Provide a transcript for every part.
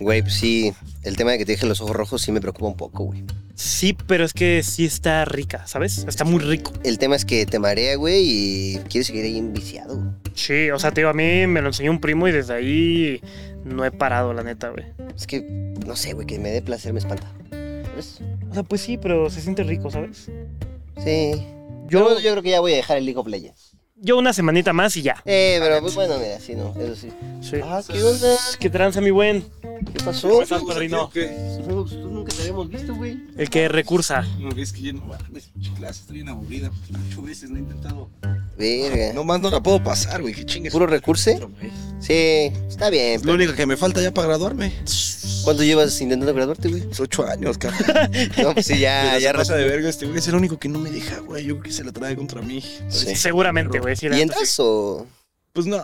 Güey, pues sí, el tema de que te dije los ojos rojos sí me preocupa un poco, güey. Sí, pero es que sí está rica, ¿sabes? Está muy rico. El tema es que te marea, güey, y quieres seguir ahí enviciado. güey. Sí, o sea, te digo, a mí me lo enseñó un primo y desde ahí no he parado, la neta, güey. Es que, no sé, güey, que me dé placer me espanta. ¿Sabes? O sea, pues sí, pero se siente rico, ¿sabes? Sí. Yo, Yo, yo creo que ya voy a dejar el League of Legends. yo una semanita más y ya. Eh, pero pues, bueno, mira, sí, no, eso sí. Sí. Ah, ¿qué onda? ¿Qué tranza, mi buen? ¿Qué Pues pasó? estás, padrino? Tú Pues, nunca te habíamos visto, güey. El que recursa. No, es que yo no mames, pinche clase, estoy bien aburrida. porque Ocho veces la he intentado. Verga. Eh, No más no la puedo pasar, güey, que chingues. Eh, ¿Puro recurso? Sí, está bien. Es lo único que me falta ya para graduarme. ¿Cuánto llevas intentando graduarte, güey? Es ocho años, cabrón. Ah, No, pues sí, ya, Pero ya se pasa raza de verga este güey. Es el único que no me deja, güey. Yo creo que se la trae contra mí. Sí. Seguramente, güey. Sí, la ¿Y neta, entras o...? Pues no.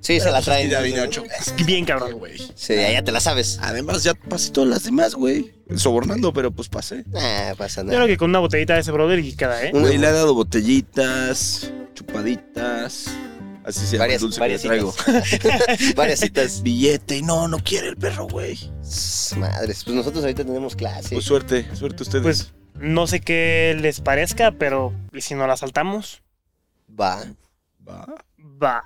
Sí, se la traen. pues, Ya vine ocho veces. sí. Bien, cabrón. güey. Sí, ya, ya te la sabes. Además, ya pasé todas las demás, güey. Sobornando, pero pues pasé. Ah, pasa Yo creo nada. que con una botellita de ese brother y queda, ¿eh? Una- Güey, le ha dado botellitas, chupaditas. Así se llama el Varias, dulce varias que le traigo. citas. varias citas. Billete, y no, no quiere el perro, güey. Madres, pues nosotros ahorita tenemos clase. Pues suerte, suerte a ustedes. Pues no sé qué les parezca, pero ¿y si no la saltamos? Va. Va. Va.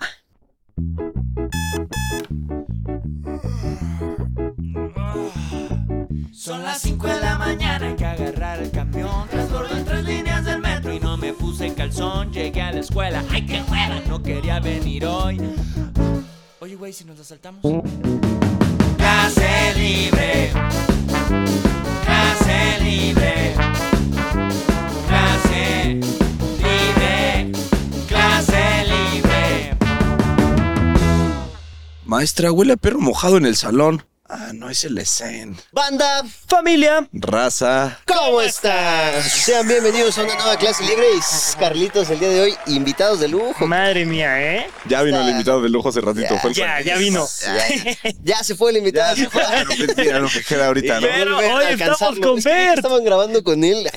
Son las 5 de la mañana, hay que agarrar el camión. Transbordo en tres líneas del metro y no me puse calzón. Llegué a la escuela, ¡ay qué hueva! No quería venir hoy. Oye, güey, si nos la saltamos. Clase libre. Clase libre. Clase libre. Clase libre. Maestra, huele a perro mojado en el salón. Ah, no es el escén. Banda, Familia. Raza. ¿cómo están? Sean bienvenidos a una nueva clase libre. Y Carlitos, el día de hoy, invitados de lujo. Madre mía, ¿eh? Ya vino el invitado del lujo hace ratito. Ya. fue el Ya, Juan. ya vino. Ya, ya se fue el invitado. Ya, se fue. Pero mentira, lo que queda ahorita, pues, ¿no? Pero Volver a hoy estamos alcanzarlo. con Es que ya Bert. Estaban grabando con él.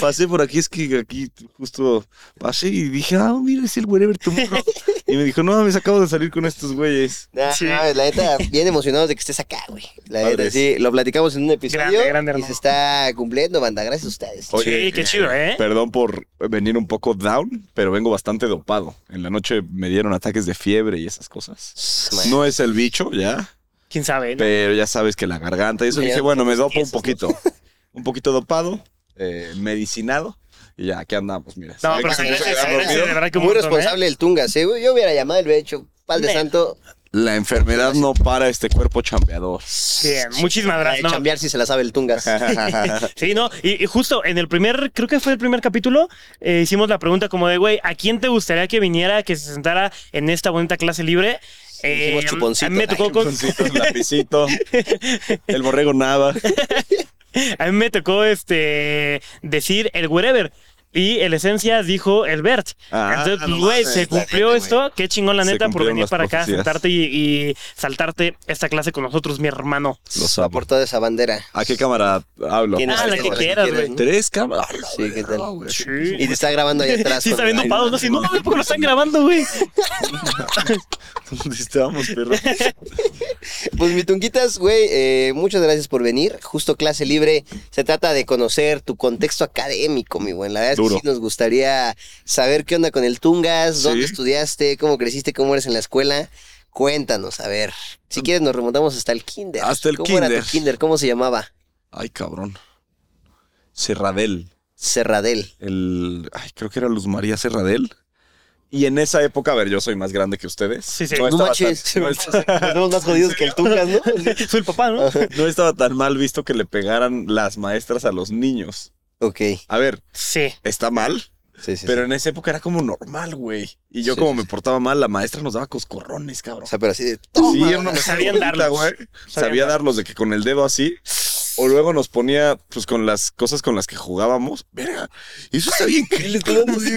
Pasé por aquí, es que aquí justo pasé y dije, ah, mira, es el wherever tomorrow. Y me dijo, no mames, acabo de salir con estos güeyes. Nah, Sí. no, la neta, bien emocionados de que estés acá, güey. La neta, Padres. sí, lo platicamos en un episodio Grande, grande, y se hermano. está cumpliendo, banda. Gracias a ustedes. sí, qué chido, ¿eh? Perdón por venir un poco down, pero vengo bastante dopado. En la noche me dieron ataques de fiebre y esas cosas. Man. No es el bicho, ya, ¿Quién sabe? ¿no? pero ya sabes que la garganta y pues, eso. Ya dije, bueno, me dopo un esos, ¿no? poquito. Un poquito dopado, eh, medicinado. Y ya, aquí andamos, mira. No, Ay, pero se que sí, no agradece, se se agarra agradece, de dormido. verdad que un Muy montón, ¿eh? responsable el Tungas, ¿eh? güey. Yo hubiera llamado, el hubiera hecho, Padre Ne. Santo, La enfermedad no para este cuerpo chambeador. Bien, muchísimas a gracias. no. chambear si se la sabe el Tungas. Sí, no, y, y justo en el primer, creo que fue el primer capítulo, eh, hicimos la pregunta como de, güey, ¿a quién te gustaría que viniera, que se sentara en esta bonita clase libre? Eh, dijimos chuponcito. a mí me tocó Ay, con, Un lapicito, el borrego nada. A mí me tocó este decir el wherever. Y el esencia dijo el Bert. Ah, Entonces, pues, no güey, mames, se la cumplió neta, esto. Qué chingón, la Se neta, por cumplieron venir las para acá, profecías. sentarte y, y saltarte esta clase con nosotros, mi hermano. Los Va por toda esa bandera. ¿A qué cámara hablo? Tienes Ah, la tres que horas quieras, quieres, güey. ¿no? ¿Tres Ah, cámaras? Sí, ¿qué tal? Sí. Y te está grabando ahí atrás. Sí, está con- viendo pavos, ¿no? Si no mames, ¿por qué lo están grabando, güey? ¿Dónde estábamos, perro? Pues mi tunquitas, güey, eh, muchas gracias por venir. Justo clase libre, se trata de conocer tu contexto académico, mi buen. La verdad Duro. es que sí nos gustaría saber qué onda con el Tungas, dónde Sí. estudiaste, cómo creciste, cómo eres en la escuela. Cuéntanos, a ver. Mm. Si quieres nos remontamos hasta el kinder. Hasta el ¿Cómo era kinder. tu kinder? ¿Cómo se llamaba? Ay, cabrón. Serradel. Cerradel. El. Ay, creo que era Luz María Serradel. Y en esa época, a ver, yo soy más grande que ustedes. Sí, sí. No No estaba, manches. tan, no estaba- Nos vemos más jodidos que el Tungas, ¿no? Soy el papá, ¿no? no estaba tan mal visto que le pegaran las maestras a los niños. ok, sí, A ver, Sí. está mal, sí, sí. pero en esa época era como normal, güey. Y yo, Sí, como sí, me sí. portaba mal, la maestra nos daba coscorrones, cabrón. o sea, pero así de... Sí, era una mezcla Sabían gordita, darlos. güey. Sabía, Sabían darlos de que con el dedo así. O luego nos ponía, pues, con las cosas con las que jugábamos. Verga, eso está bien que le está dando así.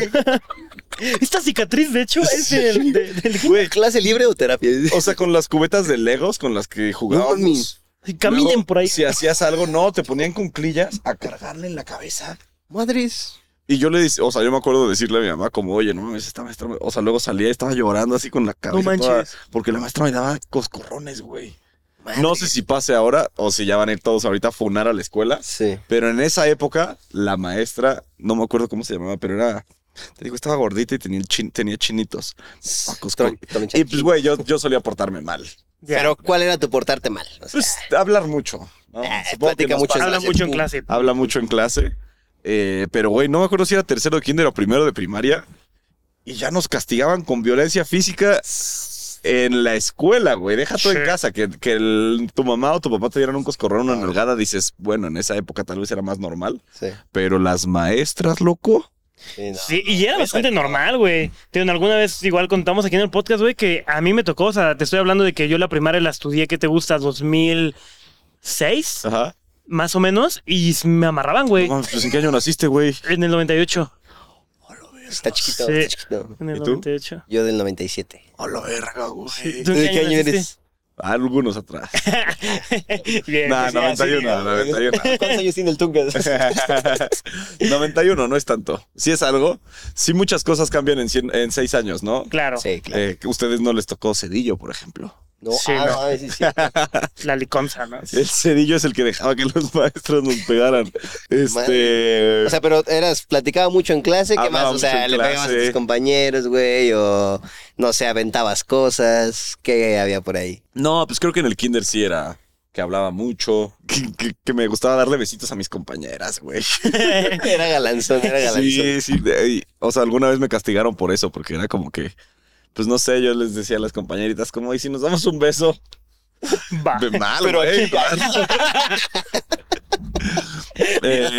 Esta cicatriz, de hecho, es el de- del. Güey, ¿Clase libre o terapia? pues, o sea, con las cubetas de legos con las que jugábamos. mames. Caminen Luego, por ahí. Si hacías algo, no, te ponían con clillas a cargarle en la cabeza. Madres. Y yo le decía, o sea, yo me acuerdo de decirle a mi mamá como, oye, no mames, esta maestra... me-". O sea, luego salía y estaba llorando así con la cabeza. toda- manches. porque la maestra me daba coscorrones, güey. madre. No sé si pase ahora o si ya van a ir todos ahorita a funar a la escuela. Sí. Pero en esa época, la maestra, no me acuerdo cómo se llamaba, pero era. Te digo, estaba gordita y tenía, el chin- tenía chinitos. Ojos Tron- con- troncha. Y pues, güey, yo, yo solía portarme mal. Ya. Pero, ¿cuál era tu portarte mal? O sea, Pues hablar mucho. ¿no? Ah, Supongo que platica nos mucho. pasa. habla Hace Eh, mucho en pum. clase. Habla mucho en clase. eh, pero, güey, no me acuerdo si era tercero de kinder o primero de primaria. Y ya nos castigaban con violencia física en la escuela, güey. Deja todo en Sí. casa. Que, que el- tu mamá o tu papá te dieran un coscorrón, una nalgada. Dices, bueno, en esa época tal vez era más normal. sí. Pero las maestras, loco. Sí, no. Sí, y era bastante normal, güey. Te digo, alguna vez igual contamos aquí en el podcast, güey, que a mí me tocó, o sea, te estoy hablando de que yo la primaria la estudié, ¿qué te gusta? 2006, Ajá. más o menos, y s- me amarraban, güey. Ah. No mames, pues, ¿en qué año naciste, güey? En el 98. Está chiquito, Sí. está chiquito. En ¿Y el tú? 98. Yo del 97. A la verga, güey. ¿Tú en qué año naciste? Algunos atrás. Bien, pues Nah, sí, no, así. 91, 91. ¿Cuántos años tiene el Tungas? 91 no es tanto. Sí es algo. Sí muchas cosas cambian en, cien- en seis años, ¿no? Claro, Sí, claro. Eh, que ustedes no les tocó Cedillo, por ejemplo. No, sí, ah, no. no, sí, sí. la liconza, ¿no? El Cedillo es el que dejaba que los maestros nos pegaran. Este... O sea, pero eras, platicaba mucho en clase, ¿qué Hablaba más? O sea, mucho en le pegabas a clase. tus compañeros, güey, o no sé, aventabas cosas, ¿qué había por ahí? No, pues creo que en el kinder sí era que hablaba mucho, que, que- que me gustaba darle besitos a mis compañeras, güey. Era galanzón, era galanzón. Sí, sí. de ahí. O sea, alguna vez me castigaron por eso, porque era como que, pues no sé, yo les decía a las compañeritas, como, y si nos damos un beso, Va. de mal, güey, mal.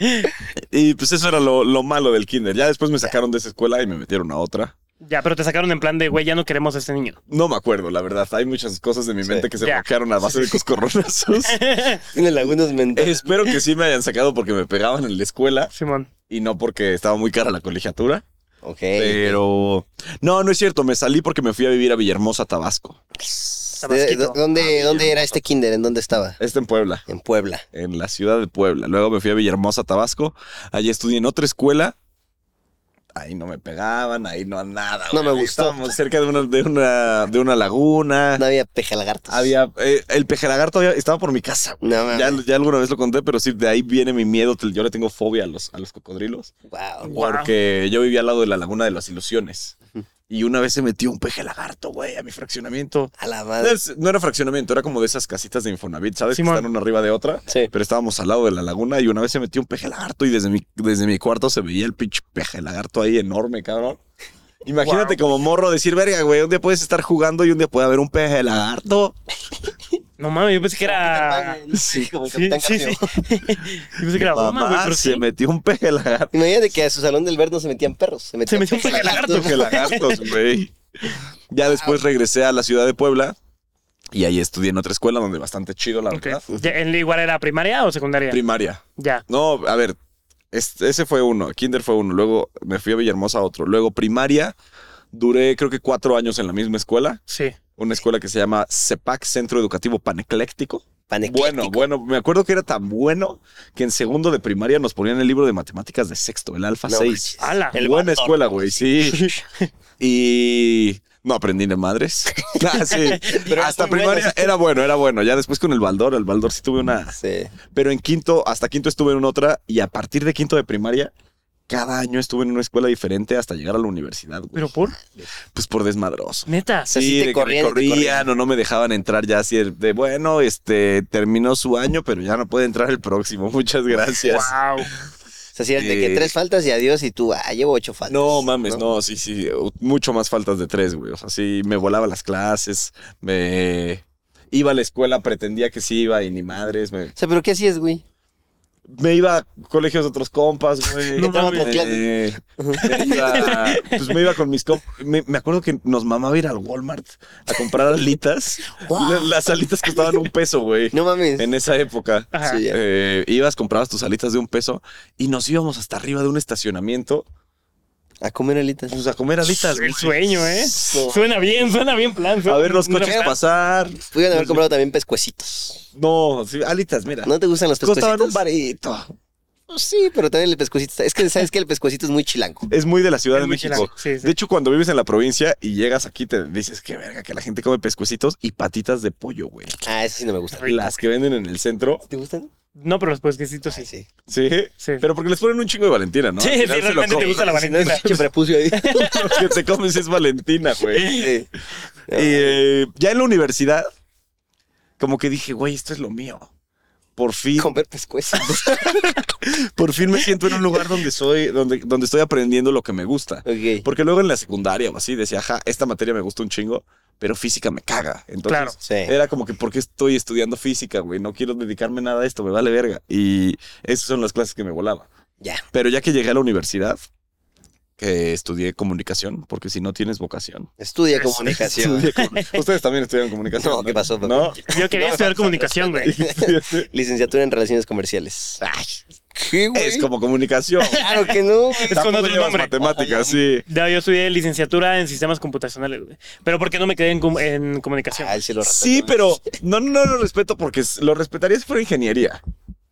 Eh, y pues eso era lo, lo malo del kinder. Ya después me sacaron de esa escuela y me metieron a otra. Ya, pero te sacaron en plan de, güey, ya no queremos a este niño. No me acuerdo, la verdad. Hay muchas cosas de mi Sí. mente que se Ya. bloquearon a base de coscorronazos. Tiene lagunas mentales. Espero que sí me hayan sacado porque me pegaban en la escuela Simón. y no porque estaba muy cara la colegiatura. Ok. Pero no, no es cierto. Me salí porque me fui a vivir a Villahermosa, Tabasco. ¿De- Tabasquito. dó- ¿Dónde, ¿Dónde era este kinder? ¿En dónde estaba? Está en Puebla, En Puebla. en la ciudad de Puebla. Luego me fui a Villahermosa, Tabasco. Allí estudié en otra escuela. Ahí no me pegaban, ahí no nada. No güey. me Ahí gustó. Estábamos cerca de una, de una, de una laguna. No había pejalagartos. Ah. Había eh, el pejelagar todavía estaba por mi casa. güey. No, mames. Ya, ya alguna vez lo conté, pero sí, de ahí viene mi miedo. Yo le tengo fobia a los, a los cocodrilos. Wow. Ah, Guau. Porque yo vivía al lado de la Laguna de las Ilusiones. Y una vez se metió un peje lagarto, güey, a mi fraccionamiento. A la No, madre. es- no era fraccionamiento, era como de esas casitas de Infonavit, ¿sabes? Ah. Simón. Que están una arriba de otra. Sí. Pero estábamos al lado de la laguna y una vez se metió un peje lagarto y desde mi, desde mi cuarto se veía el pinche peje lagarto ahí enorme, cabrón. Imagínate como morro decir, verga, güey, un día puedes estar jugando y un día puede haber un peje lagarto. No mames, yo pensé que Ah, era. Sí, como el Sí, Capitán sí, sí. Capio. Yo pensé que era broma, güey, Mamá, pero se sí. metió un peje lagarto. Imagínate que a su salón del verno se metían perros. Se metían, metió un pejelagarto. Peje lagartos, güey. Ya después regresé a la ciudad de Puebla y ahí estudié en otra escuela donde bastante chido, la Ok. verdad. Ya, ¿en- ¿Igual era primaria o secundaria? Primaria. ya. No, a ver, es- ese fue uno, Kinder fue uno, luego me fui a Villahermosa a otro, luego primaria, duré creo que cuatro años en la misma escuela, Sí. una escuela que se llama CEPAC, Centro Educativo Panecléctico. Panecléctico. Bueno, bueno, me acuerdo que era tan bueno que en segundo de primaria nos ponían el libro de matemáticas de sexto, el Alfa No 6. manches. ¡Hala! El Buena vato. escuela, güey, sí. Y no aprendí de madres. Ah, sí. Pero hasta muy bueno, primaria era bueno, era bueno. Ya después con el Baldor, el Baldor sí tuve una. Sí. Pero en quinto, hasta quinto estuve en una otra y a partir de quinto de primaria, cada año estuve en una escuela diferente hasta llegar a la universidad. güey. ¿Pero por? Pues por desmadroso. ¿Neta? sea, sí te de que me corrían, te corrían. corrían o no me dejaban entrar ya así de, de, bueno, este terminó su año, pero ya no puede entrar el próximo. Muchas gracias. ¡Wow! O sea, si eran de que Eh, tres faltas y adiós y tú, ah, llevo ocho faltas. No mames, no. sí, sí. Mucho más faltas de tres, güey. O sea, sí, me volaba las clases, me iba a la escuela, pretendía que sí iba y ni madres. Me, O sea, pero ¿qué hacías, güey? me iba a colegios de otros compas, güey. No mames. Eh, me iba, pues me iba con mis compas. Me, me acuerdo que nos mamaba ir al Walmart a comprar alitas. Las- Las alitas costaban un peso, güey. No mames. En esa época. Ajá. Sí, ya. Eh, ibas, comprabas tus alitas de un peso y nos íbamos hasta arriba de un estacionamiento A comer alitas. pues, a comer alitas. güey. El sueño, ¿eh? Suena bien, suena bien plan. A suena- ver los suena coches plan. pasar. Pudieron haber comprado también pescuecitos. No, sí, alitas, mira. ¿No te gustan los Costaban un pescuecitos? Pues varito. Sí, pero también el pescuecito. está- Es que sabes que el pescuecito es muy chilango. Es muy de la Ciudad Es de muy México. chilango, sí, sí. De hecho, cuando vives en la provincia y llegas aquí, te dices que verga, que la gente come pescuecitos y patitas de pollo, güey. Ah, eso sí no me gusta. Rico. Las que venden en el centro. ¿Te gustan? No, pero los pesquecitos Ay, sí. sí. Sí. Sí. Pero porque les ponen un chingo de Valentina, ¿no? Sí, Al final sí, se lo realmente te comen. gusta la Si no es Valentina. pinche prepucio ahí. Los que te comes es Valentina, güey. Sí. Y eh, ya en la universidad, como que dije, güey, esto es lo mío. Por fin, Comer pescuecito. por fin me siento en un lugar donde soy, donde, donde estoy aprendiendo lo que me gusta. Ok. Porque luego en la secundaria o así decía, ajá, esta materia me gusta un chingo, pero física me caga. Entonces Claro. Sí. era como que, ¿por qué estoy estudiando física, güey? No quiero dedicarme nada a esto, me vale verga. Y esas son las clases que me volaba. Ya. Pero ya que llegué a la universidad, que estudié comunicación, porque si no tienes vocación. Estudia Eso, comunicación. Estudié comun- Ustedes también estudiaron comunicación. No, ¿qué pasó, papá? ¿No? Yo quería estudiar comunicación, güey. Licenciatura en Relaciones Comerciales. Ay, ¿Qué, güey? es como comunicación. Claro que no. güey. Es con Tampoco otro llevas nombre. matemáticas, sí. No, yo estudié licenciatura en sistemas computacionales, güey. Pero ¿por qué no me quedé en, com- en comunicación? Ah, él sí lo respeto. Sí, pero no, no lo respeto porque lo respetaría si fuera ingeniería.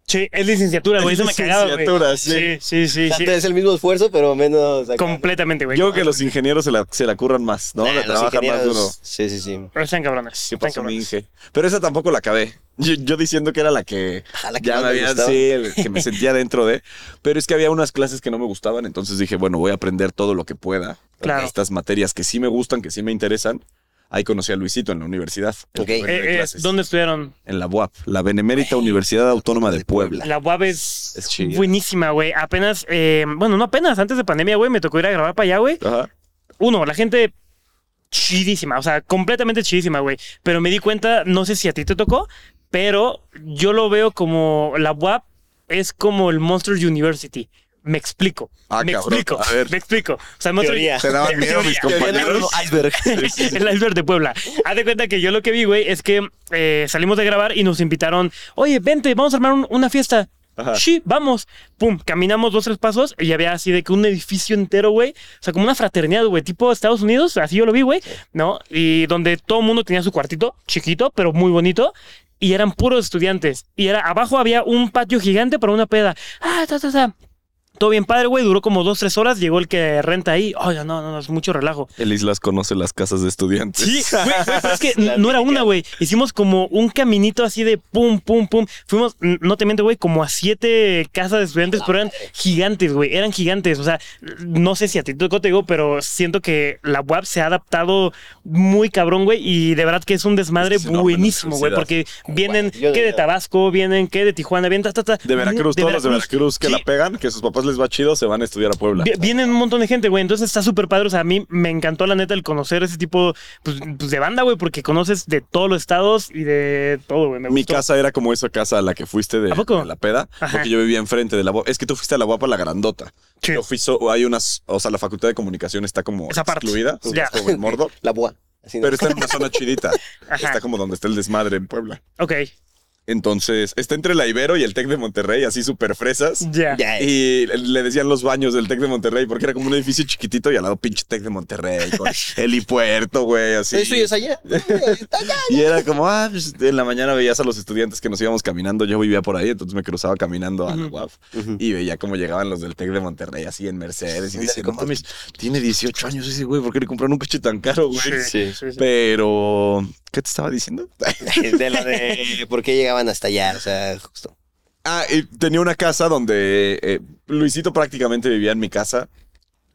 Sí, es licenciatura, güey. Es Eso me cagaba, güey. licenciatura, sí. Sí, O sí, sí. sea, sí. Es el mismo esfuerzo, pero menos. acá, ¿no? Completamente, güey. Yo creo que los ingenieros se la, se la curran más, ¿no? Ah, la los trabajan más ingenieros- duro. Sí, sí, sí. Pero están cabronas. ¿Qué están pasó, mi cabronas. Inge? Pero esa tampoco la acabé. Yo, yo diciendo que era la que, Ah, la que ya más me me había, gustaba. sí, el que me sentía dentro de. Pero es que había unas clases que no me gustaban, entonces dije, bueno, voy a aprender todo lo que pueda. Claro. Estas materias que sí me gustan, que sí me interesan. Ahí conocí a Luisito en la universidad. el Ok. que me dio Eh, eh, clases. ¿Dónde estudiaron? En la UAP, la Benemérita Universidad Autónoma de Puebla. La UAB es, Es chida. buenísima, güey. Apenas, eh, bueno, no apenas, antes de pandemia, güey, me tocó ir a grabar para allá, güey. Ajá. Uno, la gente chidísima, o sea, completamente chidísima, güey. Pero me di cuenta, no sé si a ti te tocó, pero yo lo veo como la UAP es como el Monster University. Me explico. Ah, me cabrón. explico. A ver. Me explico. O sea, Monster- Teoría. Se daban miedo mis compañeros. iceberg. el iceberg de Puebla. Haz de cuenta que yo lo que vi, güey, es que eh, salimos de grabar y nos invitaron, oye, vente, vamos a armar un- una fiesta. Ajá. Sí, vamos. Pum, caminamos dos, tres pasos y había así de que un edificio entero, güey. O sea, como una fraternidad, güey, tipo Estados Unidos, así yo lo vi, güey, ¿no? Y donde todo el mundo tenía su cuartito, chiquito, pero muy bonito. Y eran puros estudiantes. Y era, abajo había un patio gigante para una peda. Ah, ta, ta, ta. Todo bien padre, güey. Duró como dos, tres horas. Llegó el que renta ahí. Oiga, no, no, no, es mucho relajo. El Islas conoce las casas de estudiantes. Sí, güey, güey, pero es que n- no era una, güey. Hicimos como un caminito así de pum, pum, pum. Fuimos, n- no te miento, güey, como a siete casas de estudiantes, pero eran gigantes, güey. Eran gigantes. O sea, no sé si a ti te tocó, te digo, pero siento que la web se ha adaptado muy cabrón, güey. Y de verdad que es un desmadre Es que es enorme buenísimo, güey. la Porque vienen Guau, yo que de no- Tabasco, vienen que de Tijuana, vienen ta, ta, ta. De Veracruz, todos los de Veracruz que Sí, la pegan, que a sus papás les va chido, se van a estudiar a Puebla. Vi- Vienen un montón de gente, güey. Entonces está súper padre. O sea, a mí me encantó la neta el conocer ese tipo pues, pues, de banda, güey, porque conoces de todos los estados y de todo, güey. Me Mi gustó. casa era como esa casa a la que fuiste de, ¿A poco? de la peda, Ajá. porque yo vivía enfrente de la guapa. Es que tú fuiste a la guapa, la grandota. Sí. Yo fui, so- hay unas, o sea, la facultad de comunicación está como Esa parte. excluida, Ya. es como en Mordor, La boa. Así, ¿no? pero está en una zona chidita. Ajá. Está como donde está el desmadre en Puebla. Ok. Entonces, está entre la Ibero y el Tec de Monterrey, así súper fresas. Ya. Ya, eh. Y le decían los baños del Tec de Monterrey porque era como un edificio chiquitito y al lado pinche Tec de Monterrey con helipuerto, güey, así. Eso y es allá. Está allá. Y era como, ah, pues, en la mañana veías a los estudiantes que nos íbamos caminando. Yo vivía por ahí, entonces me cruzaba caminando a la UAF y veía cómo llegaban los del TEC de Monterrey así en Mercedes. Y dice, no mames, tiene 18 años ese güey, ¿por qué le compraron un coche tan caro, güey? Sí, sí, sí. Pero, ¿qué te estaba diciendo? De la de por qué llegaban hasta allá. O sea, justo. ah, y tenía una casa donde eh, Luisito prácticamente vivía en mi casa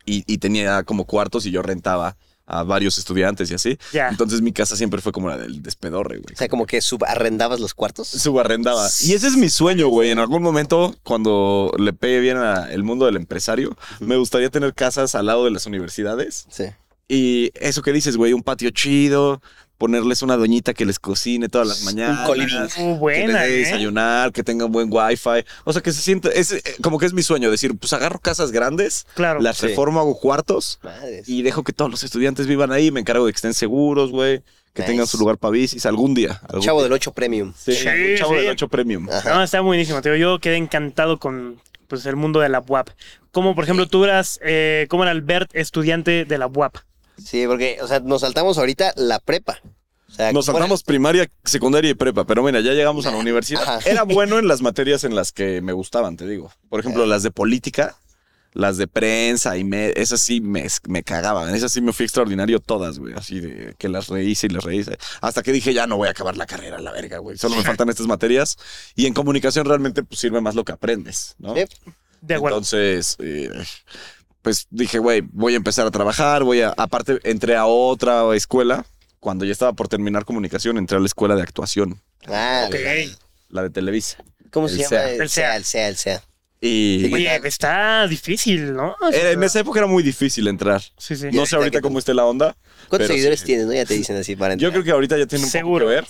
y, y tenía como cuartos y yo rentaba a varios estudiantes y así. Ya. Entonces mi casa siempre fue como la del despedorre, güey. O sea, como que subarrendabas los cuartos. subarrendaba. Y ese es mi sueño, güey. En algún momento, cuando le pegue bien al mundo del empresario, me gustaría tener casas al lado de las universidades. Sí. Y eso que dices, güey, un patio chido, ponerles una doñita que les cocine todas las mañanas. colibrí. Uh, Que les buena, dé ¿eh? desayunar, que tengan buen wifi. O sea, que se sienta... Es eh, como que es mi sueño, decir, pues agarro casas grandes, Claro. las Sí. reformo, hago cuartos Madres. y dejo que todos los estudiantes vivan ahí. Me encargo de que estén seguros, güey. Que Nice. tengan su lugar para bicis algún día. algún Chavo día. del 8 Premium. Sí, Sí, un chavo sí. del 8 Premium. No, está buenísimo, tío. Yo quedé encantado con pues el mundo de la UAP. Como, por ejemplo, tú eras, eh, ¿cómo era Albert, estudiante de la UAP? Sí, porque, o sea, nos saltamos ahorita la prepa. O sea, Nos fuera- saltamos primaria, secundaria y prepa, pero mira, ya llegamos a la universidad. Ajá. Era bueno en las materias en las que me gustaban, te digo. Por Eh. ejemplo, las de política, las de prensa y me, esas sí me, me cagaban. Esas sí me fui extraordinario todas, güey. Así de que las rehice y las rehice. Hasta que dije, ya no voy a acabar la carrera, la verga, güey. Solo me faltan estas materias. Y en comunicación realmente pues, sirve más lo que aprendes, ¿no? Sí. De acuerdo. Entonces, eh, pues dije, güey, voy a empezar a trabajar, voy a, aparte, entré a otra escuela. Cuando ya estaba por terminar comunicación, entré a la escuela de actuación, Ah, Ok. la de Televisa. ¿Cómo El se llama? SEA. El sea, el sea, el sea. Y Oye, está difícil, ¿no? era- en esa época era muy difícil entrar. Sí, sí. No sé ahorita cómo esté la onda. ¿Cuántos Pero seguidores sí. tienes? No, ya te dicen así para Yo creo que ahorita ya tiene un Seguro. poco que ver.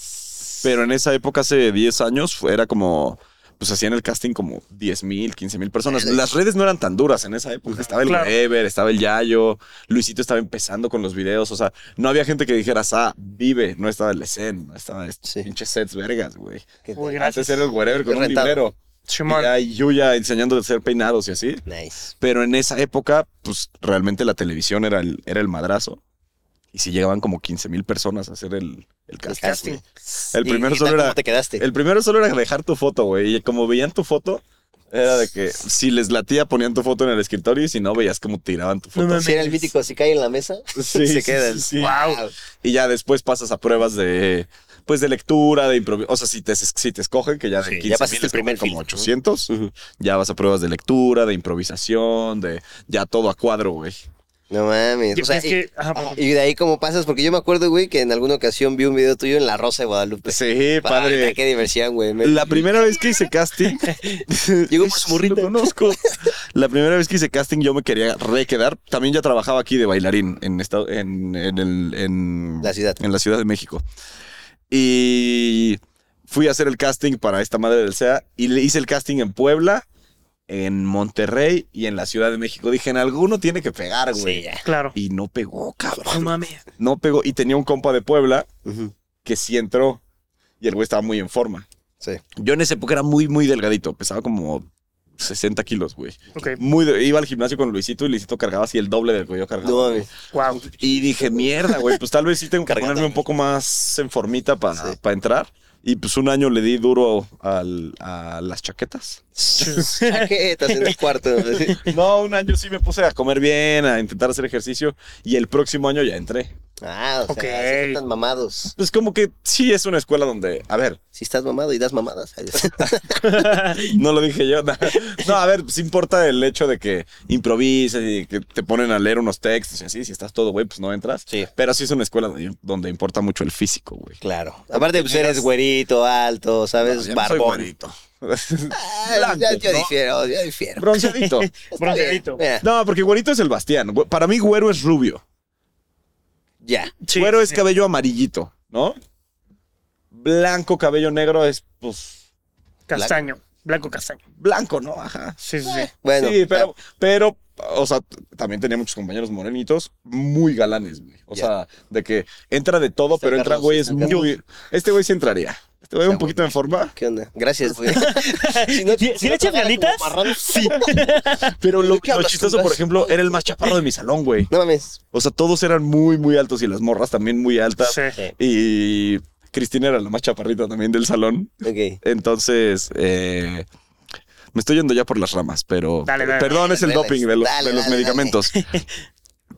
Pero en esa época, hace 10 años, fue- era como... Pues hacían el casting como 10 mil, 15 mil personas. Las redes no eran tan duras en esa época. Estaba el Claro. Weber, estaba el Yayo, Luisito estaba empezando con los videos. O sea, no había gente que dijera, ah, vive. No estaba el escena, no estaba estos Sí. pinches sets vergas, güey. que... Uy, Antes gracias. era el Weber con un Rentado. librero. Simón. Y ahí Yuya enseñando a hacer peinados y así. Nice. Pero en esa época, pues realmente la televisión era el, era el madrazo. Y si llegaban como 15 mil personas a hacer el, el casting. casting. güey. El ¿Y- primero y tal solo era- ¿Cómo te quedaste? El primero solo era dejar tu foto, güey. Y como veían tu foto, era de que si les latía, ponían tu foto en el escritorio y si no, veías cómo tiraban tu foto. No mames. Si era el mítico, si cae en la mesa, Sí, se sí, queda. el- sí, sí. Wow. Y ya después pasas a pruebas de. Pues de lectura, de improvisación. O sea, si te, si te escogen, que ya de Sí, ya 15 pasaste el primer como filtro, 800, ya vas a pruebas de lectura, de improvisación, de ya todo a cuadro, güey. No mames. Yo- O sea, es y, que- ajá, por favor. y de ahí cómo pasas, porque yo me acuerdo, güey, que en alguna ocasión vi un video tuyo en La Rosa de Guadalupe. Sí, Puta, padre. Qué diversión, güey. Me- La primera vez que hice casting. Llegó por su burrito. Lo conozco. La primera vez que hice casting, yo me quería re quedar. También ya trabajaba aquí de bailarín en, esta- en, en el- en- La ciudad. En la Ciudad de México. Y fui a hacer el casting para esta madre del SEA y le hice el casting en Puebla, en Monterrey y en la Ciudad de México. Dije, en alguno tiene que pegar, güey. Sí, ya. Claro. Y no pegó, No cabrón. mames. No pegó. Y tenía un compa de Puebla Ujú. que sí entró y el güey estaba muy en forma. Sí. Yo en esa época era muy, muy delgadito. Pesaba como 60 kilos, güey. Ok. Muy de- iba al gimnasio con Luisito y Luisito cargaba así el doble del que yo cargaba. No mames. Wow. Y dije, mierda, güey, pues tal vez sí tengo que Cargando, ponerme un güey. poco más en formita para Sí. entrar. Y pues un año le di duro al- a las chaquetas. Chaquetas en el cuarto. No, un año sí me puse a comer bien, a intentar hacer ejercicio. Y el próximo año ya entré. Ah, o Ok. sea, sí están mamados. Pues como que sí es una escuela donde, a ver, Si estás mamado y das mamadas. No lo dije yo. No, No, a ver, pues, sí importa el hecho de que improvisas y que te ponen a leer unos textos y así. Si estás todo, güey, pues no entras. Sí. Pero sí es una escuela donde, donde importa mucho el físico, güey. Pues, Claro. Aparte, pues eres güerito, alto, ¿sabes? Ya no soy Barbón. güerito. Ah, ya, Blanco, yo ¿no? difiero, yo difiero. Bronceadito. Está bien, Bronceadito. mira, No, porque güerito es el Bastián. Güe- Para mí, güero es rubio. Ya. Sí, güero es sí. cabello amarillito, ¿no? Blanco, cabello negro es, pues, Castaño. Blanco castaño. blanco, ¿no? Ajá. Sí, sí, sí. Bueno. eh, sí, pero, pero, o sea, t- también tenía muchos compañeros morenitos muy galanes, güey. O Ya. sea, de que entra de todo, San pero entra Carlos, güey es San Carlos. muy. Este güey sí entraría. Este güey Está un poquito en forma, ¿Qué onda? Gracias, güey. si no- ¿Sí- sí le no te agarra echas como ganitas? marrano, sí. pero lo, ¿De qué lo hablas, chistoso, Judas? por ejemplo, era el más chaparro de mi salón, güey. No mames. O sea, todos eran muy, muy altos y las morras también muy altas. Sí. Y Cristina era la más chaparrita también del salón. Ok. Entonces, eh, me estoy yendo ya por las ramas, pero Dale, dale. perdón, es el Relax. doping de los, Dale, de los dale, medicamentos.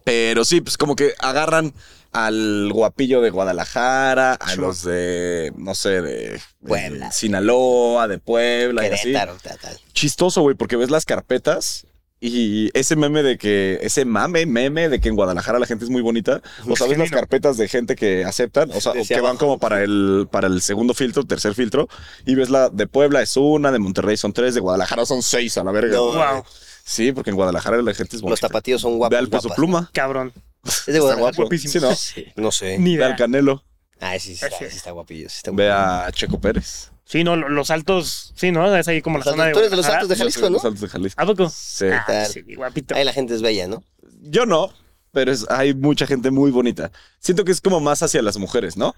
Pero sí, pues como que agarran al guapillo de Guadalajara, a los de, no sé, de Puebla. eh, Sinaloa, de Puebla y así. Querétaro, tal, tal. Chistoso, güey, porque ves las carpetas y ese meme de que, ese mame, meme de que en Guadalajara la gente es muy bonita. O sabes las Genuino. carpetas de gente que aceptan, o sea, o Decía que van abajo. como para el, para el segundo filtro, tercer filtro. Y ves la de Puebla es una, de Monterrey son tres, de Guadalajara son seis a la verga. No, güey. Wow. Sí, porque en Guadalajara la gente es Los bonita. tapatíos son Ve guapos. al peso guapas. pluma. Cabrón. Es de Está Guadalajara. guapo. guapísimo. Sí, no. No sé. Ni Ve al idea. Canelo. Ah, sí, sí, está, Ese. sí está guapillo. Sí está Ve guapillo. a Checo Pérez. Sí, no, lo- los altos. Sí, ¿no? Es ahí como la Los zona de. altos- tú eres de los Guadalajara. altos de Jalisco, ¿no? Los Altos de Jalisco. ¿A poco? Sí. Ah, tal? sí, guapito. Ahí la gente es bella, ¿no? Yo no, pero es- hay mucha gente muy bonita. Siento que es como más hacia las mujeres, ¿no?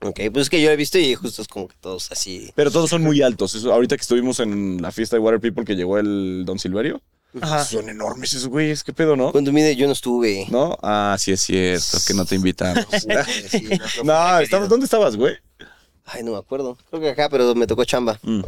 Ok, pues es que yo he visto y justo es como que todos así. Pero todos son muy altos. Eso, ahorita que estuvimos en la fiesta de Water People que llegó el Don Silverio, Ajá. Son enormes esos güeyes, qué pedo, ¿no? Cuando mide, yo no estuve. ¿No? Ah, sí es cierto, que no te invitamos. Sí, no, no, no, estabas- ¿dónde estabas, güey? Ay, no me acuerdo. Creo que acá, pero me tocó chamba. Mm.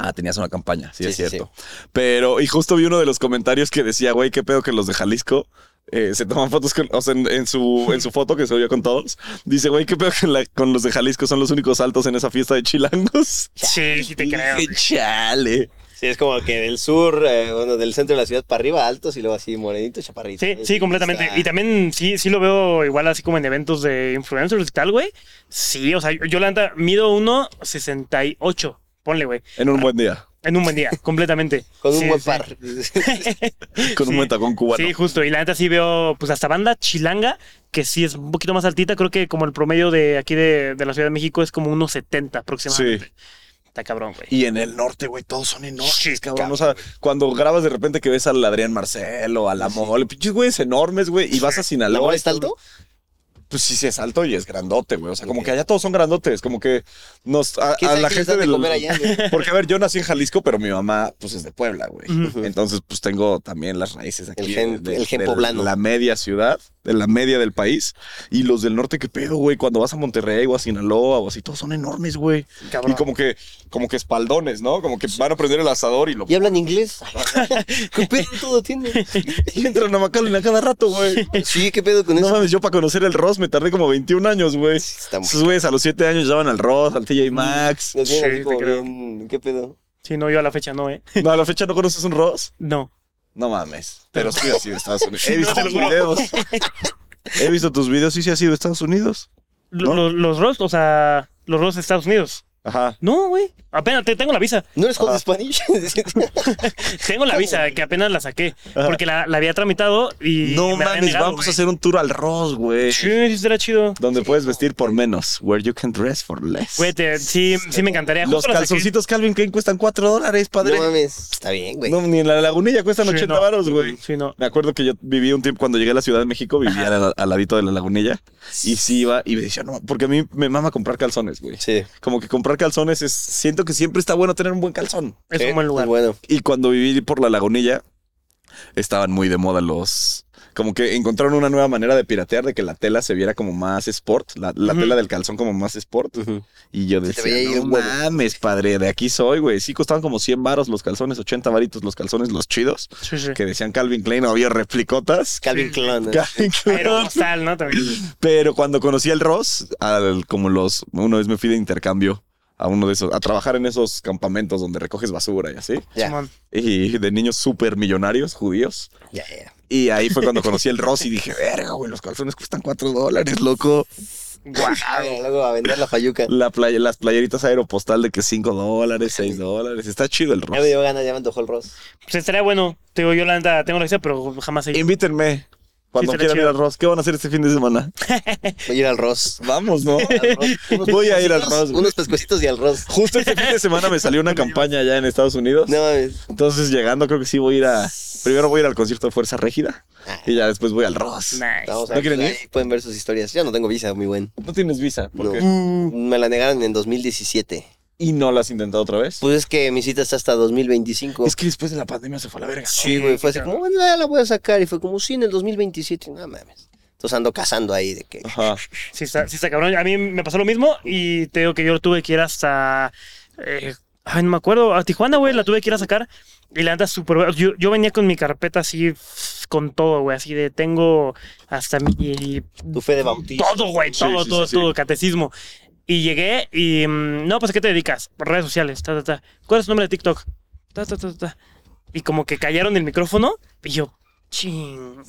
Ah, tenías una campaña, sí, Sí, es sí, cierto. Pero, y justo vi uno de los comentarios que decía, güey, qué pedo que los de Jalisco eh, se toman fotos con, o sea, en, en su, en su foto que se vio con todos. Dice, güey, qué pedo que la- con los de Jalisco son los únicos altos en esa fiesta de chilangos. Sí, sí te creo. Dije, chale. Sí, es como que del sur, eh, bueno, del centro de la ciudad para arriba, altos y luego así morenito, chaparrito. Sí, sí, completamente. Está- Y también sí, sí lo veo igual así como en eventos de influencers y tal, güey. Sí, o sea, yo, yo la neta mido 1.68. Ponle, güey. En un buen día, En un buen día, completamente. Con un Sí, buen sí. par. con un Sí. buen tacón cubano. Sí, justo. Y la neta sí veo, pues hasta banda chilanga, que sí es un poquito más altita. Creo que como el promedio de aquí de, de la Ciudad de México es como unos 70 aproximadamente. Está cabrón, güey. Y en el norte, güey, todos son enormes, Sí, cabrón. O sea, cuando grabas de repente que ves al Adrián Marcelo, al Amol, pinches güeyes enormes, güey, y vas a ¿La Sinaloa. mole está alto? Pues sí, sí es alto y es grandote, güey. O sea, como Ok. que allá todos son grandotes, como que nos a, ¿Qué a sabe la qué les gente dan de del- comer allá, güey? Porque a ver, yo nací en Jalisco, pero mi mamá pues es de Puebla, güey. Ujú. Entonces, pues tengo también las raíces aquí El gen- de, el gen de poblano. la media ciudad, de la media del país y los del norte qué pedo, güey, cuando vas a Monterrey o a Sinaloa o así todos son enormes, güey. Cabrón. Y como que como que espaldones, ¿no? Como que van a prender el asador y lo ¿Y hablan inglés? ¿Qué pedo todo tiene? y entran a McAllen a cada rato, güey. Sí, ¿qué pedo con No eso? mames, yo para conocer el Ross me tardé como 21 años, güey. Está muy- Esos güeyes a los 7 años ya van al Ross, al TJ Maxx. Nos vienen Sí, así te como creo. bien, ¿Qué pedo? Sí, no, yo a la fecha no, ¿eh? No, a la fecha no conoces un Ross. No. No mames. Pero sí ha sido Estados Unidos. He No, visto te lo tus juro. videos. He visto tus videos y sí ha sido Estados Unidos. Lo- ¿No? Los, los Ross, o sea, los Ross de Estados Unidos. Ajá. No, güey. Apenas te- tengo la visa. ¿No eres hot Ah. Spanish? Tengo la visa, que apenas la saqué. Porque la, la había tramitado y. No me la habían mames, negado, vamos güey. a hacer un tour al Ross, güey. Sí, sí, será chido. Donde puedes vestir por menos. Where you can dress for less. Güey, te- sí, sí me encantaría. Los Justo la saqué. calzoncitos Calvin Klein cuestan 4 dólares, no padre. mames. Está bien, güey. No, ni en la lagunilla cuestan Sí, 80 no. varos, güey. Sí, no. Me acuerdo que yo viví un tiempo cuando llegué a la Ciudad de México, vivía al, al ladito de la lagunilla y sí iba y me decía, no, porque a mí me mama comprar calzones, güey. Sí. Como que comprar calzones es, siento que siempre está bueno tener un buen calzón. Es Sí, un buen está lugar. Eh, Bueno. Y cuando viví por la lagunilla, estaban muy de moda los... Como que encontraron una nueva manera de piratear, de que la tela se viera como más sport, la, la Ujú. tela del calzón como más sport. Y yo Se te decía, veía ahí no un huevo". mames, padre, de aquí soy, güey. Sí, costaban como 100 varos los calzones, 80 varitos los calzones, los chidos, Sí, sí. que decían Calvin Klein, había replicotas. Calvin Sí. Klein. ¿no? Calvin Klein. Aerocostal, ¿no? También. Pero cuando conocí al Ross, al, como los, una vez me fui de intercambio a uno de esos, a trabajar en esos campamentos donde recoges basura y así, Ya, Simón. y de niños súper millonarios judíos. ya, ya. Y ahí fue cuando conocí al Ross y dije, verga, güey, los calzones cuestan cuatro dólares, loco. Ah, mira, Luego a vender la fayuca. La playa- las playeritas aeropostal de que cinco dólares, seis dólares. Está chido el Ya me Ross. dio ganas, ya me antojó el Ross. Pues estaría bueno. Te digo, yo la neta tengo la visa, pero jamás he ido. Invítenme cuando Sí, estaría quieran ir chido. al Ross. ¿Qué van a hacer este fin de semana? Voy a ir al Ross. Vamos, ¿no? Al Ross. Voy a ir al Ross. güey. Unos pescuecitos y al Ross. Justo este fin de semana me salió una campaña allá en Estados Unidos. No mames. Entonces, llegando, creo que sí voy a ir a. Primero voy a ir al concierto de Fuerza Régida y ya después voy al Ross. Nice. Vamos a ¿No quieren ir? ahí pueden ver sus historias. Yo no tengo visa, muy buen. No tienes visa. ¿por No. qué? Mm. Me la negaron en 2017. Y no la has intentado otra vez. Pues es que mi cita está hasta 2025. es que después de la pandemia se fue a la verga. Sí, güey, fue así como, bueno, ya la voy a sacar. Y fue como, sí, en el 2027. No mames. Entonces ando cazando ahí de que. Ajá. Sí, está, sí está cabrón. A mí me pasó lo mismo y te digo que yo tuve que ir hasta. eh, ay, no me acuerdo. A Tijuana, güey, la tuve que ir a sacar. Y la anda súper. Yo, yo venía con mi carpeta así, con todo, güey, así de tengo hasta mi. Tu fe de bautismo. Todo, güey, Sí, todo, sí, todo, sí, sí. todo, catecismo. Y llegué y. mm, No, pues, ¿a qué te dedicas? Redes sociales, ta, ta, ta. ¿Cuál es tu nombre de TikTok? Ta, ta, ta, ta. Y como que callaron el micrófono y yo, ching.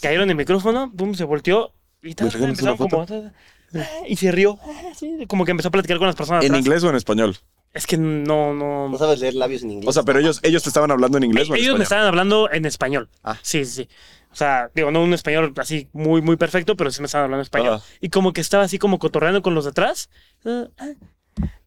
Cayeron el micrófono, pum, se volteó y ta, ¿Me ta, regalas empezaron una como. ta, ta, ah, Y se rió. ah, sí, Como que empezó a platicar con las personas. ¿En atrás. inglés o en español? Es que no, No no. sabes leer labios en inglés. O sea, pero ellos, ellos te estaban hablando en inglés o en Ellos me español. estaban hablando en español. Ah. Sí, sí, sí. O sea, digo, no un español así muy, muy perfecto, pero sí me estaban hablando español. Ajá. Y como que estaba así como cotorreando con los de atrás. Ah, ah.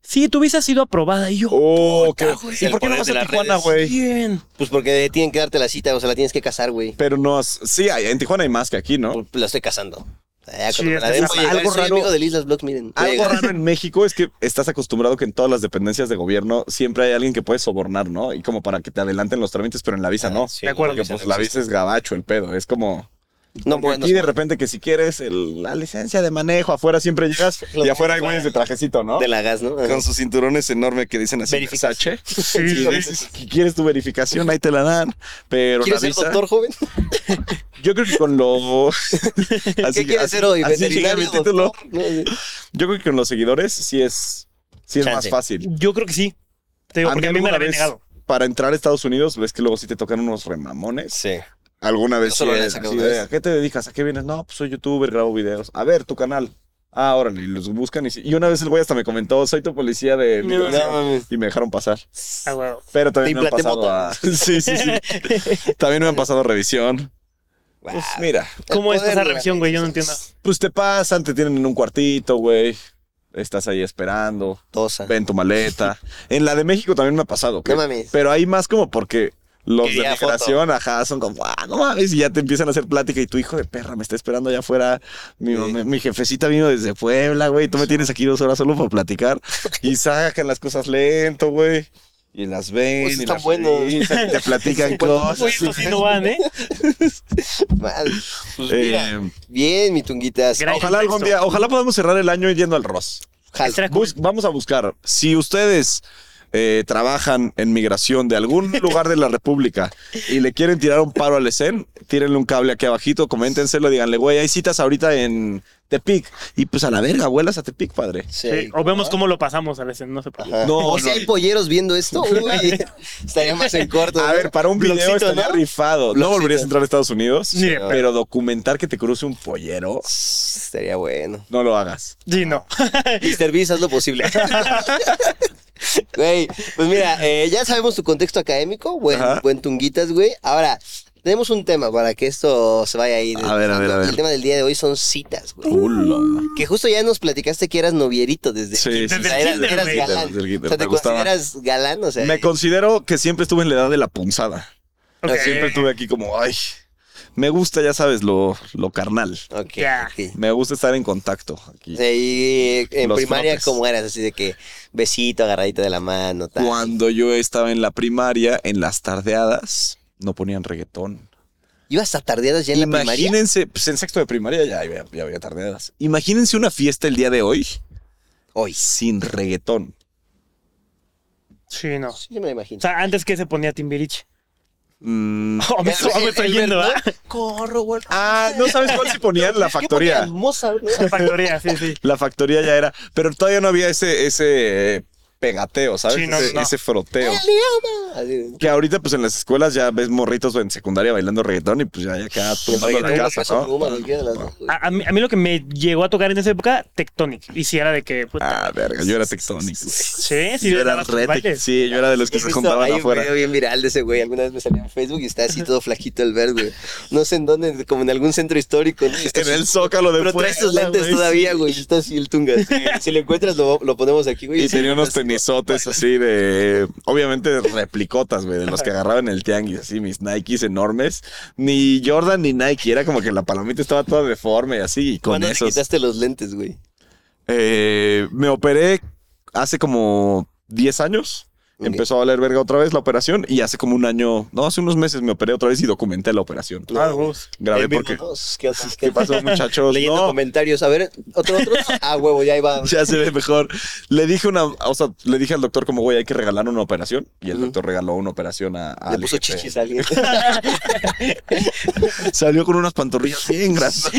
Sí, tu visa ha sido aprobada. Y yo, Oh, qué. güey, ¿Y el por qué poder no vas de a las Tijuana, redes. güey? bien. pues porque tienen que darte la cita, o sea, la tienes que cazar, güey. Pero no has. Sí, hay- en Tijuana hay más que aquí, ¿no? Pues La estoy cazando. Ah, cuando Sí, me es la que den, es voy a llegar, algo soy raro. amigo del Islas Blogs, miren. voy a Algo llegar. raro en México es que estás acostumbrado que en todas las dependencias de gobierno siempre hay alguien que puede sobornar, ¿no? Y como para que te adelanten los trámites, pero en la visa no. Ah, Sí, De acuerdo. Porque pues la visa es gabacho el pedo. Es como. No, Y bueno. de repente que si quieres el- la licencia de manejo, afuera siempre llegas y afuera hay güeyes de trajecito, ¿no? De la gas, ¿no? Con sus cinturones enormes que dicen así. Verificas. Versace. Sí, Y sí, dices, "¿Qué ¿Quieres tu verificación? Ahí te la dan. Pero la ¿Quieres ser visa. doctor, joven? Yo creo que con lo. ¿Qué quieres ser hoy? así llegué a mi ¿Veterinario, título. doctor? No, sí. Yo creo que con los seguidores sí es, sí es más Chance. fácil. Yo creo que sí. Te digo, porque a mí me alguna la habían vez, negado. Para entrar a Estados Unidos, ves que luego sí te tocan unos remamones. Sí. Alguna vez. Yo solo sí le es saqué así una de, vez. ¿A qué te dedicas? ¿A qué vienes? No, pues soy youtuber, grabo videos. A ver, tu canal. Ah, órale, y los buscan. Y, sí- y una vez el güey hasta me comentó, soy tu policía de... No, No, mames. Y me dejaron pasar. Ah, wow. Pero también me han Te implanté pasado a... Sí, sí, sí. también me han pasado a revisión. Pues mira, ¿Cómo El es poder esa de la revisión, güey? Yo no entiendo. revisión. pues te pasan, te tienen en un cuartito, güey. Estás ahí esperando. Tosa. Ven tu maleta. En la de México también me ha pasado. que- No mames. Pero hay más como porque los Quería de migración, ajá, son como, ah, no mames, y ya te empiezan a hacer plática y tu hijo de perra me está esperando allá afuera. Mi, Sí. mamá- mi jefecita vino desde Puebla, güey, tú me tienes aquí dos horas solo para platicar. Y sacan las cosas lento, güey. Y las ven, Pues y están las buenos. pues, revisan, y te platican cosas. Güey, estos sí no van, ¿eh? Madre. Pues mira. Eh, Bien, mi tunguitas. Gran- ojalá algún día, ojalá podamos cerrar el año yendo al Ross. Ojalá. Estará cool. Bus- vamos a buscar. Si ustedes eh, trabajan en migración de algún lugar de la República y le quieren tirar un paro al ESEN, tírenle un cable aquí abajito, coméntenselo, díganle, güey, hay citas ahorita en Tepic. Y pues a la verga, vuelas a Tepic, padre. Sí, eh, o vemos cómo lo pasamos a veces, no se preocupen. Ajá. No, o no. si hay polleros viendo esto, uy, estaría más en corto. A ¿no? ver, para un video Blogcito, estaría ¿no? rifado. No Blogcito. volverías a entrar a Estados Unidos, Ni de pero documentar que te cruce un pollero, Estaría bueno. no lo hagas. Sí, no. Mr. Beast, haz lo posible. Güey, pues mira, eh, ya sabemos tu contexto académico, buen, Ajá. buen tunguitas, güey. Ahora, tenemos un tema para que esto se vaya ahí. A ver, a ver, a ver. Uh. El tema del día de hoy son citas, güey. Ula. Que justo ya nos platicaste que eras novierito desde... Sí, el kinder, sí, o sea, sí, eras, desde el eras kinder, galán. desde el kinder, O sea, te me gustaba. consideras galán, o sea... Me considero que siempre estuve en la edad de la punzada. Ok. Siempre estuve aquí como, ay, me gusta, ya sabes, lo, lo carnal. Ok, Ya. ok. Me gusta estar en contacto aquí. Sí, eh, en Los primaria, frotes. ¿cómo eras? Así de que besito, agarradita de la mano, tal. Cuando yo estaba en la primaria, en las tardeadas, no ponían reggaetón. ¿Ibas a tardeadas ya en la primaria? Imagínense, pues en sexto de primaria ya había, ya había tardeadas. Imagínense una fiesta el día de hoy Hoy. sin reggaetón. Sí, no. O Sí, me lo imagino. sea, antes que se ponía Timbiriche. Mm. Oh, me, estoy- oh, me estoy yendo, ¿ah? Corro, güey. Ah, ¿no sabes cuál se ponían? La factoría. Hermosa, ¿no? Factoría, sí, sí. La factoría ya era, pero todavía no había ese, ese eh, pegateo, ¿sabes? Sí, no, ese, no. ese Dale, froteo. ama. Así. Que ahorita, pues en las escuelas ya ves morritos en secundaria bailando reggaetón y pues ya, ya queda tumbando la Reggaetón, casa, peso ¿no? pluma, cualquiera de las dos, güey. A, a mí, a mí lo que me llegó a tocar en esa época, Tectonic. Y si era de que. puta, Ah, verga, yo era tectónico. sí, sí, yo era dabas tus re tec- bailes. Sí, yo era de los que He se visto- juntaban hay un afuera. video bien viral de ese güey. Alguna vez me salió en Facebook y está así todo flaquito el verde, güey. No sé en dónde, como en algún centro histórico. ¿no? Y está En así- el zócalo de Pero traes tus lentes todavía, güey. y Está así el tunga. Si lo encuentras, lo, lo ponemos aquí, güey. Y tenía unos tenisotes así de. Obviamente replicotas, güey, de los que agarraban en el tianguis, así mis Nikes enormes. Ni Jordan ni Nike, era como que la palomita estaba toda deforme y así. Y con ¿Cuándo te esos. Ah, quitaste los lentes, güey? Eh, me operé hace como 10 años. Ok. Empezó a valer verga otra vez la operación y hace como un año, no, hace unos meses me operé otra vez y documenté la operación. Ah, vos. Grabé En vivo, porque... ¿no? ¿Qué, haces? ¿Qué pasó, muchachos? Leyendo No, comentarios. A ver, otro, otro. Ah, huevo, ya iba. ya se ve mejor. Le dije una, o sea, le dije al doctor como, güey, hay que regalar una operación. Y el Ujú. doctor regaló una operación a... a Le puso chichis a alguien. Salió con unas pantorrillas bien grandes.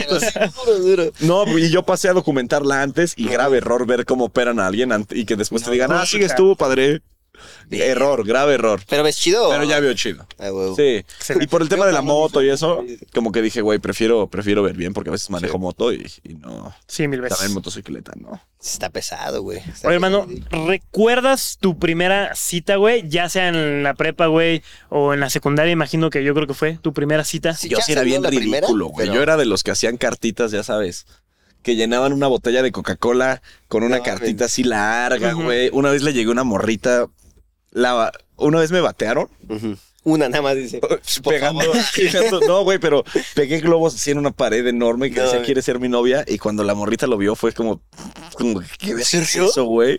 duro, duro. No, y yo pasé a documentarla antes y grave error ver cómo operan a alguien ante- y que después te digan, pues, ah, puta. sigues tú, padre. Error, grave error. Pero ves chido. Pero ya vio chido. Ah, huevo. Sí. Excelente. Y por el tema de la Yo moto y eso, sí. como que dije, güey, prefiero, prefiero ver bien porque a veces manejo moto y, y no. Sí, Pues, mil veces. También motocicleta, ¿no? Está pesado, güey. Está Oye, hermano, pesado. ¿recuerdas tu primera cita, güey? Ya sea en la prepa, güey, o en la secundaria, imagino que yo creo que fue tu primera cita. Sí, Yo chance, sí era ¿no? bien La primera, ridículo, güey. pero- Yo era de los que hacían cartitas, ya sabes. Que llenaban una botella de Coca-Cola con una No, cartita así larga, Ujú. güey. Una vez le llegué una morrita. La, una vez me batearon Ujú. Una nada más dice. por pegando, favor. pegando- No, güey, pero pegué globos así en una pared enorme que No, decía, güey. quiere ser mi novia. Y cuando la morrita lo vio, fue como, como ¿qué ves serio? eso, güey?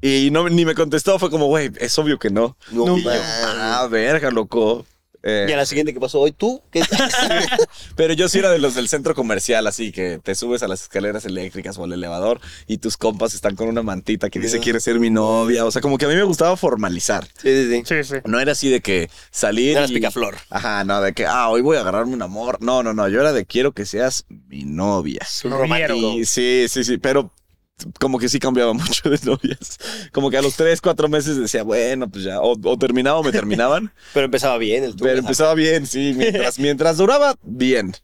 Y no, ni me contestó, fue como, güey, es obvio que no. No, Y yo, man. ah, verga, loco. Eh, Y a la siguiente que pasó hoy, ¿tú? ¿Qué pero yo sí era de los del centro comercial, así que te subes a las escaleras eléctricas o al elevador y tus compas están con una mantita que dice, Ya. quiere ser mi novia. O sea, como que a mí me gustaba formalizar. sí, sí, sí. Sí, sí. No era así de que salir. No eras y- picaflor. Ajá, no, de que, ah, hoy voy a agarrarme un amor. No, no, no, yo era de quiero que seas mi novia. Romero. Y sí, sí, sí, pero como que sí cambiaba mucho de novias. Como que a los tres, cuatro meses decía, bueno, pues ya, o, o terminaba o me terminaban. Pero empezaba bien el tú. pero empezaba bien, sí, mientras, mientras duraba, bien.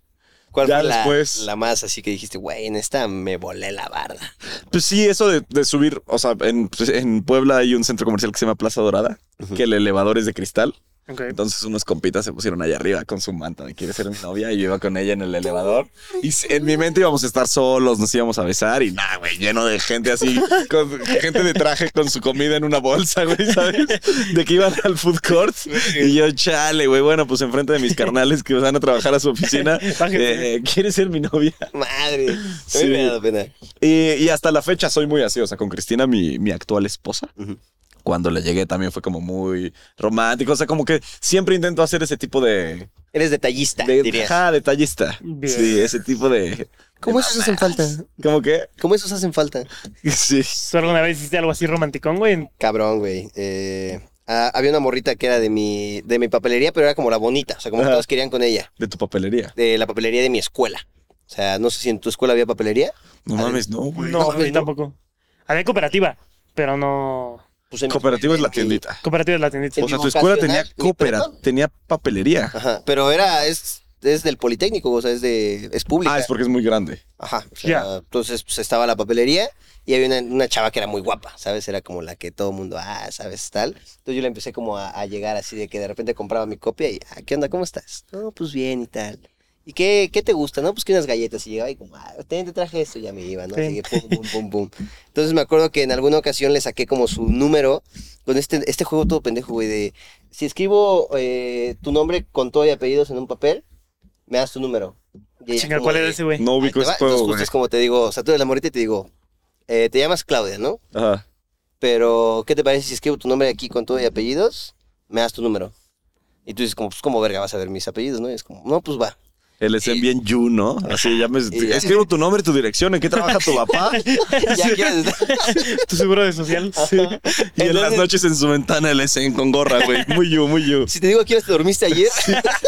¿Cuál ya fue la, después. la más así que dijiste, güey, en esta me volé la barda? Pues sí, eso de, de subir, o sea, en, pues, en Puebla hay un centro comercial que se llama Plaza Dorada, que el elevador es de cristal. Ok. Entonces unos compitas se pusieron allá arriba con su manta de quiere ser mi novia y yo iba con ella en el elevador. Y s- en mi mente íbamos a estar solos, nos íbamos a besar y nada, güey, lleno de gente así, con gente de traje con su comida en una bolsa, güey, ¿sabes? De que iban al food court. Y yo, chale, güey, bueno, pues enfrente de mis carnales que van a trabajar a su oficina, Bájense. eh, quiere ser mi novia. Madre. A mí Sí. me ha dado pena. Y, y hasta la fecha soy muy así, o sea, con Cristina, mi, mi actual esposa. Ujú. Cuando le llegué también fue como muy romántico, o sea, como que siempre intento hacer ese tipo de, Eres detallista, de, dirías. ajá, detallista. Bien. Sí, ese tipo de. ¿Cómo esos hacen falta? ¿Cómo que? ¿Cómo esos hacen falta? Sí. ¿Solo alguna vez hiciste algo así romanticón, güey? Cabrón, güey. Eh, ah, había una morrita que era de mi, de mi papelería, pero era como la bonita. O sea, como que Ajá. todos querían con ella. De tu papelería. De la papelería de mi escuela. O sea, no sé si en tu escuela había papelería. No Adel- mames, Pues, no, güey. No, güey, güey, no. tampoco. Había cooperativa, pero no. Pues en mi- Cooperativa es la en mi- tiendita. Cooperativa es la tiendita. En O sea, mi tu escuela tenía vocacional, mi coopera, prepa. tenía papelería. Ajá. Pero era, es, es del Politécnico, o sea, es de, es pública. Ah, es porque es muy grande. Ajá. o sea, Ya. Entonces, pues estaba la papelería y había una, una chava que era muy guapa, ¿sabes? Era como la que todo el mundo, ah, ¿sabes? Tal. Entonces yo la empecé como a, a llegar así de que de repente compraba mi copia y, ah, ¿qué onda? ¿Cómo estás? No, pues bien y tal. ¿Y qué, qué te gusta? No, pues que unas galletas. Y llegaba y como, ah, ten, te traje esto. Y ya me iba, ¿no? Sí. Así que pum, pum, pum, pum. Entonces me acuerdo que en alguna ocasión le saqué como su número con este, este juego todo pendejo, güey, de si escribo eh, tu nombre con todo y apellidos en un papel, me das tu número. Y ella Chinga, como ¿cuál de- era ese, güey? Pues, No Ahí ubico te va. ese juego, Entonces, justo güey. es como te digo, o sea, tú eres la morita y te digo, eh, te llamas Claudia, ¿no? Ajá. Pero, ¿qué te parece si escribo tu nombre aquí con todo y apellidos? Me das tu número. Y tú dices, como, pues, ¿cómo verga vas a ver mis apellidos, no? Y es como, no, pues va. El es bien you, ¿no? Así ya me. Y ya. Escribo tu nombre y tu dirección. ¿En qué trabaja tu papá? Ya quieres. Tu seguro de social. Y en las Entonces- noches en su ventana el SN con gorra, güey. Muy you, muy you. si te digo, ¿a qué horas te dormiste ayer?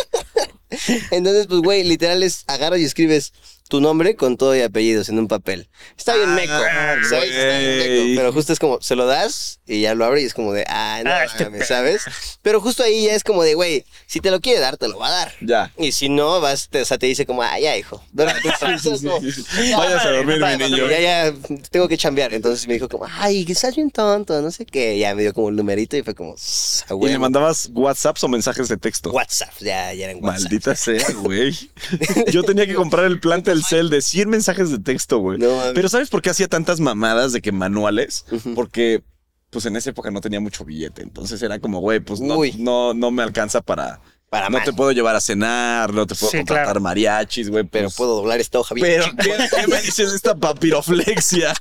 Entonces, pues, güey, literal es agarras y escribes tu nombre con todo y apellidos en un papel. Está bien meco, Ah, ¿sabes? Está bien meco, güey. Pero justo es como, se lo das y ya lo abre y es como de, ah, no, Ah, este mames", pedo. ¿sabes? Pero justo ahí ya es como de, güey, si te lo quiere dar, te lo va a dar. Ya. Y si no, vas, te, o sea, te dice como, ah, ya, hijo, duérmete un rato", es como, Vayas a dormir, "Ya, mi niño. Ya, ya, tengo que chambear. Entonces me dijo como, ay, que estás bien tonto, no sé qué. Ya me dio como el numerito y fue como, "Sss, a ¿Y le huevo". mandabas WhatsApps o mensajes de texto? WhatsApp, ya, ya eran WhatsApp. Maldita sea, güey. Yo tenía que comprar el plan Telcel de 100 mensajes de texto, güey. No mames. Pero ¿sabes por qué hacía tantas mamadas de que manuales? Porque pues en esa época no tenía mucho billete, entonces era como, güey, pues no, Uy. no, no me alcanza para... Para no más. te puedo llevar a cenar, no te puedo Sí, contratar claro. mariachis, güey, Pero pues, puedo doblar esta hoja bien. Pero, ¿qué, qué me dices de esta papiroflexia?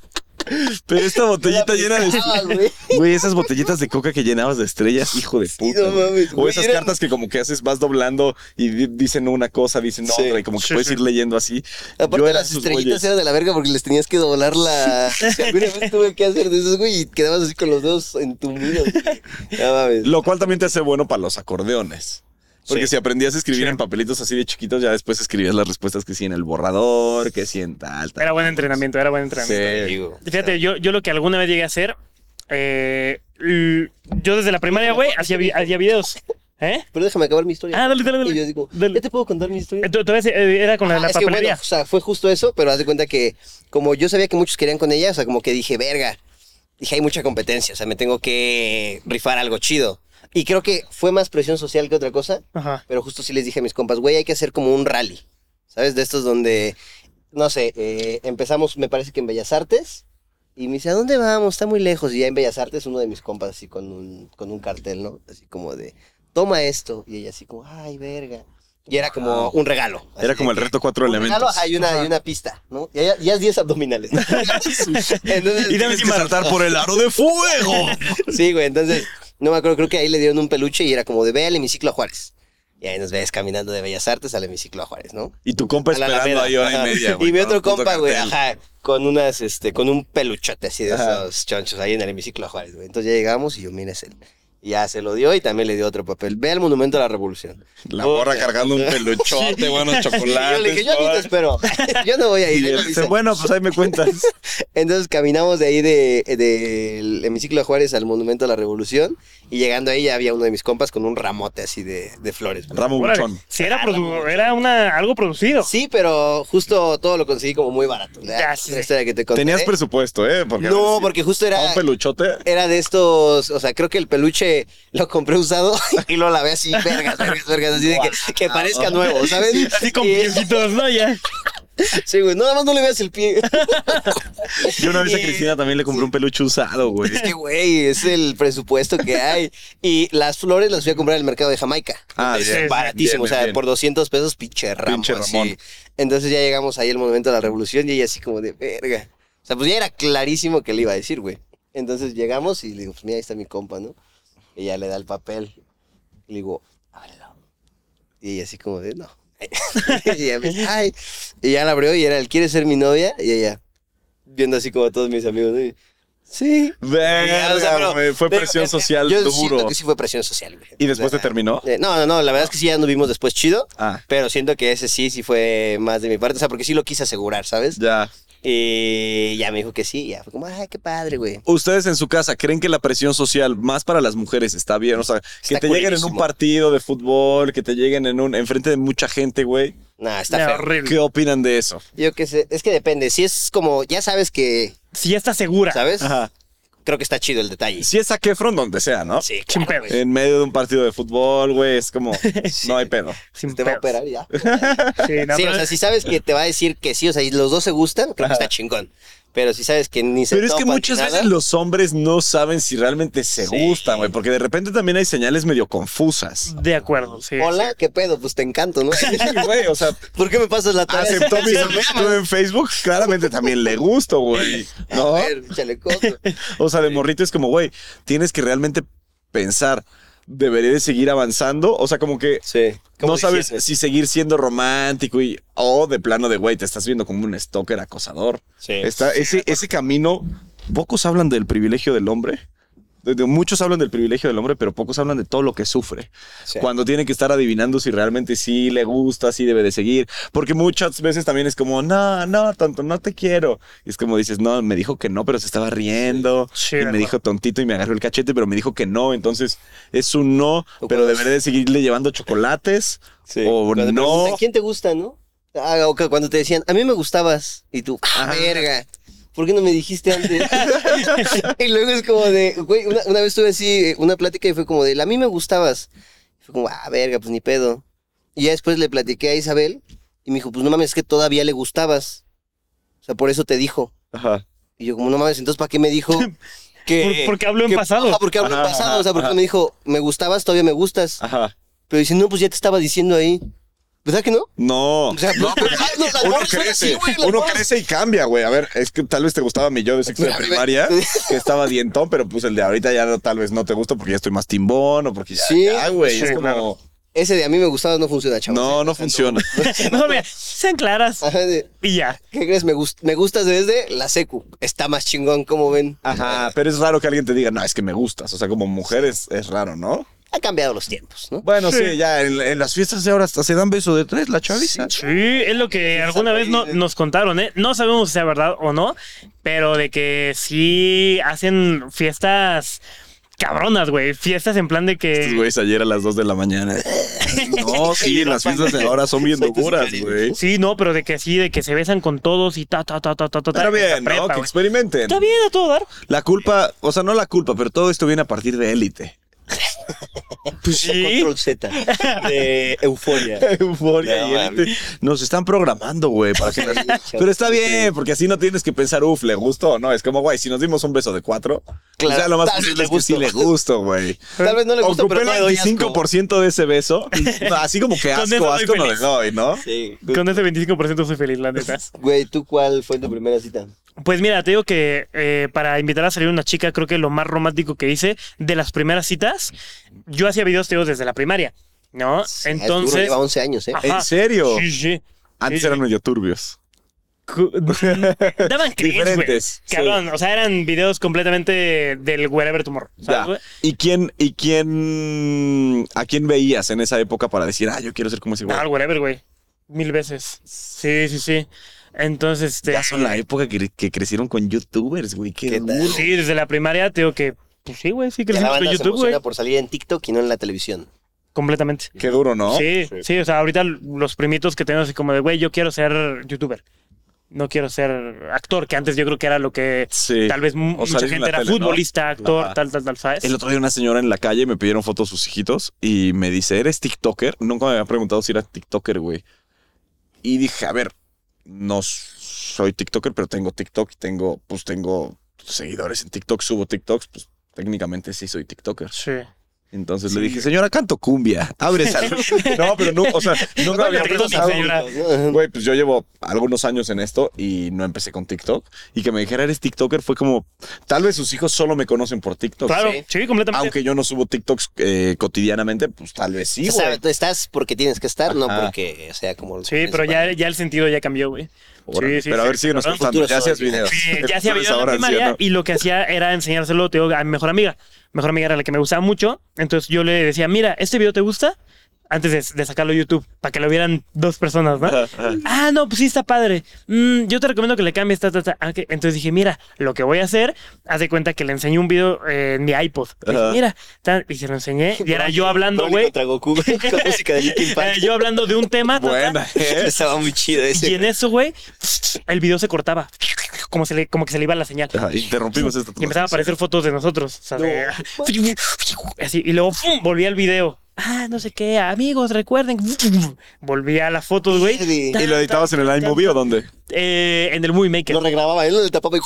Pero esta botellita llena de... Ah, güey. Güey, esas botellitas de coca que llenabas de estrellas, hijo de puta. no güey. mames, o güey, esas eran- cartas que como que haces, vas doblando y di- dicen una cosa, dicen Sí. otra, y como que Sí, puedes sí. ir leyendo así. Aparte, Yo era las esos estrellitas güeyes. eran de la verga porque les tenías que doblar la. Si alguna vez tuve que hacer de esos, güey, y quedabas así con los dedos entumbidos. güey. No mames. Lo cual también te hace bueno para los acordeones. Porque Sí. si aprendías a escribir Sí. en papelitos así de chiquitos, ya después escribías las respuestas que sí en el borrador, que sí en tal, tal. Era buen entrenamiento, era buen Sí. entrenamiento. Digo, Fíjate, yo, yo lo que alguna vez llegué a hacer, eh, l- yo desde la primaria, güey, hacía, vi- hacía videos. ¿Eh? Pero déjame acabar mi historia. Ah, dale, Y dale, yo dale. digo, dale. ¿ya te puedo contar mi historia? Entonces eh, era con la, Ah, la es que, bueno, papelería. o sea, fue justo eso, pero haz de cuenta que como yo sabía que muchos querían con ella, o sea, como que dije, verga, dije, hay mucha competencia, o sea, me tengo que rifar algo chido. Y creo que fue más presión social que otra cosa, Ajá. pero justo sí les dije a mis compas, güey, hay que hacer como un rally, ¿sabes? De estos donde, no sé, eh, empezamos, me parece que en Bellas Artes, y me dice, ¿a dónde vamos? Está muy lejos. Y ya en Bellas Artes, uno de mis compas, así con un, con un cartel, ¿no? Así como de, toma esto. Y ella así como, ay, verga. Y era como un regalo. así Era como de el que, reto cuatro un regalo, elementos. hay una, hay una pista, ¿no? Y hay- ya es 10 abdominales. Entonces, Y tienes que saltar por el aro de fuego. Sí, güey, entonces, no me acuerdo, creo que ahí le dieron un peluche y era como de ve al hemiciclo a Juárez. Y ahí nos ves caminando de Bellas Artes al hemiciclo a Juárez, ¿no? Y tu compa A la Pues esperando Alameda. ahí hora y Ajá. media, güey. Y mi con otro un puto compa, güey, cartel. ajá, con unas, este, con un peluchote así de Ajá. esos chonchos ahí en el hemiciclo a Juárez, güey. Entonces ya llegamos y yo, mira, es él. Y Ya se lo dio y también le dio otro papel. Ve al Monumento a la Revolución. La morra cargando un peluchote, buenos Y chocolates. Oh. yo le dije, yo aquí te todo. espero. yo no voy a ir. Él Y él me dice, dice. bueno, pues ahí me cuentas. Entonces caminamos de ahí del de, del hemiciclo de Juárez al Monumento a la Revolución y llegando ahí ya había uno de mis compas con un ramote así de, de flores. güey. Ramo Órale. Buchón. Sí, era, produ- era una, algo producido. Sí, pero justo todo lo conseguí como muy barato. La, Ya sé. la historia que te conté. Tenías presupuesto, ¿eh? Porque No, porque justo era... A un peluchote. Era de estos, o sea, creo que el peluche lo compré usado y lo lavé así, vergas, vergas, vergas, así de que, que parezca nuevo, Sí, ¿sabes? Así con Y- piecitos, ¿no? Ya. Sí, güey, nada más no le veas el pie. Yo una vez a Y- Cristina también le compré un peluche usado, güey. Es que, güey, es el presupuesto que hay. Y las flores las fui a comprar en el mercado de Jamaica. Ah, es bien, baratísimo. bien, bien, o sea, bien. por 200 pesos, pinche ramo. Pinche así. Ramón. Entonces ya llegamos ahí al momento de la revolución y ella así como de verga. O sea, pues ya era clarísimo que le iba a decir, güey. Entonces llegamos y le digo, pues mira, ahí está mi compa, ¿no? Ella le da el papel. Le digo, ábrelo. Y ella así como de, no. y ella me dice, ay. Y ya la abrió y era el, ¿quieres ser mi novia? Y ella, viendo así como a todos mis amigos, ¿no? Y, Sí. Verga, O sea, pero- güey, Fue pero, presión eh, social yo duro. siento que sí fue presión social, güey. ¿Y después O sea, te terminó? eh, no, no, no, la verdad es que sí ya nos vimos después chido, Ah, pero siento que ese sí, sí fue más de mi parte, o sea, porque sí lo quise asegurar, ¿sabes? ya. Y ya me dijo que sí, ya fue como, ay, qué padre, güey. Ustedes en su casa, ¿creen que la presión social, más para las mujeres, está bien? O sea, que Está te lleguen en un culerísimo. partido de fútbol, que te lleguen en un, enfrente de mucha gente, güey. Nah, está Era feo. horrible. ¿Qué opinan de eso? Yo que sé, es que depende, si es como, ya sabes que, Si ya está segura. ¿sabes? Ajá. Creo que está chido el detalle. Si es a Kefron, donde sea, ¿no? Sí, Sin claro, pedos. güey. En medio de un partido de fútbol, güey, es como, no hay pedo. Sin Te va a pedos. operar y ya. Sí, no, Sí, pero- o sea, si sabes que te va a decir que sí, o sea, y los dos se gustan, creo que está chingón. Pero si sabes que ni se Pero es que topan ni muchas nada, veces los hombres no saben si realmente se Sí. gustan, güey, porque de repente también hay señales medio confusas. De acuerdo, sí. Hola, qué pedo, pues te encanto, ¿no? Güey, o sea, ¿Por qué me pasas la tarea? aceptó mi solicitud en Facebook, claramente también le gusto, güey. A ¿No? ver, échale coco. O sea, de morrito es como, güey, tienes que realmente pensar, debería de seguir avanzando. O sea, como que Sí. no sabes si seguir siendo romántico y, o de plano de, güey, te estás viendo como un stalker acosador. Está, ese, ese camino, pocos hablan del privilegio del hombre. De- de- muchos hablan del privilegio del hombre, pero pocos hablan de todo lo que sufre. Sí. Cuando tiene que estar adivinando si realmente sí le gusta, si debe de seguir. Porque muchas veces también es como, no, no, tonto, no te quiero. Y es como dices, no, me dijo que no, pero se estaba riendo. Sí, y de me dijo tontito y me agarró el cachete, pero me dijo que no. Entonces es un no, pero deberé de seguirle llevando chocolates. O Cuando te Oh, no. preguntan, ¿Quién te gusta, no? Ah, ok, cuando te decían, a mí me gustabas. Y tú, ah, verga. ¿Por qué no me dijiste antes? y luego es como de, güey, una, una vez tuve así eh, una plática y fue como de, a mí me gustabas. Y fue como, ah, verga, pues ni pedo. Y ya después le platiqué a Isabel y me dijo, pues no mames, es que todavía le gustabas. O sea, por eso te dijo. Ajá. Y yo como, no mames, entonces, ¿para qué me dijo que... Por- porque hablo en pasado. Ajá, porque hablo Ajá, en pasado. O sea, porque ajá. Ah. me dijo, me gustabas, todavía me gustas. Ajá. Pero dice, no, pues ya te estaba diciendo ahí. ¿Verdad que no? No. O sea, no, pero no, las Uno morras son así, crece, güey, las uno morras- crece y cambia, güey. A ver, es que tal vez te gustaba mi yo de sexto de Mira, primaria, que estaba dientón, pero pues el de ahorita ya no- tal vez no te gusta porque ya estoy más timbón o porque ya, Sí. ya, güey. Sí, es como, claro. Ese de a mí me gustaba no funciona, chaval. no, no funciona. No, mira, sean claras Ajá, de, y ya. ¿Qué crees? Me, gust- me gustas desde la secu. Está más chingón, como ven. Ajá, pero es raro que alguien te diga, no, es que me gustas. O sea, como mujer es, es raro, ¿no? Ha cambiado los tiempos, ¿no? Bueno, sí, Sí. ya en, en las fiestas de ahora hasta se dan beso de tres, la chaviza. Sí, es lo que alguna vez no- nos contaron, ¿eh? No sabemos si sea verdad o no, pero de que sí hacen fiestas cabronas, güey. Fiestas en plan de Estos que. güeyes ayer a las dos de la mañana. No, sí, las fiestas de ahora son bien duras, güey. Sí, no, pero de que sí, de que se besan con todos y ta, ta, ta, ta, ta, ta. Está ta, en la bien, prepa, ¿no? Que güey. experimenten. Está bien a todo dar. La culpa, o sea, no la culpa, pero todo esto viene a partir de élite. Pues sí. Control Z de Euforia. Euforia. No, y mami. este, nos están programando, güey. para que las- Sí, Pero está bien, porque así no tienes que pensar, uf, le gusto o no. Es como, güey, si nos dimos un beso de cuatro, Claro, o sea, lo más tal vez posible le es que gusto. sí le gusto, güey. Tal vez no le gusta, Ocupé pero el no le doy asco. 25% de ese beso. No, así como que Con eso asco, soy asco no le feliz. doy, ¿no? Sí. Con ese 25% soy feliz, la neta. Güey, ¿tú cuál fue tu primera cita? Pues mira, te digo que eh, para invitar a salir una chica, creo que lo más romántico que hice de las primeras citas, yo hacía videos, te digo, desde la primaria, ¿no? Es duro, Entonces. lleva 11 años, ¿eh? Ah. Ajá. ¿En serio? Sí, sí. Antes Sí, eran medio turbios. Cu- Daban cringe, güey. Diferentes, sí. Cabrón, o sea, eran videos completamente del Wherever Tomorrow, ¿sabes, Ya. güey? ¿Y quién, y quién, a quién veías en esa época para decir, ah, yo quiero ser como ese güey? No, el Wherever, güey. Mil veces. Sí, sí, sí. Entonces, este. Ya son la época que, que crecieron con youtubers, güey. Qué, ¿Qué duro. tal? Sí, desde la primaria te digo que. Pues sí, güey, sí, Ya la crecimos con banda se YouTube, güey. emociona por salir en TikTok y no en la televisión. Completamente. Qué duro, ¿no? Sí, sí, o sea, ahorita los primitos que tenemos así como de, güey, yo quiero ser youtuber. No quiero ser actor, que antes yo creo que era lo que Sí. tal vez mu- O salir mucha en gente la era tele, ¿no? futbolista, actor, Ajá. tal, tal, tal, ¿sabes? El otro día una señora en la calle me pidieron fotos de sus hijitos y me dice, ¿eres TikToker? Nunca me había preguntado si era TikToker, güey. Y dije, a ver, no soy TikToker, pero tengo TikTok y tengo, pues tengo seguidores en TikTok, subo TikToks, pues técnicamente sí soy TikToker. Sí. Entonces le dije, señora, canto cumbia, abre esa. no, pero no, o sea, nunca me Baila había TikTok, preguntado. señora. Güey, pues yo llevo algunos años en esto y no empecé con TikTok. Y que me dijera, eres TikToker, fue como, tal vez sus hijos solo me conocen por TikTok. Claro, sí. sí, completamente. Aunque yo no subo TikToks eh, cotidianamente, pues tal vez sí, O sea, güey. tú estás porque tienes que estar, no Ajá. porque sea como... lo Sí, pero principal. ya, ya el sentido ya cambió, güey. Órale, sí, pero a sí, ver, síguenos cabrón. contando. Ya hacías Futuro videos. Sí, ya hacía videos Entonces, en la ahora sí, primaria ¿no? y lo que hacía era enseñárselo te digo, a mi mejor amiga. Mejor amiga era la que me gustaba mucho. Entonces yo le decía, mira, ¿este video te gusta? Antes de, de sacarlo a YouTube, para que lo vieran dos personas, ¿no? ah, no, pues sí está padre. Mm, yo te recomiendo que le cambies. Ta, ta, ta. Ah, que- Entonces dije, mira, lo que voy a hacer, haz de cuenta que le enseñé un video eh, en mi iPod. Le dije, Ajá. mira, ta- y se lo enseñé. Y era yo hablando, Broly güey. contra Goku, güey, con música de Linkin Park. eh, yo hablando de un tema. ta, ta. Buena, ¿eh? Estaba muy chido Y ese. en eso, güey, el video se cortaba. Como, se le, como que se le iba la señal. Ajá, Interrumpimos esto. Y empezaban a aparecer fotos de nosotros. o sea, de- Así, y luego ¡fum! volvía al video. Ah, no sé qué, amigos, recuerden. Volvía a las fotos, güey. Verdi. ¿Y lo editabas en el iMovie o dónde? Eh, en el Movie Maker. Lo regrababa él, lo tapaba y...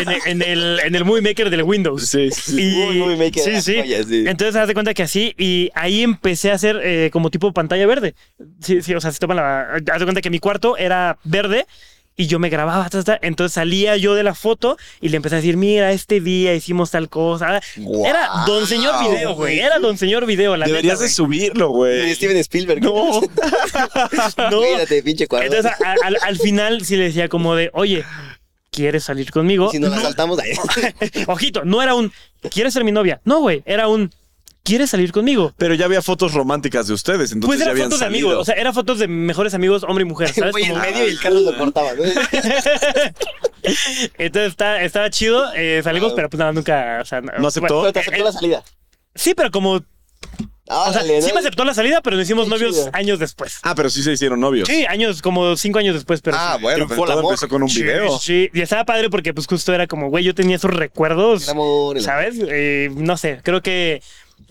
En, en el, en el Movie Maker del Windows. Sí, sí. Y- Muy, muy maker, sí, las sí. joyas, sí. Entonces, haz de cuenta que así, y ahí empecé a hacer eh, como tipo pantalla verde. Sí, sí, o sea, se toman la. Haz de cuenta que mi cuarto era verde y yo me grababa. ta, ta, ta. Entonces salía yo de la foto y le empecé a decir: Mira, este día hicimos tal cosa. Guau, Era don señor video, güey. Era don señor video, la Deberías de neta, subirlo, güey. Eh, Steven Spielberg. No. güey. No. Cuídate, pinche cuadro. Entonces, a- a- al, al final sí le decía como de, oye, ¿quieres salir conmigo? si nos la saltamos... ahí. Ojito, no era un ¿Quieres ser mi novia? No, güey, era un ¿Quieres salir conmigo? Pero ya había fotos románticas de ustedes, entonces Pues ya eran habían fotos de salido. amigos, o sea, eran fotos de mejores amigos, hombre y mujer, ¿sabes? Güey, en Como- medio y el Carlos lo cortaba, ¿no? Entonces está, estaba chido, eh, salimos, pero pues nada, nunca, o sea, Ah. ¿No aceptó? bueno, Pero te aceptó la salida. sí, pero como, eh, o sea, Órale, sí ¿no? me aceptó la salida, pero nos hicimos Qué novios chido. años después. Ah, pero sí se hicieron novios. Sí, años, como cinco años después, pero Ah, sí. bueno, Triunfó pero el todo amor. empezó con un Sí, video. Sí, y estaba padre porque pues justo era como, güey, yo tenía esos recuerdos, El amor, el amor. ¿sabes? Eh, no sé, creo que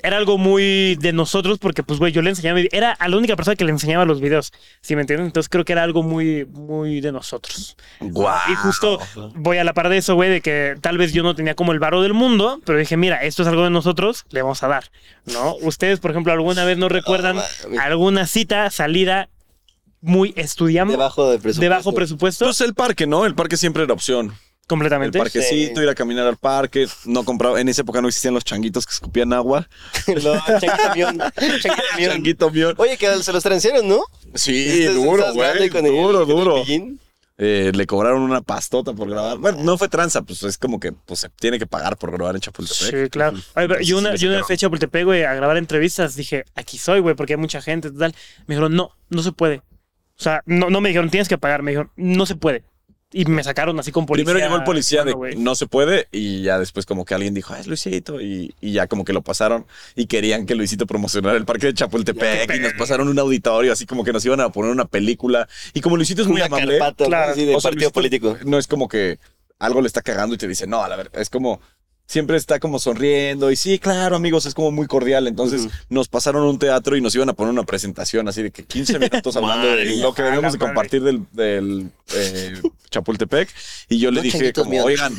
era algo muy de nosotros porque pues, güey, yo le enseñaba, mi- era a la única persona que le enseñaba los videos, ¿sí me entiendes? Entonces creo que era algo muy, muy de nosotros. Guau. Y justo pues voy a la par de eso, güey, de que tal vez yo no tenía como el varo del mundo, pero dije, mira, esto es algo de nosotros, le vamos a dar, ¿no? Ustedes, por ejemplo, alguna vez no recuerdan mames. alguna cita, salida muy estudiante, Debajo de presupuesto. de bajo presupuesto, Entonces el parque, ¿no? El parque siempre era opción. Pues, El completamente. parquecito, ir a caminar al parque. No compraba, en esa época no existían los changuitos que escupían agua. No, changuito mión, Ah, changuito mión. Changuito mío. Oye, que se los trancieron, ¿no? Este, Sí, Estás- duro, estabas grabando güey. ahí con el- Duro, con el duro. pillín. Eh, le cobraron una pastota por grabar. Bueno, no fue tranza, pues es como que pues, se tiene que pagar por grabar en Chapultepec. Sí, claro. Oye, pero yo Entonces, una, pues, sí, yo una claro. fecha a Chapultepec, güey, a grabar entrevistas, dije, aquí soy, güey, porque hay mucha gente, tal. Me dijeron, no, no se puede. O sea, no, no me dijeron, tienes que pagar, me dijeron, no se puede. Y me sacaron así con policía. Primero llegó el policía de bueno, güey. no se puede y ya después como que alguien dijo, "Ah, es Luisito y, y ya como que lo pasaron y querían que Luisito promocionara el parque de Chapultepec y nos pasaron un auditorio así como que nos iban a poner una película y como Luisito es muy Una amable, carpata, Claro. así de o sea, partido Luisito político. no es como que algo le está cagando y te dice, no, a la verdad, es como siempre está como sonriendo y sí, claro, amigos, es como muy cordial. Entonces nos pasaron a un teatro y nos iban a poner una presentación así de que 15 minutos hablando de lo que debemos de compartir del, del, eh, Chapultepec. Y yo le No, dije changuitos como, míos. oigan,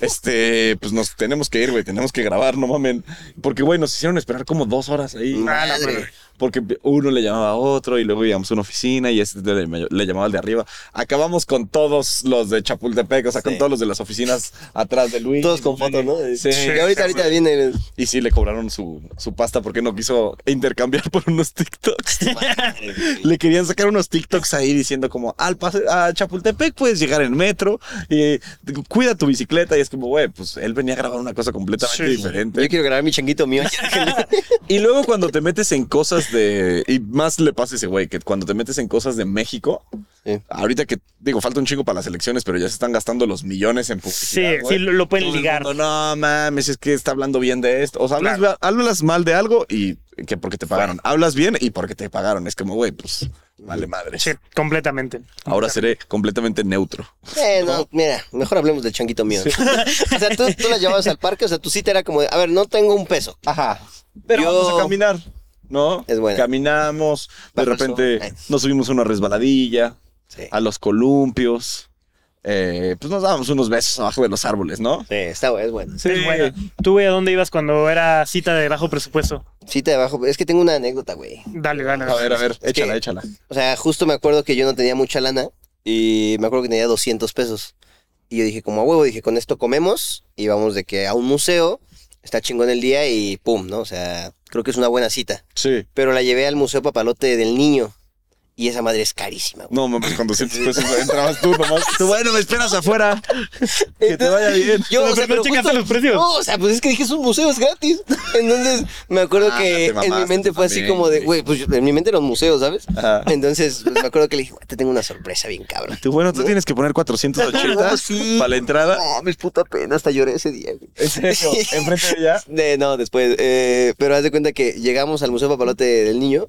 este, pues nos tenemos que ir, güey, tenemos que grabar, no mamen. Porque, güey, nos hicieron esperar como dos horas ahí. Madre. Porque uno le llamaba a otro y luego íbamos a una oficina y este le, le llamaba al de arriba. Acabamos con todos los de Chapultepec, o sea, con Sí. todos los de las oficinas atrás de Luis. Todos con fotos, ¿no? Sí. Y ahorita, ahorita viene. Y sí, le cobraron su, su pasta porque no quiso intercambiar por unos TikToks. le querían sacar unos TikToks ahí diciendo como, al pase, a Chapultepec puedes llegar en metro, y cuida tu bicicleta. Y es como, güey, pues él venía a grabar una cosa completamente Sí. diferente. Yo quiero grabar mi changuito mío. Y luego cuando te metes en cosas de... Y más le pasa a ese güey, que cuando te metes en cosas de México, Sí. ahorita que digo, falta un chingo para las elecciones, pero ya se están gastando los millones en Sí, publicidad. sí, güey. lo, lo pueden Todo el ligar. mundo, no mames, es que está hablando bien de esto. O sea, hablas, hablas mal de algo y que porque te pagaron. Hablas bien y porque te pagaron. Es como, güey, pues vale madre. Sí, completamente. Ahora seré completamente neutro. Eh, no, mira, mejor hablemos del changuito mío. o sea, tú, tú la llevabas al parque, o sea, tu cita era como, de, a ver, no tengo un peso. Ajá. Pero Yo- vamos a caminar, ¿no? Es buena. Caminamos, de Bajo el repente sol. Eh. nos subimos a una resbaladilla, Sí. a los columpios. eh, pues nos dábamos unos besos abajo de los árboles, ¿no? Sí, está bueno, es bueno. Es bueno. ¿Tú, güey, a dónde ibas cuando era cita de bajo presupuesto? Cita de abajo, es que tengo una anécdota, güey. Dale, dale. A ver, a ver, que- échala, échala. O sea, justo me acuerdo que yo no tenía mucha lana y me acuerdo que tenía 200 pesos. Y yo dije, como a huevo, dije, con esto comemos y vamos de que a un museo, está chingón el día y pum, ¿no? O sea, creo que es una buena cita. Sí. Pero la llevé al Museo Papalote del Niño y esa madre es carísima, güey. No, mames, con 200 pesos entrabas tú nomás. Tú, bueno, me esperas afuera. Que te vaya bien. Yo, Pero no checaste los precios. No, o sea, pues es que dije, es un museo, es gratis. Entonces, me acuerdo Ah, te que en mi mamaste mente fue así también, como de, güey. güey, pues yo- en mi mente los museos, ¿sabes? Ajá. Entonces, pues, me acuerdo que le dije, "Güey, te tengo una sorpresa bien cabrón. Tú, bueno, tú tienes que poner 480 para la entrada. No, Ah, mis puta pena, hasta lloré ese día, güey. En serio, enfrente de ella. De- no, después. eh, pero haz de cuenta que llegamos al Museo Papalote del Niño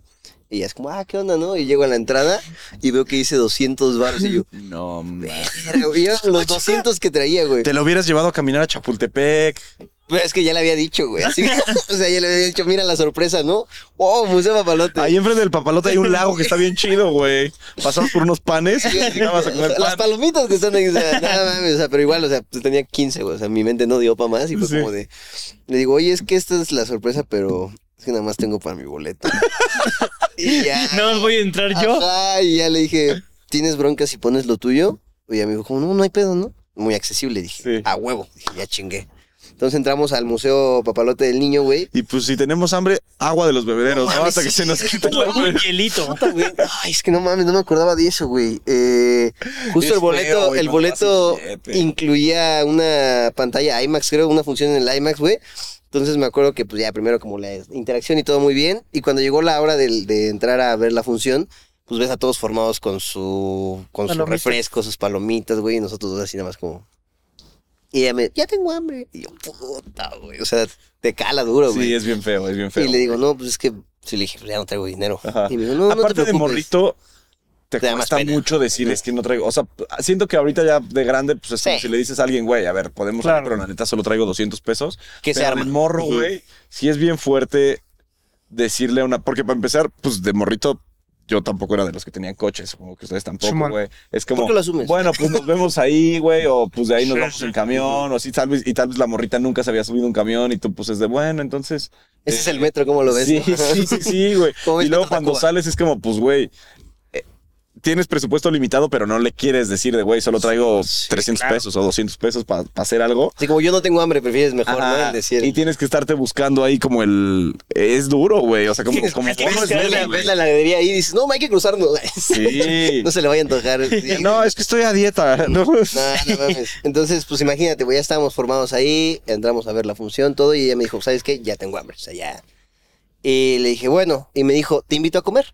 y es como, ah, ¿qué onda, no? Y llego a la entrada y veo que hice 200 baros y yo, No, mames. "Verga, güey", eran los 200 que traía, güey. Te lo hubieras llevado a caminar a Chapultepec. Pero es que ya le había dicho, güey. Así, o sea, ya le había dicho, mira la sorpresa, ¿no? Oh, Museo Papalote. Ahí enfrente del papalote hay un lago que está bien chido, güey. Pasamos por unos panes y llegabas a comer Las pan. palomitas que están ahí, o sea, nada mames, o sea, pero igual, o sea, pues tenía 15, güey, o sea, mi mente no dio para más y fue Sí. como de, le digo, oye, es que esta es la sorpresa, pero es que nada más tengo para mi boleto. y ya, Nada más voy a entrar yo. Ajá, y ya le dije, ¿tienes broncas si pones lo tuyo? Y ella me dijo, como, no, no hay pedo, ¿no? Muy accesible, dije, Sí. a huevo, dije, ya chingué. Entonces entramos al Museo Papalote del Niño, güey. Y pues si tenemos hambre, agua de los bebederos, ¿no? Hasta que se nos quite el hambre. Un hielito. Puta, güey. Ay, es que no mames, no me acordaba de eso, güey. Eh, justo Es el boleto, feo, güey, el no boleto pasa siete. incluía una pantalla IMAX, creo, una función en el IMAX, güey. Entonces me acuerdo que, pues ya, primero como la interacción y todo muy bien. Y cuando llegó la hora del- de, entrar a ver la función, pues ves a todos formados con su, con su Palomitas. refresco, sus palomitas, güey. Y nosotros dos así nada más como... Y ella me, ya tengo hambre. Y yo, puta, güey. O sea, te cala duro, güey. Sí, es bien feo, es bien feo. y le digo, no, pues es que... Si le dije, pues ya no traigo dinero. eh, Ajá. Y me dijo, no, no te Aparte de preocupes". morrito, te, Te da más cuesta pena. mucho decir, es que no traigo. O sea, siento que ahorita ya de grande, pues es como Sí. si le dices a alguien, güey, a ver, podemos, hablar, Claro. pero la neta solo traigo 200 pesos. Que se Pero arma. de morro, Ujú. güey, sí es bien fuerte decirle a una. Porque para empezar, pues de morrito. Yo tampoco era de los que tenían coches, supongo que ustedes tampoco, Simón. güey. Es como, ¿Por qué lo asumes? bueno, pues nos vemos ahí, güey, o pues de ahí nos Sí, vamos sí. en camión, o sí, tal vez, y tal vez la morrita nunca se había subido a un camión y tú pues es de, bueno, entonces, Ese es el metro, ¿cómo lo ves? Sí, sí, sí, sí, güey. ¿Cómo y ves luego Tata cuando Cuba? sales es como, pues, güey, eh, tienes presupuesto limitado, pero no le quieres decir de, güey, solo traigo 300 claro. pesos o 200 pesos para hacer algo. Así como yo no tengo hambre, prefieres mejor, Ajá, ¿no? El decir. y tienes que estarte buscando ahí como el... Es duro, güey. O sea, como... como es que morro es es Ves "Pues, la- que duro, ves verga, güey. la heladería ahí y dices, no, ma, hay que cruzarnos. Sí. no se le vaya a antojar. No, es que estoy a dieta. ¿no? No, no mames. Entonces, pues imagínate, güey, ya estábamos formados ahí, entramos a ver la función, todo, y ella me dijo, ¿sabes qué? Ya tengo hambre, o sea, ya. Y le dije, bueno, y me dijo, te invito a comer.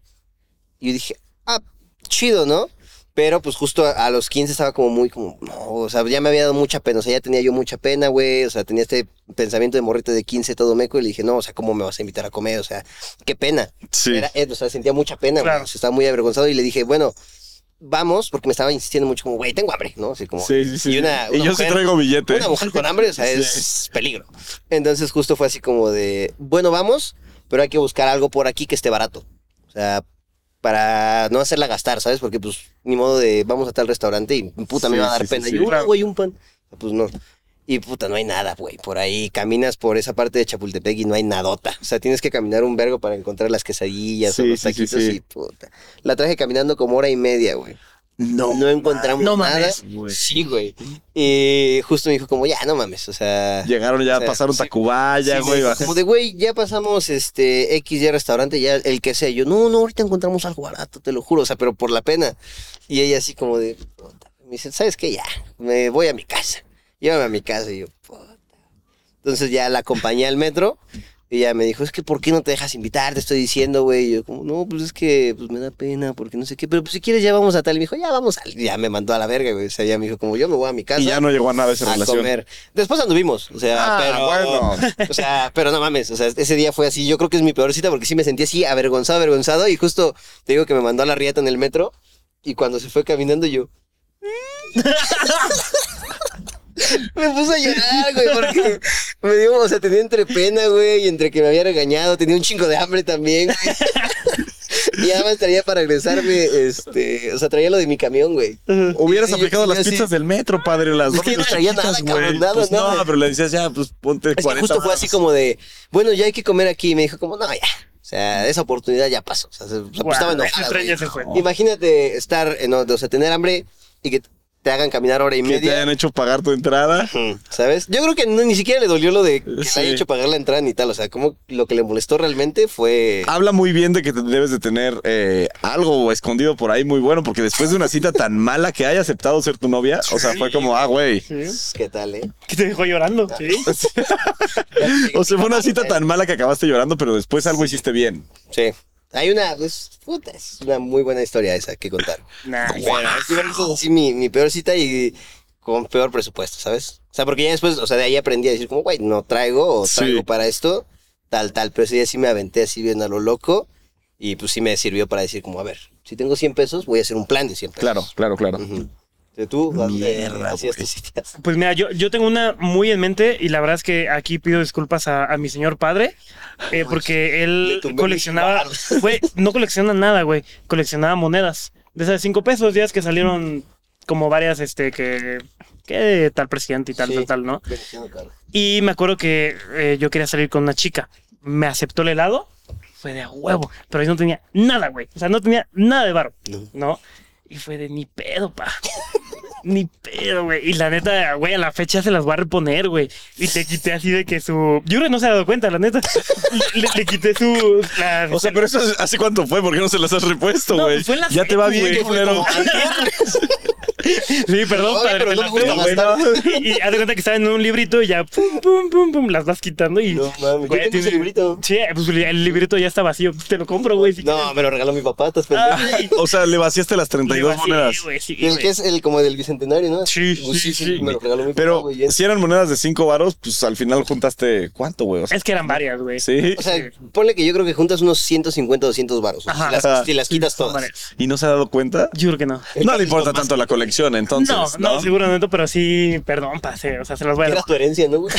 Y yo dije, ah, chido, ¿no? Pero pues justo a, a los 15 estaba como muy como, no, o sea, ya me había dado mucha pena, o sea, ya tenía yo mucha pena, güey, o sea, tenía este pensamiento de morrito de 15 todo meco y le dije, no, o sea, ¿cómo me vas a invitar a comer? O sea, qué pena. Sí. Era, eh, o sea, sentía mucha pena, güey, Claro. o sea, estaba muy avergonzado y le dije, bueno, vamos, porque me estaba insistiendo mucho, como, güey, tengo hambre, ¿no? Así como, Sí, sí, sí. Y, una- Y una yo mujer- sí traigo billete. Una mujer con hambre, o sea, es peligro. Entonces justo fue así como de, bueno, vamos, pero hay que buscar algo por aquí que esté barato. O sea, para no hacerla gastar, ¿sabes? Porque pues ni modo de vamos a tal restaurante y puta me Sí, va a dar sí, sí, pena. sí. Y, "Uy, Claro. güey, un pan. Pues no. Y puta, no hay nada, güey. Por ahí caminas por esa parte de Chapultepec y no hay nadota. O sea, tienes que caminar un vergo para encontrar las quesadillas o Sí, los sí, sí, taquitos sí. y puta. La traje caminando como hora y media, güey. No, encontramos no nada. mames, Sí, güey. Y justo me dijo como, ya, no mames, o sea... Llegaron ya, O sea, pasaron sí. Tacubaya, sí, güey. me dijo bajaron- como de, güey, ya pasamos este X ya restaurante, ya el que sea. Yo, no, no, ahorita encontramos algo barato, te lo juro, o sea, pero por la pena. Y ella así como de, puta. Me dice, ¿sabes qué? Ya, me voy a mi casa. Llévame a mi casa. Y yo, puta. Entonces ya la acompañé al metro. Y ella me dijo, es que ¿por qué no te dejas invitar? Te estoy diciendo, güey. Y yo como, no, pues es que pues me da pena, porque no sé qué. Pero pues si quieres ya vamos a tal. Y me dijo, ya vamos a... Ya me mandó a la verga, güey. O sea, ya me dijo, como yo me voy a mi casa Y ya no llegó a nada esa a relación. comer. Después anduvimos, o sea, Ah, pero bueno. o sea, pero no mames, o sea, ese día fue así, yo creo que es mi peor cita porque sí me sentí así avergonzado, avergonzado y justo te digo que me mandó a la riata en el metro y cuando se fue caminando yo Me puse a llorar, güey, porque me dio, o sea, tenía entre pena, güey, y entre que me había regañado, tenía un chingo de hambre también, güey. Y además traía para regresarme, este, o sea, traía lo de mi camión, güey. Hubieras Sí, yo- aplicado yo las sí. pizzas del metro, padre, las Es que yo no traía nada, cabrón, nada, Pues no, nada. pero le decías ya, pues ponte Es que 40 justo fue varos. así como de, bueno, ya hay que comer aquí. Y me dijo como, no, ya. O sea, esa oportunidad ya pasó. O sea, se- o sea, pues, Guau, estaba ese enojada, tren güey. ya se fue. Imagínate estar, en, o sea, tener hambre y que te hagan caminar hora y Que te media. hayan hecho pagar tu entrada. Mm, ¿Sabes? Yo creo que no- ni siquiera le dolió lo de que Sí. le haya hecho pagar la entrada ni tal. O sea, como lo que le molestó realmente fue... Habla muy bien de que te debes de tener eh, algo escondido por ahí muy bueno, porque después de una cita tan mala que haya aceptado ser tu novia, o sea, fue como, ah, güey. ¿Qué tal, eh? Que te dejó llorando. Sí. O sea, fue una eh. cita tan mala que acabaste llorando, pero después algo hiciste bien. Sí. Hay una... pues, puta, es una muy buena historia esa que contar. Nah, Sí, mi, mi peor cita y con peor presupuesto, ¿sabes? O sea, porque ya después, o sea, de ahí aprendí a decir como, güey, no traigo o Sí. traigo para esto, tal, tal. Pero ese día sí me aventé así bien a lo loco y pues sí me sirvió para decir como, a ver, si tengo 100 pesos, voy a hacer un plan de 100 pesos. Claro, claro, claro. Ujú. Entonces, ¿Tú? ¿a dónde Mierda, hacías güey. tus citas? Pues mira, yo, yo tengo una muy en mente y la verdad es que aquí pido disculpas a, a mi señor padre eh, porque Le él tumbé coleccionaba, mis güey, no colecciona nada, güey, coleccionaba monedas. De esas de cinco pesos, días que salieron como varias, este, que, que de tal presidente y tal, Sí. tal, tal, ¿no? Y me acuerdo que eh, yo quería salir con una chica. Me aceptó el helado. Fue de a huevo. Pero yo no tenía nada, güey. O sea, no tenía nada de barro. No. ¿No? Y fue de ni pedo, pa. ni pedo, güey. Y la neta, güey, a la fecha se las va a reponer, güey. Y le quité así de que su. Yure no se ha dado cuenta, la neta. le, le quité su. la- O sea, pero eso es- ¿hace cuánto fue? ¿Por qué no se las has repuesto, No, pues güey? fue en la ya te va bien, Güey, fue culero. como, "Antier". Sí, perdón, Oye, padre, pero me no la me gusta pela, güey. Y haz de cuenta que estaba en un librito y ya pum, pum, pum, pum, las vas quitando y. No mames, yo Güey, tengo tiene- ese librito. Sí, pues el librito ya está vacío. pues, Te lo compro, güey. si No, me lo regaló mi papá, estás Ah, pendejo. O sea, le vaciaste las Le 32 vacié, monedas. güey, sí, Y el güey. que es el como del bicentenario, ¿no? Sí, Pues sí, sí. Me lo regaló mi Pero papá, güey. si eran monedas de 5 varos, pues al final juntaste cuánto, güey. O sea, Es que eran varias, güey. sí. O sea, ponle que yo creo que juntas unos 150, 200 baros. Ajá. si, las, si las Sí, quitas son todas. varias. ¿Y no se ha dado cuenta? Yo creo que no. No le importa tanto la colección, entonces. no, no, seguramente, pero sí, perdón, pasé. O sea, se los voy a Era dar. tu herencia, ¿no? güey?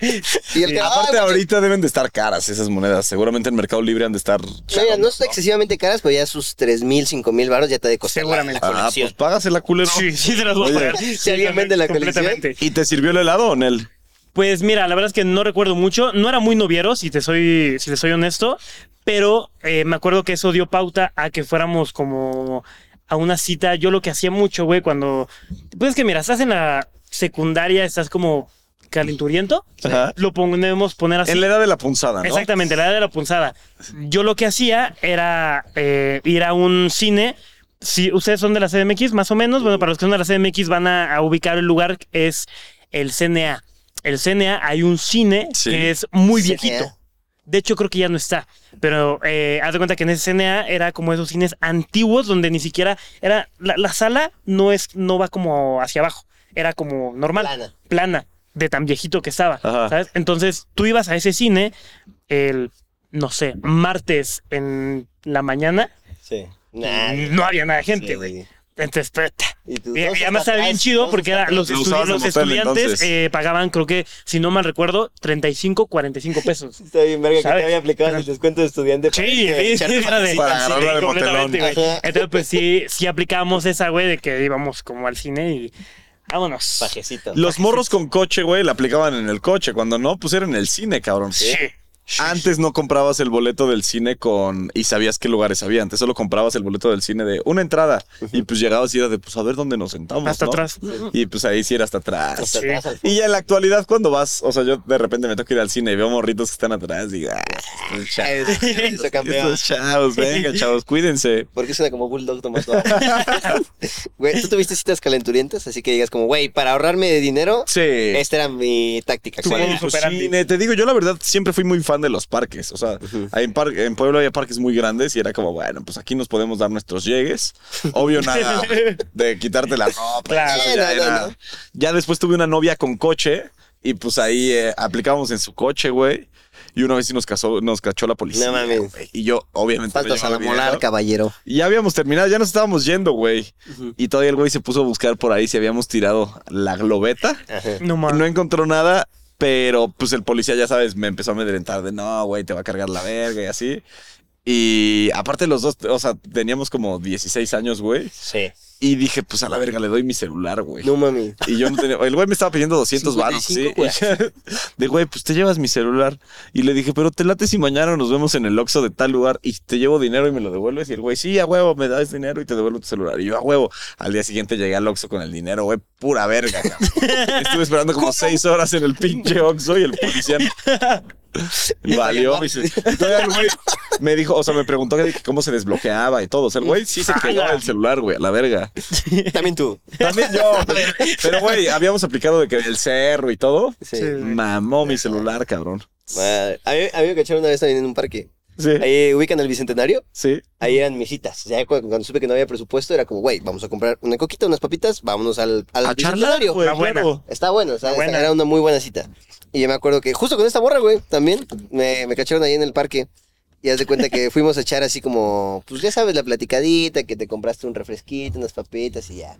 y ah, el que, "Ah, Aparte, "Ay, ahorita deben de estar caras esas monedas. Seguramente en Mercado Libre han de estar. Mira, no está excesivamente caras, pero ya sus 3 mil, 5 mil baros ya te ha de costar la- Seguramente. la Ah, colección. pues págasela, culero. Sí, sí, se los voy a Oye, pagar. si Sí, alguien vende la completamente. ¿Y te sirvió el helado o Nel? Pues mira, la verdad es que no recuerdo mucho. No era muy noviero, si te soy, si te soy honesto. Pero eh, me acuerdo que eso dio pauta a que fuéramos como a una cita. Yo lo que hacía mucho, güey, cuando. Pues es que mira, estás en la secundaria, estás como calenturiento. Ajá. Lo ponemos poner así. En la edad de la punzada, ¿no? Exactamente, la edad de la punzada. Yo lo que hacía era eh, ir a un cine. Si ustedes son de la CDMX, más o menos, bueno, para los que son de la CDMX van a, a ubicar el lugar, es el CNA. El CNA hay un cine Sí. que es muy CNA. viejito. De hecho, creo que ya no está. Pero eh, haz de cuenta que en ese CNA era como esos cines antiguos donde ni siquiera era. La, la sala no es, no va como hacia abajo. Era como normal Plana. plana de tan viejito que estaba. Ajá. ¿sabes? Entonces tú ibas a ese cine el, no sé, martes en la mañana Sí. Nah. No había nada de gente, Sí. güey. Entonces, espérate. Y tú, Y, y dos además está estaba bien atrás, chido dos porque está era los, atrás. Lo estu- usabas de los motel, estudiantes entonces. eh, pagaban, creo que, si no mal recuerdo, 35, 45 pesos. Está bien, verga, que ¿Sabes? te había aplicado el descuento de estudiante. para Sí, que- sí, sí, era de- para sí, agarrarla de completamente, motelón. güey. Ajá. Entonces, pues sí, sí aplicábamos esa, güey, de que íbamos como al cine y vámonos. Pajecito. Los morros con coche, güey, la aplicaban en el coche. Cuando no, pues era en el cine, cabrón. Sí. Antes no comprabas el boleto del cine con. y sabías qué lugares había. Antes solo comprabas el boleto del cine de una entrada. Y pues llegabas y era de, pues a ver dónde nos sentamos. Hasta ¿no? atrás. Y pues ahí sí era hasta atrás. Hasta Sí. atrás al- Y ya en la actualidad, cuando vas, o sea, yo de repente me toca ir al cine y veo morritos que están atrás y digo, ah, estos chavos, Eso campeón. estos chavos, venga, chavos, cuídense. Porque suena como bulldog tomando agua. Güey, tú tuviste citas calenturientas, así que digas como, güey, para ahorrarme de dinero, Sí. esta era mi táctica. Sí, ¿cuál era? modus pues, operandi. cine. Te digo, yo la verdad siempre fui muy fan de los parques. O sea, ahí en, par- en Pueblo había parques muy grandes y era como, bueno, pues aquí nos podemos dar nuestros llegues. Obvio, nada de quitarte la ropa. Claro. eso ya, Sí, no, no, era- no. ya después tuve una novia con coche y pues ahí eh, aplicábamos en su coche, güey. Y una vez sí nos, casó, nos cachó la policía. No mames. güey. Y yo, obviamente. me Faltas a la llevaba molar, video. caballero. Y ya habíamos terminado, ya nos estábamos yendo, güey. Y todavía el güey se puso a buscar por ahí si habíamos tirado la globeta. No mames. No encontró nada, pero pues el policía, ya sabes, me empezó a amedrentar de no, güey, te va a cargar la verga y así. Y aparte los dos, o sea, teníamos como 16 años, güey. Sí. Y dije, pues a la verga le doy mi celular, güey. No mami. Y yo no tenía, el güey me estaba pidiendo 200 baros, sí. 55, De güey, pues te llevas mi celular. Y le dije, pero te late si mañana nos vemos en el Oxxo de tal lugar y te llevo dinero y me lo devuelves. Y el güey, sí, a huevo, me das dinero y te devuelvo tu celular. Y yo, a huevo. Al día siguiente llegué al Oxxo con el dinero, güey, pura verga. cabrón. Estuve esperando como seis horas en el pinche Oxxo y el policía. Y valió. y se- y todavía el güey me dijo, o sea, me preguntó que- que cómo se desbloqueaba y todo. O sea, el güey sí se quedó el celular, güey, a la verga. También tú. También yo. güey. Pero, güey, habíamos aplicado de que el cerro y todo. Sí. Mamó mi celular, cabrón. Madre. A, mí, a mí me cacharon una vez también en un parque. Sí. Ahí ubican el Bicentenario. Sí. Ahí eran mis citas. O sea, cu- cuando, supe que no había presupuesto, era como, güey, vamos a comprar una coquita, unas papitas, vámonos al, al A charlar, Bicentenario. güey. La buena. claro. Está bueno, o sea, Pues, Está buena. era una muy buena cita. Y yo me acuerdo que justo con esta borra, güey, también me, me cacharon ahí en el parque. Y haz de cuenta que fuimos a echar así como, pues ya sabes, la platicadita, que te compraste un refresquito, unas papitas y ya.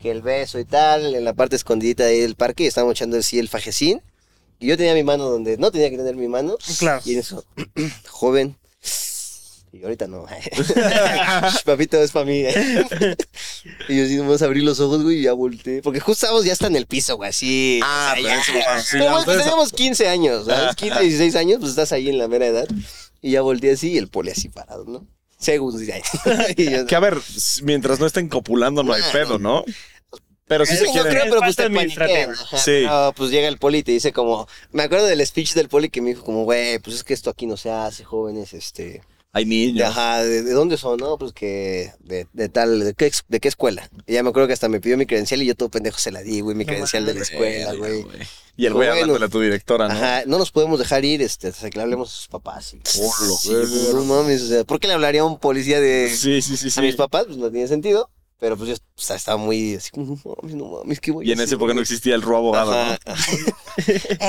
Que el beso y tal, en la parte escondidita ahí del parque, y estábamos echando así el fajecín. Y yo tenía mi mano donde no tenía que tener mi mano. Claro. Y en eso, joven. Y yo, ahorita no. Shh, Papito, es para mí. eh. y yo así nomás abrí los ojos, güey, y ya volteé. Porque justo estábamos ya hasta en el piso, güey, así. o sea, Ah, pero ya. eso, bueno, sí, No, ya, pues, ustedes- teníamos 15 años, ¿sabes? 15, 16 años, pues estás ahí en la mera edad. Y ya volteé así y el poli así parado, ¿no? Segundos ya. y yo, Que a ver, s- mientras no estén copulando, no hay pedo, ¿no? Pero sí Sí, se no creo, quieren. pero pues Falta te paniquean. administrativa. Ajá, Sí. pero, pues llega el poli y te dice como... Me acuerdo del speech del poli que me dijo como, güey, pues es que esto aquí no se hace, jóvenes, este... Hay de, niños. ajá, ¿de, de dónde son? No, pues que de, de tal, de qué, ex- de qué escuela. Y ya me acuerdo que hasta me pidió mi credencial y yo todo pendejo se la di, güey, mi credencial de la escuela, güey. Y el güey Bueno. hablándole a tu directora, ¿no? Ajá, no nos podemos dejar ir este, hasta que le hablemos a sus papás. Y, Por lo Sí, verga. no mames, o sea, ¿por qué le hablaría a un policía de Sí, sí, sí, a mis sí. papás? Pues no tiene sentido. Pero pues yo o sea, estaba muy así como, no mames, no mames, qué voy Y en a esa hacer, época no güey? existía el robo abogado, ¿no? Ajá.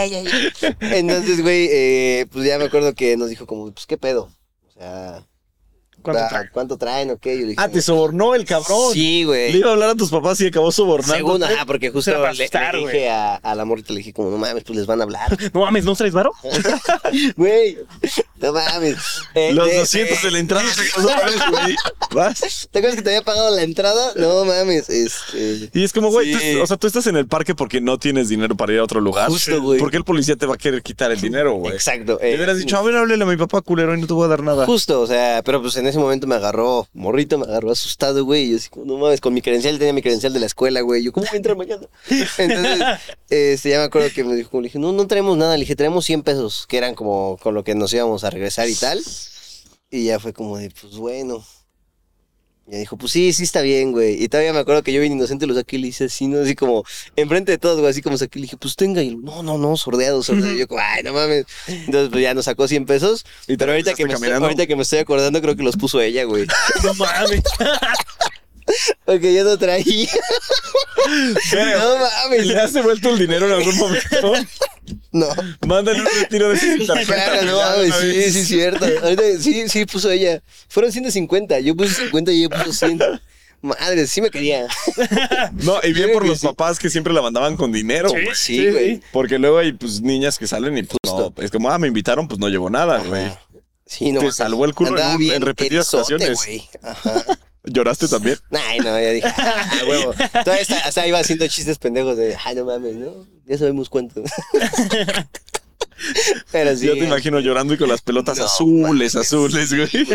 Entonces, güey, eh, pues ya me acuerdo que nos dijo como, pues qué pedo. O sea, ¿Cuánto va, trae? ¿cuánto traen? Ok, yo le dije, Ah, te sobornó el cabrón. Sí, güey. Le iba a hablar a tus papás y acabó sobornando. Según, ajá, porque justo Se va a le- le, asustar, güey. dije a, a la morrita, le dije como, no mames, pues les van a hablar. No mames, ¿no traes varo? Güey, no mames. Eh, Los eh, 200 de la entrada se casó otra vez, güey. Vas. ¿Te acuerdas que te había pagado la entrada? No mames, este... Y es como, güey, Sí. tú- o sea, tú estás en el parque porque no tienes dinero para ir a otro lugar. Justo, güey. ¿Por qué el policía te va a querer quitar el dinero, güey? Exacto. Le eh, hubieras dicho, "Ah". a ver, háblele a mi papá culero y no te voy a dar nada. Justo, o sea, pero pues en ese momento me agarró morrito, me agarró asustado, güey. Y yo así, como, no mames, con mi credencial, tenía mi credencial de la escuela, güey. Yo, ¿cómo voy a entrar mañana? Entonces, este, ya me acuerdo que me dijo, como, le dije, no, no traemos nada. Le dije, traemos 100 pesos, que eran como con lo que nos íbamos a regresar y tal. Y ya fue como de, pues bueno. Ya dijo, pues sí, sí está bien, güey. Y todavía me acuerdo que yo bien inocente lo saqué y le hice así, ¿no? Así como, enfrente de todos, güey, así como saqué y le dije, pues tenga. Y él, no, no, no, sordeado, sordeado. Y yo como, ay, no mames. Entonces, pues ya nos sacó 100 pesos. Y te pero ahorita que, me regresaste estoy, caminando. ahorita que me estoy acordando, creo que los puso ella, güey. No mames. Porque yo no traía. Verga, no mames. ¿Le has devuelto el dinero en algún momento? No. Mándale un retiro de sus Claro, no, mames, sí, sí, es cierto. Ahorita, sí, sí, puso ella. Fueron 150. Yo puse 50 y ella puso 100. Madre, sí me quería. No, y bien por los papás que siempre la mandaban con dinero, güey. Sí, güey. Porque luego hay pues niñas que salen y pues Justo. no, es como, ah, me invitaron, pues no llevo nada, güey. Sí, no. Te mames. salvó el culo en Andaba un- en bien repetidas tensote, ocasiones. güey. Ajá. ¿Lloraste también? Ay, no, ya dije, ah, huevo. Todavía está- hasta iba haciendo chistes pendejos de, ay, no mames, ¿no? Ya sabemos cuánto. Pero sí. Yo te imagino llorando y con las pelotas azules, azules, güey.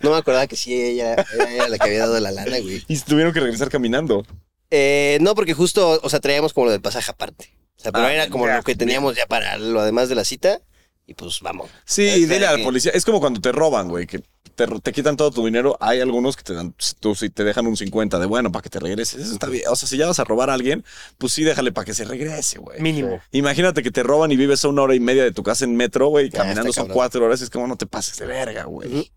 No me acordaba que sí, ella era, era la que había dado la lana, güey. Y tuvieron que regresar caminando. Eh, no, porque justo, o sea, traíamos como lo del pasaje aparte. O sea, pero Ah, era como ya, lo que teníamos ya para lo además de la cita. Y pues vamos. Sí, Espera dile al que- policía. Es como cuando te roban, güey, que te, te quitan todo tu dinero. Hay algunos que te dan, pues, tú si te dejan un 50 de bueno para que te regreses. Eso está bien. O sea, si ya vas a robar a alguien, pues sí, déjale para que se regrese, güey. Mínimo. Imagínate que te roban y vives a una hora y media de tu casa en metro, güey, está caminando son cabrón. cuatro horas. Es como no te pases de verga, güey.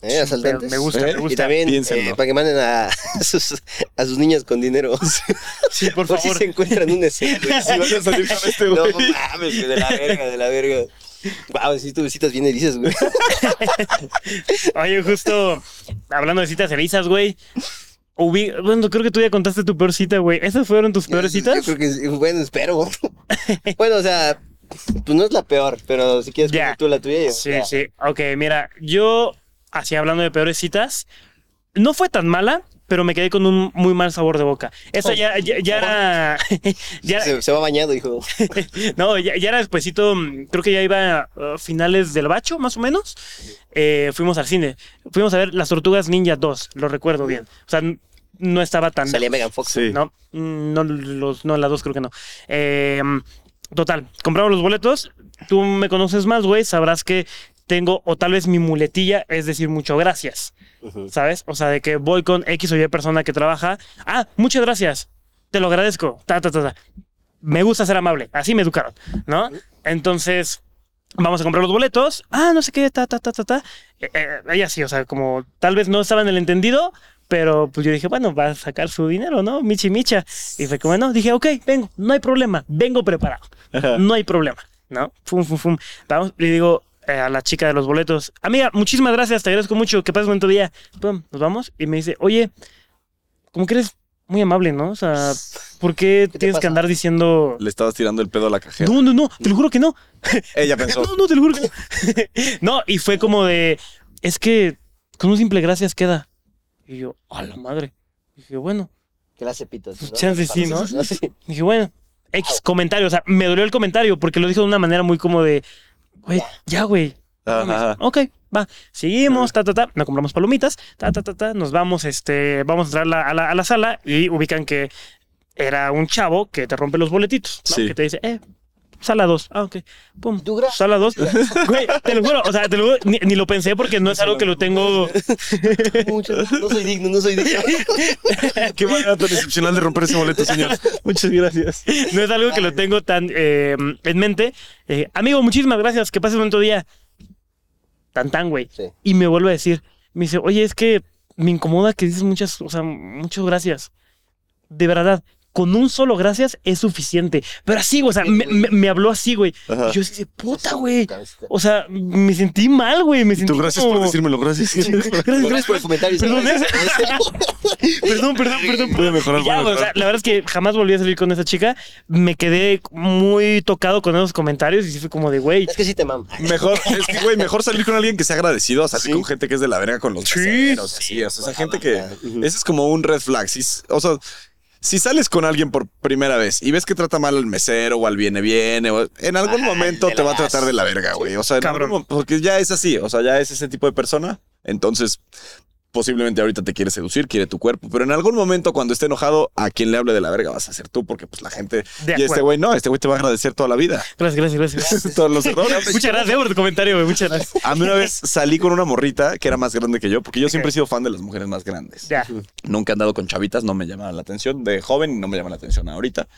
¿Eh, asaltantes? Me gusta, ¿Eh? me Y gusta. también piénsenlo. eh, para que manden a, a sus, a sus niñas con dinero. Sí, por Por, si favor. se encuentran un escenario. Si vas a salir con este, No güey. mames, güey, de la verga, de la verga. Wow, si tú visitas bien dices, güey. Oye, justo hablando de citas erizas, güey. hubi- Bueno, creo que tú ya contaste tu peor cita, güey. ¿Esas fueron tus peores Yo citas? creo que sí, bueno, espero. bueno, o sea, pues no es la peor, pero si quieres Ya. tú la tuya. yo- Sí, ya. sí. Ok, mira, yo, así hablando de peores citas, no fue tan mala, pero me quedé con un muy mal sabor de boca. Esa ya, ya, ya era. ya era- Se, se va bañando, hijo. no, ya, ya era despuesito, mm, creo que ya iba a finales del bacho, más o menos. Eh, fuimos al cine. Fuimos a ver Las Tortugas Ninja 2, lo recuerdo bien. O sea, n- no estaba tan. Salía Megan Fox. Sí. No, mm, no, los, no, la dos creo que no. Eh, mm, total, compramos los boletos. Tú me conoces más, güey, sabrás que tengo, o tal vez mi muletilla, es decir, mucho gracias, Ujú. ¿sabes? O sea, de que voy con X o Y persona que trabaja. Ah, muchas gracias, te lo agradezco, ta, ta, ta, ta. Me gusta ser amable, así me educaron, ¿no? Entonces, vamos a comprar los boletos. Ah, no sé qué, ta, ta, ta, ta, ta. Eh, eh, ella sí, o sea, como tal vez no estaba en el entendido, pero pues yo dije, bueno, va a sacar su dinero, ¿no? Michi Micha. Y fue como, no, dije, ok, vengo, no hay problema, vengo preparado, no hay problema, ¿no? Fum, fum, fum. Vamos, le digo eh, a la chica de los boletos, amiga, muchísimas gracias, te agradezco mucho, que pases buen tu día. Pum, nos vamos y me dice, oye, como que eres muy amable, ¿no? O sea, ¿por qué, te tienes que pasa? andar diciendo... Le estabas tirando el pedo a la cajera. No, no, no, te lo juro que no. Ella pensó, No, no, te lo juro. que no. No, y fue como de, es que con un simple gracias queda. Y yo, a la madre. Dije, bueno. Que la hace pito. ¿no? Chance sí, ¿no? Sí. Dije, bueno. X comentario. O sea, me dolió el comentario porque lo dijo de una manera muy como de, güey, ya, güey. no mames. Ajá. Ok, va. Seguimos, ta, ta, ta. Nos compramos palomitas, ta, ta, ta, ta. Nos vamos, este, vamos a entrar a la, a la- a la sala y ubican que era un chavo que te rompe los boletitos, ¿no? Sí. Que te dice, eh, sala 2. Ah, ok. Pum. ¿Tú gra- Sala 2. Güey, te lo juro. O sea, te lo juro, ni, ni lo pensé porque no es algo que lo tengo. Mucho. No soy digno, no soy digno. Eh, qué manera tan excepcional de romper ese boleto, señor. Muchas gracias. No es algo que lo tengo tan eh, en mente. Eh, amigo, muchísimas gracias. Que pases buen tu día. Tan tan, güey. Sí. Y me vuelve a decir, me dice, oye, es que me incomoda que dices muchas, o sea, muchas gracias. De verdad, con un solo gracias es suficiente. Pero así, güey, o sea, me, me- me habló así, güey. Ajá. Y yo dije, puta, güey. Cabecita. O sea, me sentí mal, güey. Me sentí Tú gracias por como- decírmelo, gracias. Gracias, Gracias gracias por el comentario. Perdón, ¿eh? Perdón, perdón, perdón. Voy a mejorar, voy Ya, a güey, o sea, mejorar. la verdad es que jamás volví a salir con esa chica. Me quedé muy tocado con esos comentarios y sí fue como de, güey. Es que sí te mama. Mejor, es que, güey, mejor salir con alguien que sea agradecido a salir Sí. con gente que es de la verga con los Sí. meseros, así, o sea, esa gente que... Ujú. Ese es como un red flag. Si, o sea, si sales con alguien por primera vez y ves que trata mal al mesero o al viene-viene, o- en algún Ah, momento te te la va a tratar das. de la verga, güey. O sea, en Cabrón. algún mo- porque ya es así, o sea, ya es ese tipo de persona. Entonces, posiblemente ahorita te quiere seducir, quiere tu cuerpo, pero en algún momento cuando esté enojado, a quien le hable de la verga vas a ser tú, porque pues la gente... De y este acuerdo. güey no, este güey te va a agradecer toda la vida. Gracias, gracias, gracias. Todos los errores. Muchas gracias eh, por tu comentario, güey. Muchas gracias. A mí una vez salí con una morrita que era más grande que yo, porque yo siempre he sido fan de las mujeres más grandes. Ya. Nunca he andado con chavitas, no me llama la atención. De joven no me llama la atención ahorita.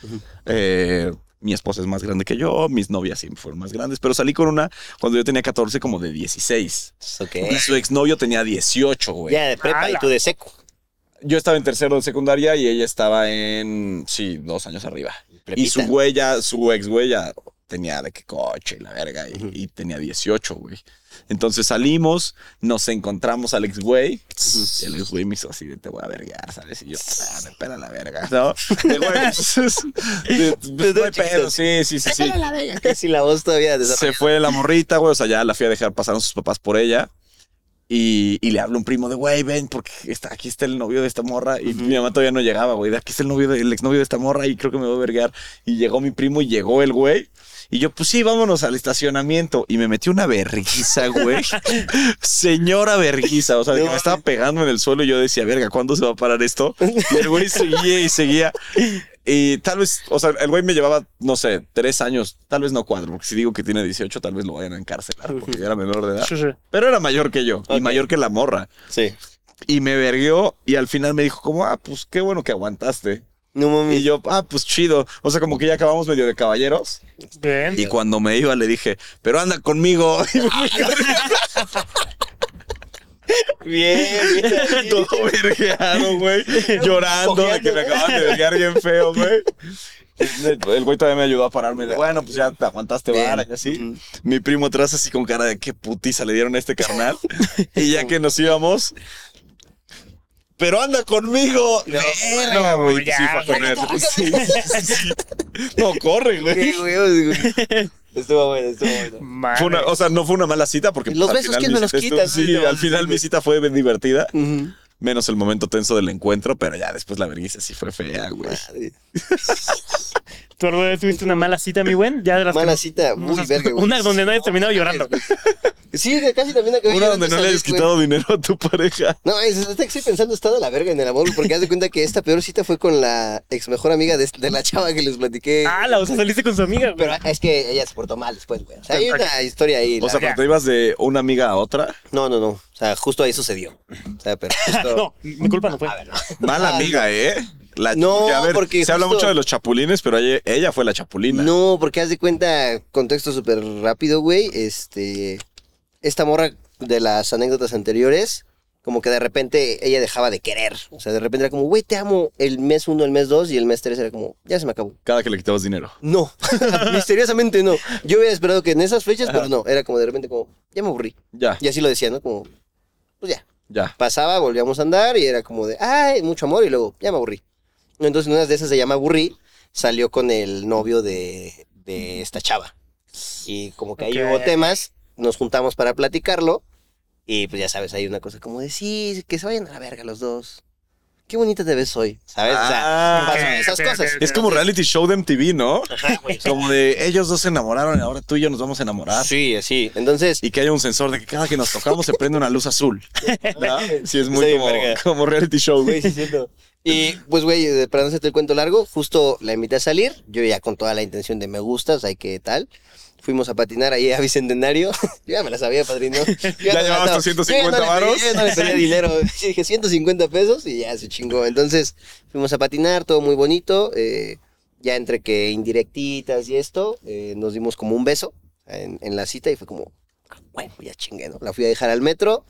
Eh, mi esposa es más grande que yo, mis novias siempre fueron más grandes, pero salí con una cuando yo tenía 14 como de 16. Ok. Y su exnovio tenía 18, Pues, güey. Ya de prepa y Ala. tú de seco. Yo estaba en tercero de secundaria y ella estaba en, sí, dos años arriba. Y su prepita. güey ya, su ex güey ya tenía de qué coche y la verga. Y, y tenía 18, güey. Entonces salimos, nos encontramos al ex güey. y El ex güey me hizo así de te voy a vergar, ¿sabes? Y yo, ah, me pela la verga, ¿no? De güey, pues, es- de- pues, Desde no hay chiquito. pedo, sí, sí, sí. sí. Casi la voz todavía desarrollada. Se fue la morrita, güey. O sea, ya la fui a dejar pasar a sus papás por ella. Y, y le habla un primo de, güey, ven, porque está, aquí está el novio de esta morra. Y mi mamá todavía no llegaba, güey. de Aquí está el novio, de- el exnovio de esta morra y creo que me va a vergar. Y llegó mi primo y llegó el güey. Y yo, pues sí, vámonos al estacionamiento. Y me metí una verguiza, güey. Señora verguiza. O sea, de que me estaba pegando en el suelo y yo decía, verga, ¿cuándo se va a parar esto? Y el güey seguía y seguía. Y tal vez, o sea, el güey me llevaba, no sé, tres años, tal vez no cuatro, porque si digo que tiene 18, tal vez lo vayan a encarcelar, porque era menor de edad. Sí, sí. Pero era mayor que yo, y Ok. mayor que la morra. Sí. Y me verguió, y al final me dijo como, ah, pues qué bueno que aguantaste. No Y mami. yo, ah, pues chido. O sea, como que ya acabamos medio de caballeros. Bien. Y cuando me iba le dije, pero anda conmigo. Y Bien, bien. me todo vergueado, güey. Llorando de que me acaban de verguear bien feo, güey. El güey todavía me ayudó a pararme. de, bueno, pues ya te aguantaste vara y así. Ujú. Mi primo atrás así con cara de qué putiza le dieron a este carnal. y ya que nos íbamos... Pero anda conmigo. No, bueno, güey, ya, sí, fue a correr. Sí, sí, sí. No, corre, Qué güey. huevos, güey. Estuvo bueno, estuvo bueno. Madre. Fue una- o sea, no fue una mala cita porque... Los al besos, final ¿quién mi me los cita estuvo- quita? Sí, Sí, no, al final sí, mi cita fue bien divertida. Ujú. Menos el momento tenso del encuentro, pero ya después la vergüenza sí fue fea, güey. Madre. ¿Tú alguna vez tuviste una mala cita, mi buen? Ya de las que- Mala cita, muy Una- verga, güey. Una donde no hayas terminado llorando. Sí, que casi también acabé Una llorando donde no le esa hayas vez, güey. quitado dinero a tu pareja. No, es, es que estoy pensando, está de la verga en el amor, porque haz de cuenta que esta peor cita fue con la ex mejor amiga de, de la chava que les platiqué. Ah, la, o sea, saliste con su amiga, güey. Pero es que ella se portó mal después, güey. O sea, hay una historia ahí. O la sea, verga. pero te ibas de una amiga a otra. no, no, no. O sea, justo ahí sucedió. O sea, pero justo... No, mi culpa no fue. Mala Ah, amiga, ¿eh? La, No, que, a ver, porque se habla justo- mucho de los chapulines, pero ella, ella fue la chapulina. No, porque haz de cuenta, contexto súper rápido, güey. Este. Esta morra de las anécdotas anteriores, como que de repente ella dejaba de querer. O sea, de repente era como, güey, te amo el mes uno, el mes dos, y el mes tres era como, ya se me acabó. Cada que le quitabas dinero. No, misteriosamente no. Yo hubiera esperado que en esas fechas, pero no. Era como de repente como, ya me aburrí. Ya, Y así lo decía, ¿no? Como, pues ya. ya. Pasaba, volvíamos a andar y era como de, ay, mucho amor, y luego, ya me aburrí. Entonces, en una de esas se llama aburrí, salió con el novio de, de esta chava. Y como que ahí Ok. hubo temas, nos juntamos para platicarlo. Y pues ya sabes, hay una cosa como de, sí, que se vayan a la verga los dos. Qué bonita te ves hoy, ¿sabes? O sea, Ah, pasan ok, esas ok, cosas. ok, ok. es como reality show de MTV, ¿no? Ajá, güey. Como de ellos dos se enamoraron y ahora tú y yo nos vamos a enamorar. Sí, así. Entonces, Y que haya un sensor de que cada que nos tocamos se prende una luz azul. ¿No? Sí, es Está muy bien como, verga. como reality show. Güey, sí es cierto. Y pues, güey, eh, para no hacerte el cuento largo, justo la invité a salir. Yo ya con toda la intención de me gustas, hay que tal. Fuimos a patinar ahí a Bicentenario. Yo ya me la sabía, padrino. Yo ¿Ya no me la llevabas estaba- tus 150 Yo ya no le pedí- varos? Yo ya no le pedía dinero. Yo dije 150 pesos y ya se chingó. Entonces, fuimos a patinar, todo muy bonito. eh, ya entre que indirectitas y esto, eh, nos dimos como un beso en, en la cita y fue como, "Ah, bueno, ya chingué, ¿no? La fui a dejar al metro.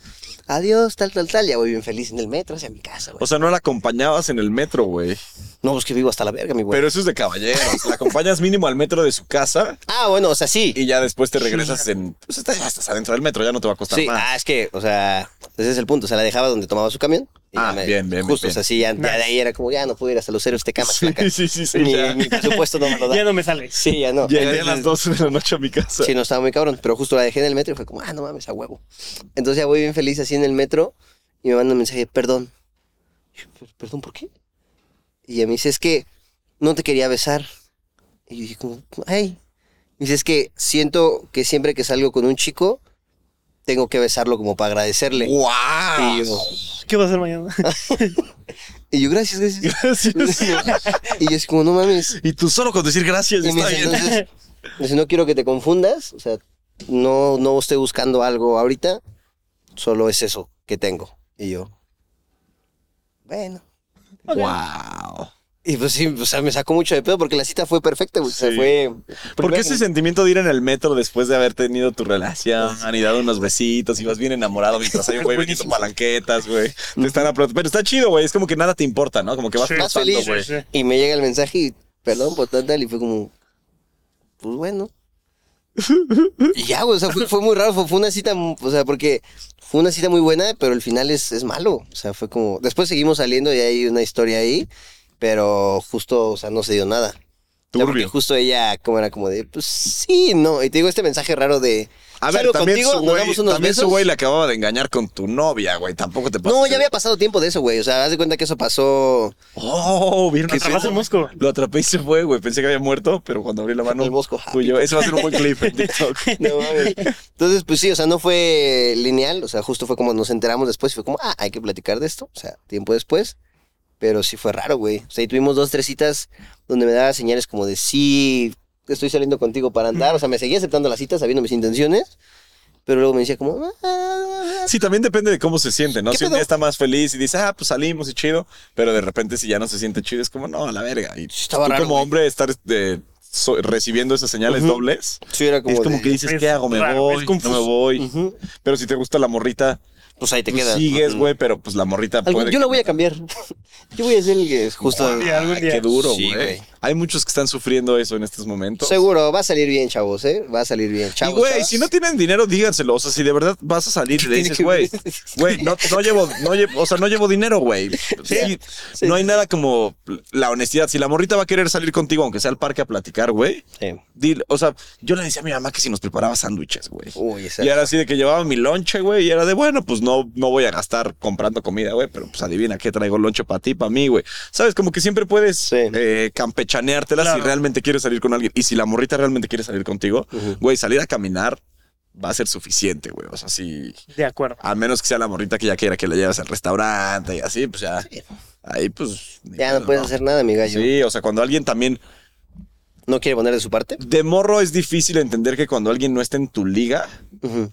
Adiós, tal, tal, tal. Ya voy bien feliz en el metro hacia mi casa, güey. O sea, no la acompañabas en el metro, güey. No, pues que vivo hasta la verga, mi güey. Pero eso es de caballeros. La acompañas mínimo al metro de su casa Ah, bueno, o sea, sí. y ya después te regresas en. Pues está- ya estás adentro del metro, ya no te va a costar Sí, más. ah, es que, o sea, ese es el punto. O sea, la dejaba donde tomaba su camión. y ya Ah, bien, bien, Justo, bien, o sea, sí, ya, ya de ahí era como, ya no puedo ir hasta Luceros, te camas, flaca. Sí, sí, sí, sí. mi, ya. mi presupuesto no me lo da. Ya no me sale. Sí, ya no. Llegué a las Entonces, 12 de la noche a mi casa. Sí, no estaba muy cabrón, pero justo la dejé en el metro y fue como, ah, no mames, a huevo. Entonces ya voy bien feliz así en el metro y me manda un mensaje, perdón. Y yo, "Per- ¿Perdón por qué? Y ella me dice, es que no te quería besar. Y yo dije como, ay. Me dice, es que siento que siempre que salgo con un chico, tengo que besarlo como para agradecerle. Y yo, ¿Qué va a hacer mañana? y yo, gracias, gracias. Gracias. y yo así como, no mames. Y tú solo con decir gracias Y me está dice, bien. entonces, me dice, no quiero que te confundas, o sea, no, no estoy buscando algo ahorita, solo es eso que tengo. Y yo, bueno. Wow. Y pues sí, o sea, me sacó mucho de pedo porque la cita fue perfecta, güey. O sea, Sí. fue... ¿Por qué ese sentimiento de ir en el metro después de haber tenido tu relación y dado unos besitos y vas bien enamorado mientras hay un güey vendiendo palanquetas, güey? Te están apro- Pero está chido, güey. Es como que nada te importa, ¿no? Como que vas Sí. Más flotando, feliz. güey. Sí, sí. Y me llega el mensaje y perdón por tal, tal, y fue como, pues bueno. Y ya, güey, o sea, fue, fue muy raro, fue, fue una cita, o sea, porque fue una cita muy buena, pero el final es, es malo. O sea, fue como, después seguimos saliendo y hay una historia ahí, pero justo, o sea, no se dio nada. O sea, porque Turbio. justo ella como era como de, pues sí, no. Y te digo este mensaje raro de, A ver, salgo también, contigo, su nos güey, damos unos también su besos. güey le acababa de engañar con tu novia, güey. Tampoco te pasa. No, ya había pasado tiempo de eso, güey. O sea, haz de cuenta que eso pasó Oh, vieron que Atrapaste se- el mosco. Lo atrapé y se fue, güey. Pensé que había muerto, pero cuando abrí la mano. el Mosco Happy. Tuyo. Ese va a ser un buen clip en TikTok. No mames. Entonces, pues sí, o sea, no fue lineal. O sea, justo fue como nos enteramos después y fue como, ah, hay que platicar de esto. O sea, tiempo después. Pero sí fue raro, güey. O sea, y tuvimos dos, tres citas donde me daba señales como de sí, estoy saliendo contigo para andar. O sea, me seguía aceptando las citas, sabiendo mis intenciones. Pero luego me decía como, ah, Sí, también depende de cómo se siente, ¿no? ¿Qué Si un pedo? día está más feliz y dice, ah, pues salimos y chido, pero de repente si ya no se siente chido, es como, no, a la verga. Y Estaba tú raro, como güey. hombre estar eh, so- recibiendo esas señales Ujú. dobles, sí, era es como, como de- que dices, Es ¿qué hago? ¿Me raro, es voy? ¿No confuso. me voy? Ujú. Pero si te gusta la morrita, pues ahí te tú quedas. sigues, Ujú. güey, pero pues la morrita Algún- puede... Yo lo voy a cambiar. yo voy a ser el que es justo. Sí, algún Ay, día. qué duro, Sí, güey. güey. Hay muchos que están sufriendo eso en estos momentos. Seguro, va a salir bien, chavos, ¿eh? Va a salir bien, Y, chavos. güey, chavas. si no tienen dinero, díganselo. O sea, si de verdad vas a salir y le tiene dices, que güey, ver? güey, no, no llevo, no llevo, o sea, no llevo dinero, güey. Sí, Sí, no hay sí, nada como la honestidad. Si la morrita va a querer salir contigo, aunque sea al parque a platicar, güey, Sí. dile- o sea, yo le decía a mi mamá que si nos preparaba sándwiches, güey. Uy, esa- Y era así de que llevaba mi lonche, güey, y era de, bueno, pues no, no voy a gastar comprando comida, güey, pero pues adivina qué traigo lonche para ti, para mí, güey. Sabes, como que siempre puedes Sí. eh, campechaneártela si Claro. realmente quieres salir con alguien. Y si la morrita realmente quiere salir contigo, Ujú. güey, salir a caminar va a ser suficiente, güey. O sea, si... De acuerdo. A menos que sea la morrita que ya quiera que la lleves al restaurante y así, pues ya. Ahí pues... ni Ya pedo, no puedes hacer nada, mi gallo. Sí, o sea, cuando alguien también... ¿No quiere poner de su parte? De morro es difícil entender que cuando alguien no está en tu liga, Ujú.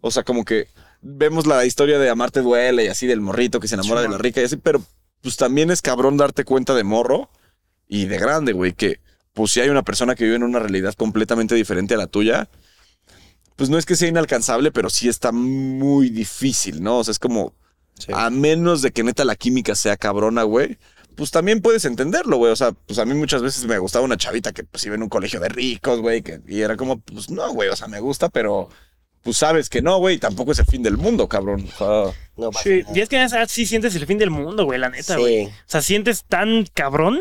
O sea, como que vemos la historia de Amarte Duele y así del morrito que se enamora de la rica y así, pero pues también es cabrón darte cuenta de morro y de grande, güey, que pues si hay una persona que vive en una realidad completamente diferente a la tuya, pues no es que sea inalcanzable, pero sí está muy difícil, ¿no? O sea, es como, Sí. a menos de que neta la química sea cabrona, güey. Pues también puedes entenderlo, güey. O sea, pues a mí muchas veces me gustaba una chavita que pues iba en un colegio de ricos, güey. que- Y era como, pues no, güey. O sea, me gusta, pero pues sabes que no, güey. Tampoco es el fin del mundo, cabrón. O sea, No pasa Sí. nada. Y es que en esa edad sí sientes el fin del mundo, güey, la neta, Sí. güey. O sea, sientes tan cabrón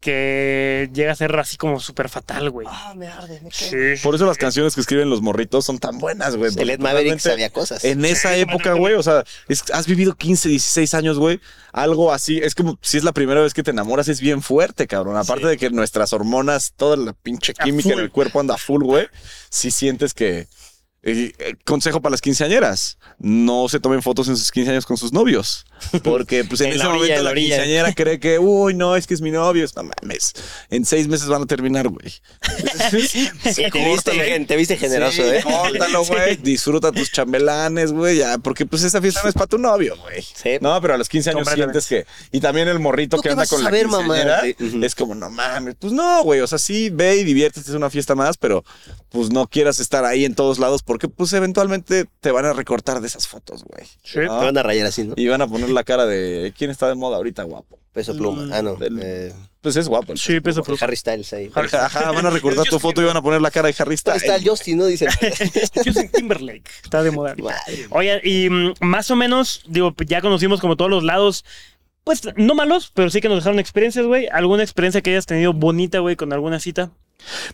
que llega a ser así como súper fatal, güey. Ah, me arde, me cae. Sí. por eso las canciones que escriben los morritos son tan buenas, güey. El porque Ed Maverick realmente sabía cosas. En esa Sí, época, completamente. güey, o sea, es- has vivido 15, 16 años, güey. Algo así, es como si es la primera vez que te enamoras, es bien fuerte, cabrón. Aparte de que nuestras hormonas, toda la pinche A química en full. el cuerpo anda full, güey. Si sientes que. eh, eh, consejo para las quinceañeras: no se tomen fotos en sus 15 años con sus novios. Porque, pues en, En ese la orilla, momento, en la la orilla. quinceañera cree que, uy, no, es que es mi novio. No mames. En seis meses van a terminar, güey. Sí, te, viste, Se corta, güey. gen- te viste generoso, Sí, ¿eh? Córtalo, güey. Disfruta tus chambelanes, güey. Ya, porque pues esa fiesta no es para tu novio, güey. Sí. No, pero a los 15 años Completamente. sientes que. Y también el morrito ¿Tú que qué anda vas a con la saber, mamá? quinceañera mm. Sí. Ujú. es como, no mames. Pues no, güey. O sea, sí, ve y diviértete, es una fiesta más, pero pues no quieras estar ahí en todos lados porque pues eventualmente te van a recortar de esas fotos, güey. Sí. ah. Te van a rayar así, ¿no? Y van a poner la cara de quién está de moda ahorita, guapo. Peso pluma. Ah, no. Del- eh, Pues es guapo. el Sí, peso el pluma. Harry Styles ahí. Harry- Ajá, van a recortar tu foto y van a poner la cara de Harry Ahí está el Styles. Justin, ¿no? Dicen. Justin Timberlake. Está de moda. Madre. Oye, y mm, más o menos, digo, ya conocimos como todos los lados, pues no malos, pero sí que nos dejaron experiencias, güey. ¿Alguna experiencia que hayas tenido bonita, güey, con alguna cita?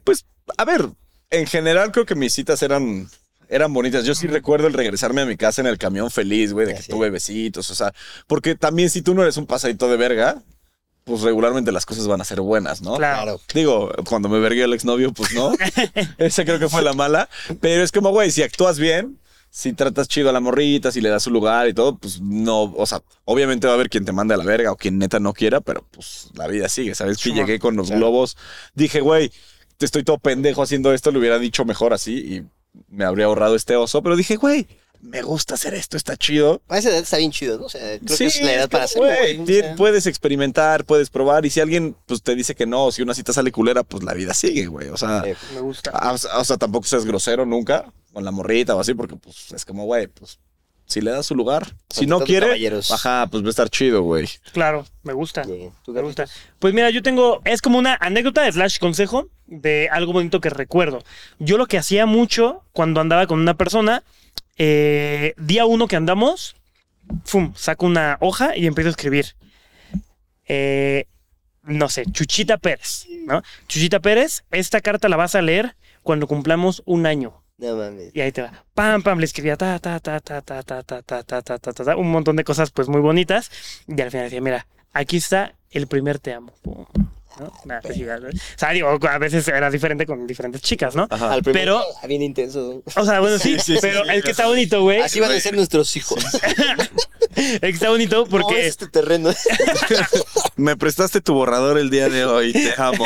Pues, a ver, en general creo que mis citas eran, eran bonitas. Yo sí recuerdo el regresarme a mi casa en el camión feliz, güey, de que Así tuve besitos, o sea, porque también si tú no eres un pasadito de verga, pues regularmente las cosas van a ser buenas, ¿no? Claro. Digo, cuando me vergué el exnovio, pues no. Esa creo que fue la mala. Pero es como, güey, si actúas bien, si tratas chido a la morrita, si le das su lugar y todo, pues no. O sea, obviamente va a haber quien te mande a la verga o quien neta no quiera, pero pues la vida sigue, ¿sabes? Que llegué con los globos, dije, güey, te estoy todo pendejo haciendo esto, lo hubiera dicho mejor así y me habría ahorrado este oso. Pero dije, güey, me gusta hacer esto, está chido. A esa edad está bien chido, ¿no? O sea, creo que es la edad es para hacerlo. como, güey, pues, güey, o tien- sea. Puedes experimentar, puedes probar. Y si alguien pues, te dice que no, o si una cita sale culera, pues la vida sigue, güey. O sea, Sí. Me gusta. a- o sea, tampoco seas grosero nunca con la morrita o así, porque pues es como, güey, pues Si le da su lugar. Si Con no todos quiere, caballeros. ajá, pues va a estar chido, güey. Claro, me gusta. Sí. ¿Tú, Me Gaby? gusta. Pues mira, yo tengo, es como una anécdota slash consejo de algo bonito que recuerdo. Yo lo que hacía mucho cuando andaba con una persona, eh, día uno que andamos, fum, saco una hoja y empiezo a escribir. Eh, no sé, Chuchita Pérez, ¿no? Chuchita Pérez, esta carta la vas a leer cuando cumplamos un año. No mames. Y ahí te va. Pam, pam, le escribía ta, ta, ta, ta, ta, ta, ta, ta, ta, ta, ta, ta, ta, un montón de cosas pues muy bonitas. Y al final decía, mira, aquí está el primer te amo. Pum, ¿no? Nada, pues, igual, ¿no? o sea, digo, a veces era diferente con diferentes chicas, ¿no? Ajá. Al primer- Pero- Ah, bien intenso. O sea, bueno, sí, Sí, sí, pero sí, el que está bonito, güey. Así van a ser nuestros hijos. El que está bonito porque... No, ese es tu terreno. Me prestaste tu borrador el día de hoy, te amo.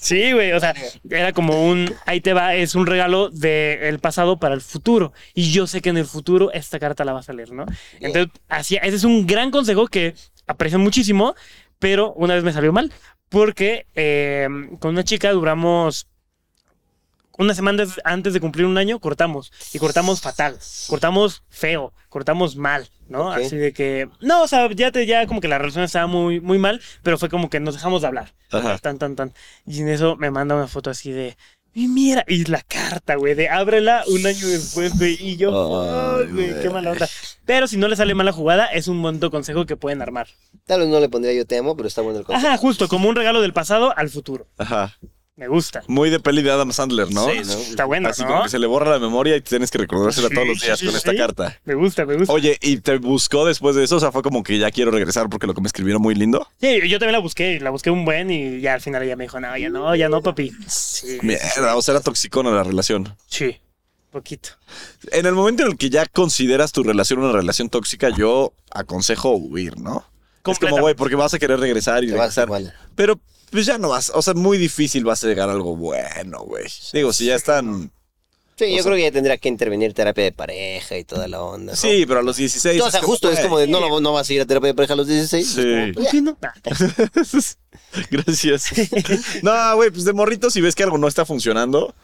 Sí, güey, o sea, era como un, ahí te va, es un regalo del pasado para el futuro. Y yo sé que en el futuro esta carta la vas a leer, ¿no? Entonces, así, ese es un gran consejo que aprecio muchísimo, pero una vez me salió mal, porque eh, con una chica duramos una semana des- antes de cumplir un año, cortamos. Y cortamos fatal, cortamos feo, cortamos mal, ¿no? Ok. Así de que, no, o sea, ya, te, ya como que la relación estaba muy, muy mal, pero fue como que nos dejamos de hablar. Ajá. Tan, tan, tan. Y en eso me manda una foto así de. "Y Mira, y la carta, güey, de ábrela un año después, güey. Y yo, Ay, "Fuck, güey, qué güey. mala onda. Pero si no le sale mala jugada, es un bonito consejo que pueden armar. Tal vez no le pondría yo te amo, pero está bueno el consejo. Ajá, justo, como un regalo del pasado al futuro. Ajá. Me gusta. Muy de peli de Adam Sandler, ¿no? Sí, ¿no? Está bueno, Así ¿no? como que se le borra la memoria y tienes que recordársela todos Sí, los días sí, con sí, esta sí. carta. Me gusta, me gusta. Oye, ¿y te buscó después de eso? O sea, fue como que ya quiero regresar porque lo que me escribieron muy lindo. Sí, yo también la busqué, la busqué un buen y ya al final ella me dijo, no, ya no, ya no, papi. Sí, Mierda, o sea, era toxicona la relación. sí, poquito. En el momento en el que ya consideras tu relación una relación tóxica, yo aconsejo huir, ¿no? Es como, Completamente. güey, porque vas a querer regresar y Te vas regresar. igual. Pero pues ya no vas, o sea, muy difícil vas a llegar a algo bueno, güey. Digo, si ya están... Sí, O yo sea- creo que ya tendría que intervenir terapia de pareja y toda la onda. ¿no? Sí, pero a los 16... No, o sea, justo es como de no, lo- no vas a ir a terapia de pareja a los 16. Sí. ¿Por qué no? Gracias. No, güey, pues de morrito si ves que algo no está funcionando,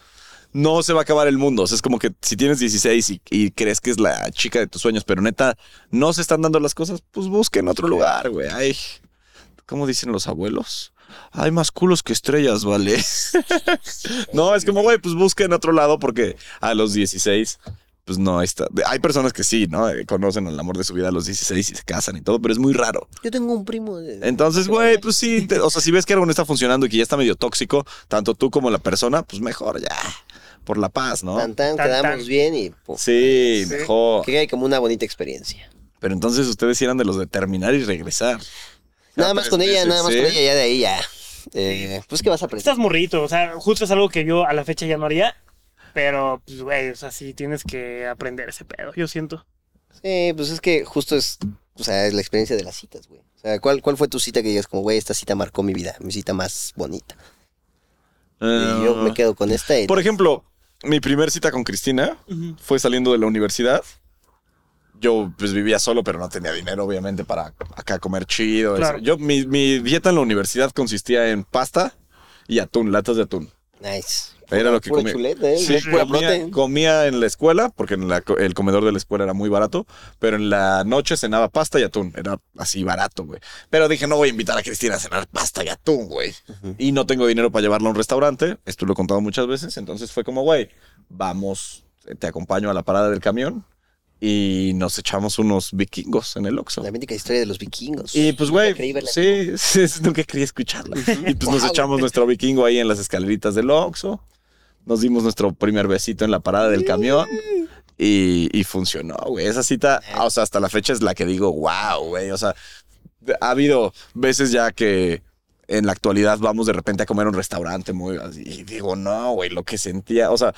no se va a acabar el mundo. O sea, es como que si tienes 16 y, y crees que es la chica de tus sueños, pero neta, no se están dando las cosas, pues busca en otro lugar, güey. Ay, ¿cómo dicen los abuelos? Hay más culos que estrellas, ¿vale? no, es como, güey, pues busca en otro lado porque a los 16... Pues no, está. Hay personas que sí, ¿no? Eh, Conocen el amor de su vida a los 16 y se casan y todo, pero es muy raro. Yo tengo un primo. de- Entonces, güey, pues sí, te- o sea, si ves que algo no está funcionando y que ya está medio tóxico, tanto tú como la persona, pues mejor ya, por la paz, ¿no? Tan, tan, Tan, quedamos tan. bien y puf, Sí, Sí. mejor. que hay como una bonita experiencia. Pero entonces ustedes sí eran de los de terminar y regresar. Nada más Ah, tres con ella, meses, nada más ¿sí? con ella, ya de ahí ya. Eh, pues que vas a aprender. Estás morrito, o sea, justo es algo que yo a la fecha ya no haría. Pero, pues, güey, o sea, sí tienes que aprender ese pedo, yo siento. Sí, pues es que justo es, o sea, es la experiencia de las citas, güey. O sea, ¿cuál, ¿cuál fue tu cita que digas como, güey, esta cita marcó mi vida, mi cita más bonita? Y yo me quedo con esta y Ah. Por ejemplo, mi primer cita con Cristina fue saliendo de la universidad. Yo pues vivía solo, pero no tenía dinero, obviamente, para acá comer chido. eso. Claro. Yo, mi, mi dieta en la universidad consistía en pasta y atún, latas de atún. nice. Era lo que Puro comía. chuleta, ¿eh? Sí, Pura comía, prote. comía en la escuela, porque en la co- el comedor de la escuela era muy barato, pero en la noche cenaba pasta y atún. Era así barato, güey. Pero dije, no voy a invitar a Cristina a cenar pasta y atún, güey. Y no tengo dinero para llevarla a un restaurante. Esto lo he contado muchas veces. Entonces fue como, güey, vamos, te acompaño a la parada del camión y nos echamos unos vikingos en el Oxxo. La mítica historia de los vikingos. Y pues, güey, Nunca creí verla. sí, sí, sí, nunca quería escucharla. Y pues nos Wow. echamos nuestro vikingo ahí en las escaleritas del Oxxo. Nos dimos nuestro primer besito en la parada del camión. Y, y funcionó, güey. Esa cita, o sea, hasta la fecha es la que digo, wow, güey. O sea, ha habido veces ya que en la actualidad vamos de repente a comer a un restaurante muy así, y digo, no, güey, lo que sentía, o sea,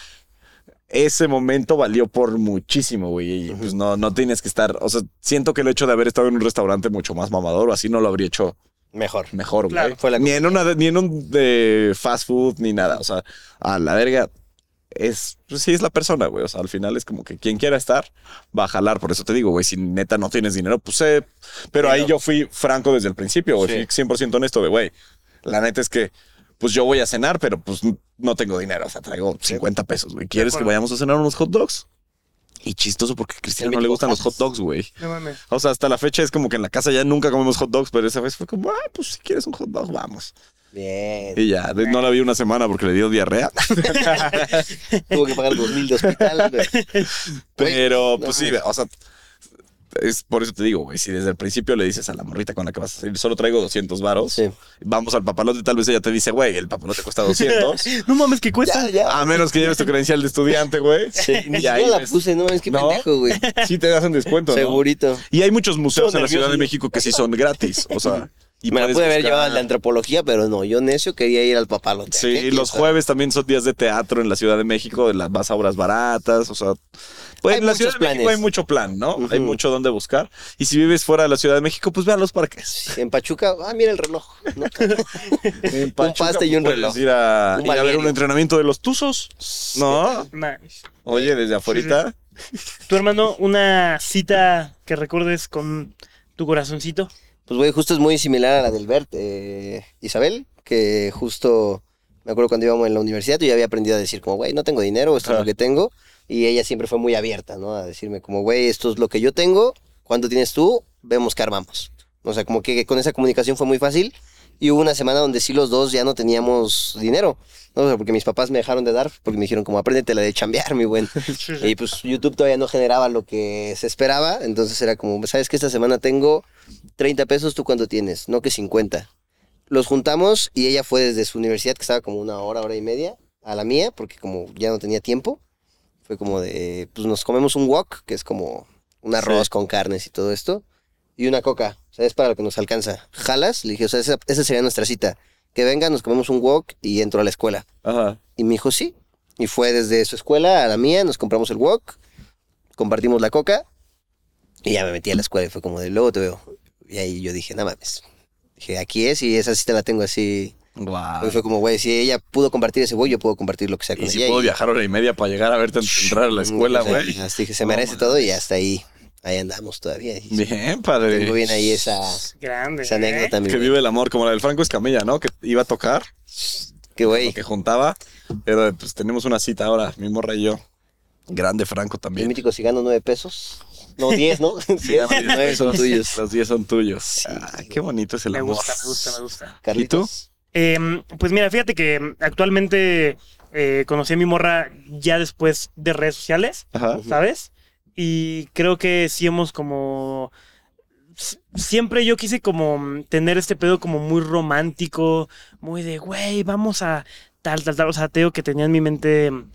ese momento valió por muchísimo, güey, y pues no, no tienes que estar, o sea, siento que el hecho de haber estado en un restaurante mucho más mamador o así no lo habría hecho Mejor. mejor, Claro. güey. Fue la ni en una de- ni en un de fast food ni nada, o sea, a la verga es pues sí es la persona, güey, o sea, al final es como que quien quiera estar va a jalar, por eso te digo, güey, si neta no tienes dinero, pues eh, pero ahí yo fui franco desde el principio, güey, Sí. fui 100% honesto de, güey, la neta es que pues yo voy a cenar, pero pues no tengo dinero, o sea, traigo 50 pesos, güey. ¿Quieres que acuerdo. vayamos a cenar unos hot dogs? Y chistoso porque a Cristiano no Él le metió gustan los hot hojazas. dogs, güey. No mames. O sea, hasta la fecha es como que en la casa ya nunca comemos hot dogs, pero esa vez fue como, ah, pues si quieres un hot dog, vamos. Bien. Y ya, de- no la vi una semana porque le dio diarrea. Tuvo que pagar dos mil de hospital, güey. Pero, Güey, pues no. sí, o sea, es por eso te digo, güey, si desde el principio le dices a la morrita con la que vas a salir, solo traigo 200 varos, Sí. vamos al papalote, tal vez ella te dice, güey, el papalote cuesta 200. No mames, ¿qué cuesta? Ya, ya. a menos que lleves tu credencial de estudiante, güey. Sí. Ni Y ahí siquiera la ves- puse, no, es que ¿No? pendejo, güey. Sí te hacen descuento, ¿no? Segurito. Y hay muchos museos Todo en la Ciudad de nervioso. México que sí son gratis, o sea... Y Me la puedes pude haber buscar- llevado al de antropología, pero no, yo necio quería ir al papalote. Sí, ¿Qué y los piensa? jueves también son días de teatro en la Ciudad de México, de las más obras baratas, o sea, pues Hay en la muchos Ciudad de México planes. hay mucho plan, ¿no? Hay Ujú. mucho donde buscar. Y si vives fuera de la Ciudad de México, pues ve a los parques. En Pachuca, ah, mira el reloj. ¿no? un paste y un Puedes reloj. Ir a, Un ir a ver un balneario. entrenamiento de los Tuzos, ¿no? Mames. Oye, desde afuera. Tu hermano, una cita que recuerdes con tu corazoncito. Pues, güey, justo es muy similar a la del Bert, eh, Isabel, que justo me acuerdo cuando íbamos en la universidad, yo ya había aprendido a decir, como, güey, no tengo dinero, esto es Ah. lo que tengo. Y ella siempre fue muy abierta, ¿no? A decirme, como, güey, esto es lo que yo tengo, ¿cuánto tienes tú? Vemos que armamos. O sea, como que con esa comunicación fue muy fácil. Y hubo una semana donde sí los dos ya no teníamos dinero, ¿no? O sea, porque mis papás me dejaron de dar, porque me dijeron, como, apréndete la de chambear, mi buen. Y pues YouTube todavía no generaba lo que se esperaba, entonces era como, ¿sabes que Esta semana tengo 30 pesos, ¿tú cuánto tienes? No que 50. Los juntamos y ella fue desde su universidad, que estaba como una hora, hora y media, a la mía, porque como ya no tenía tiempo, fue como de, pues nos comemos un wok, que es como un arroz con carnes y todo esto, y una coca, o sea, es para lo que nos alcanza. Jalas, le dije, o sea, esa, esa sería nuestra cita. Que venga, nos comemos un wok y entro a la escuela. Ajá. Y me dijo, sí. Y fue desde su escuela a la mía, nos compramos el wok, compartimos la coca, y ya me metí a la escuela y fue como de, luego te veo. Y ahí yo dije, no mames. Dije, aquí es y esa sí te la tengo así. Guau. Y fue como, güey, si ella pudo compartir ese güey, yo puedo compartir lo que sea con Y si ella. puedo Y- viajar hora y media para llegar a verte entrar a la escuela, o sea, güey. así dije, se No merece mames. todo y hasta ahí. Ahí andamos todavía. Y Bien, padre. Tengo bien ahí esa, Grande. esa ¿eh? anécdota, mi Que güey. vive el amor, como la del Franco Escamilla, ¿no? Que iba a tocar, Que lo güey, que juntaba. Pero pues tenemos una cita ahora, mi morra y yo. Grande Franco el también. mítico si gano nueve pesos. No, diez, ¿no? Diez, nueve son tuyos. Los 10 son tuyos. Ah, qué bonito es el ¿eh? Me amor. gusta, me gusta, me gusta. Carlitos. Eh, pues mira, fíjate que actualmente eh, conocí a mi morra ya después de redes sociales, Ajá. ¿sabes? Y creo que sí hemos como... s- Siempre yo quise como mm, tener este pedo como muy romántico, muy de, güey, vamos a tal, tal, tal. O sea, teo que tenía en mi mente mm,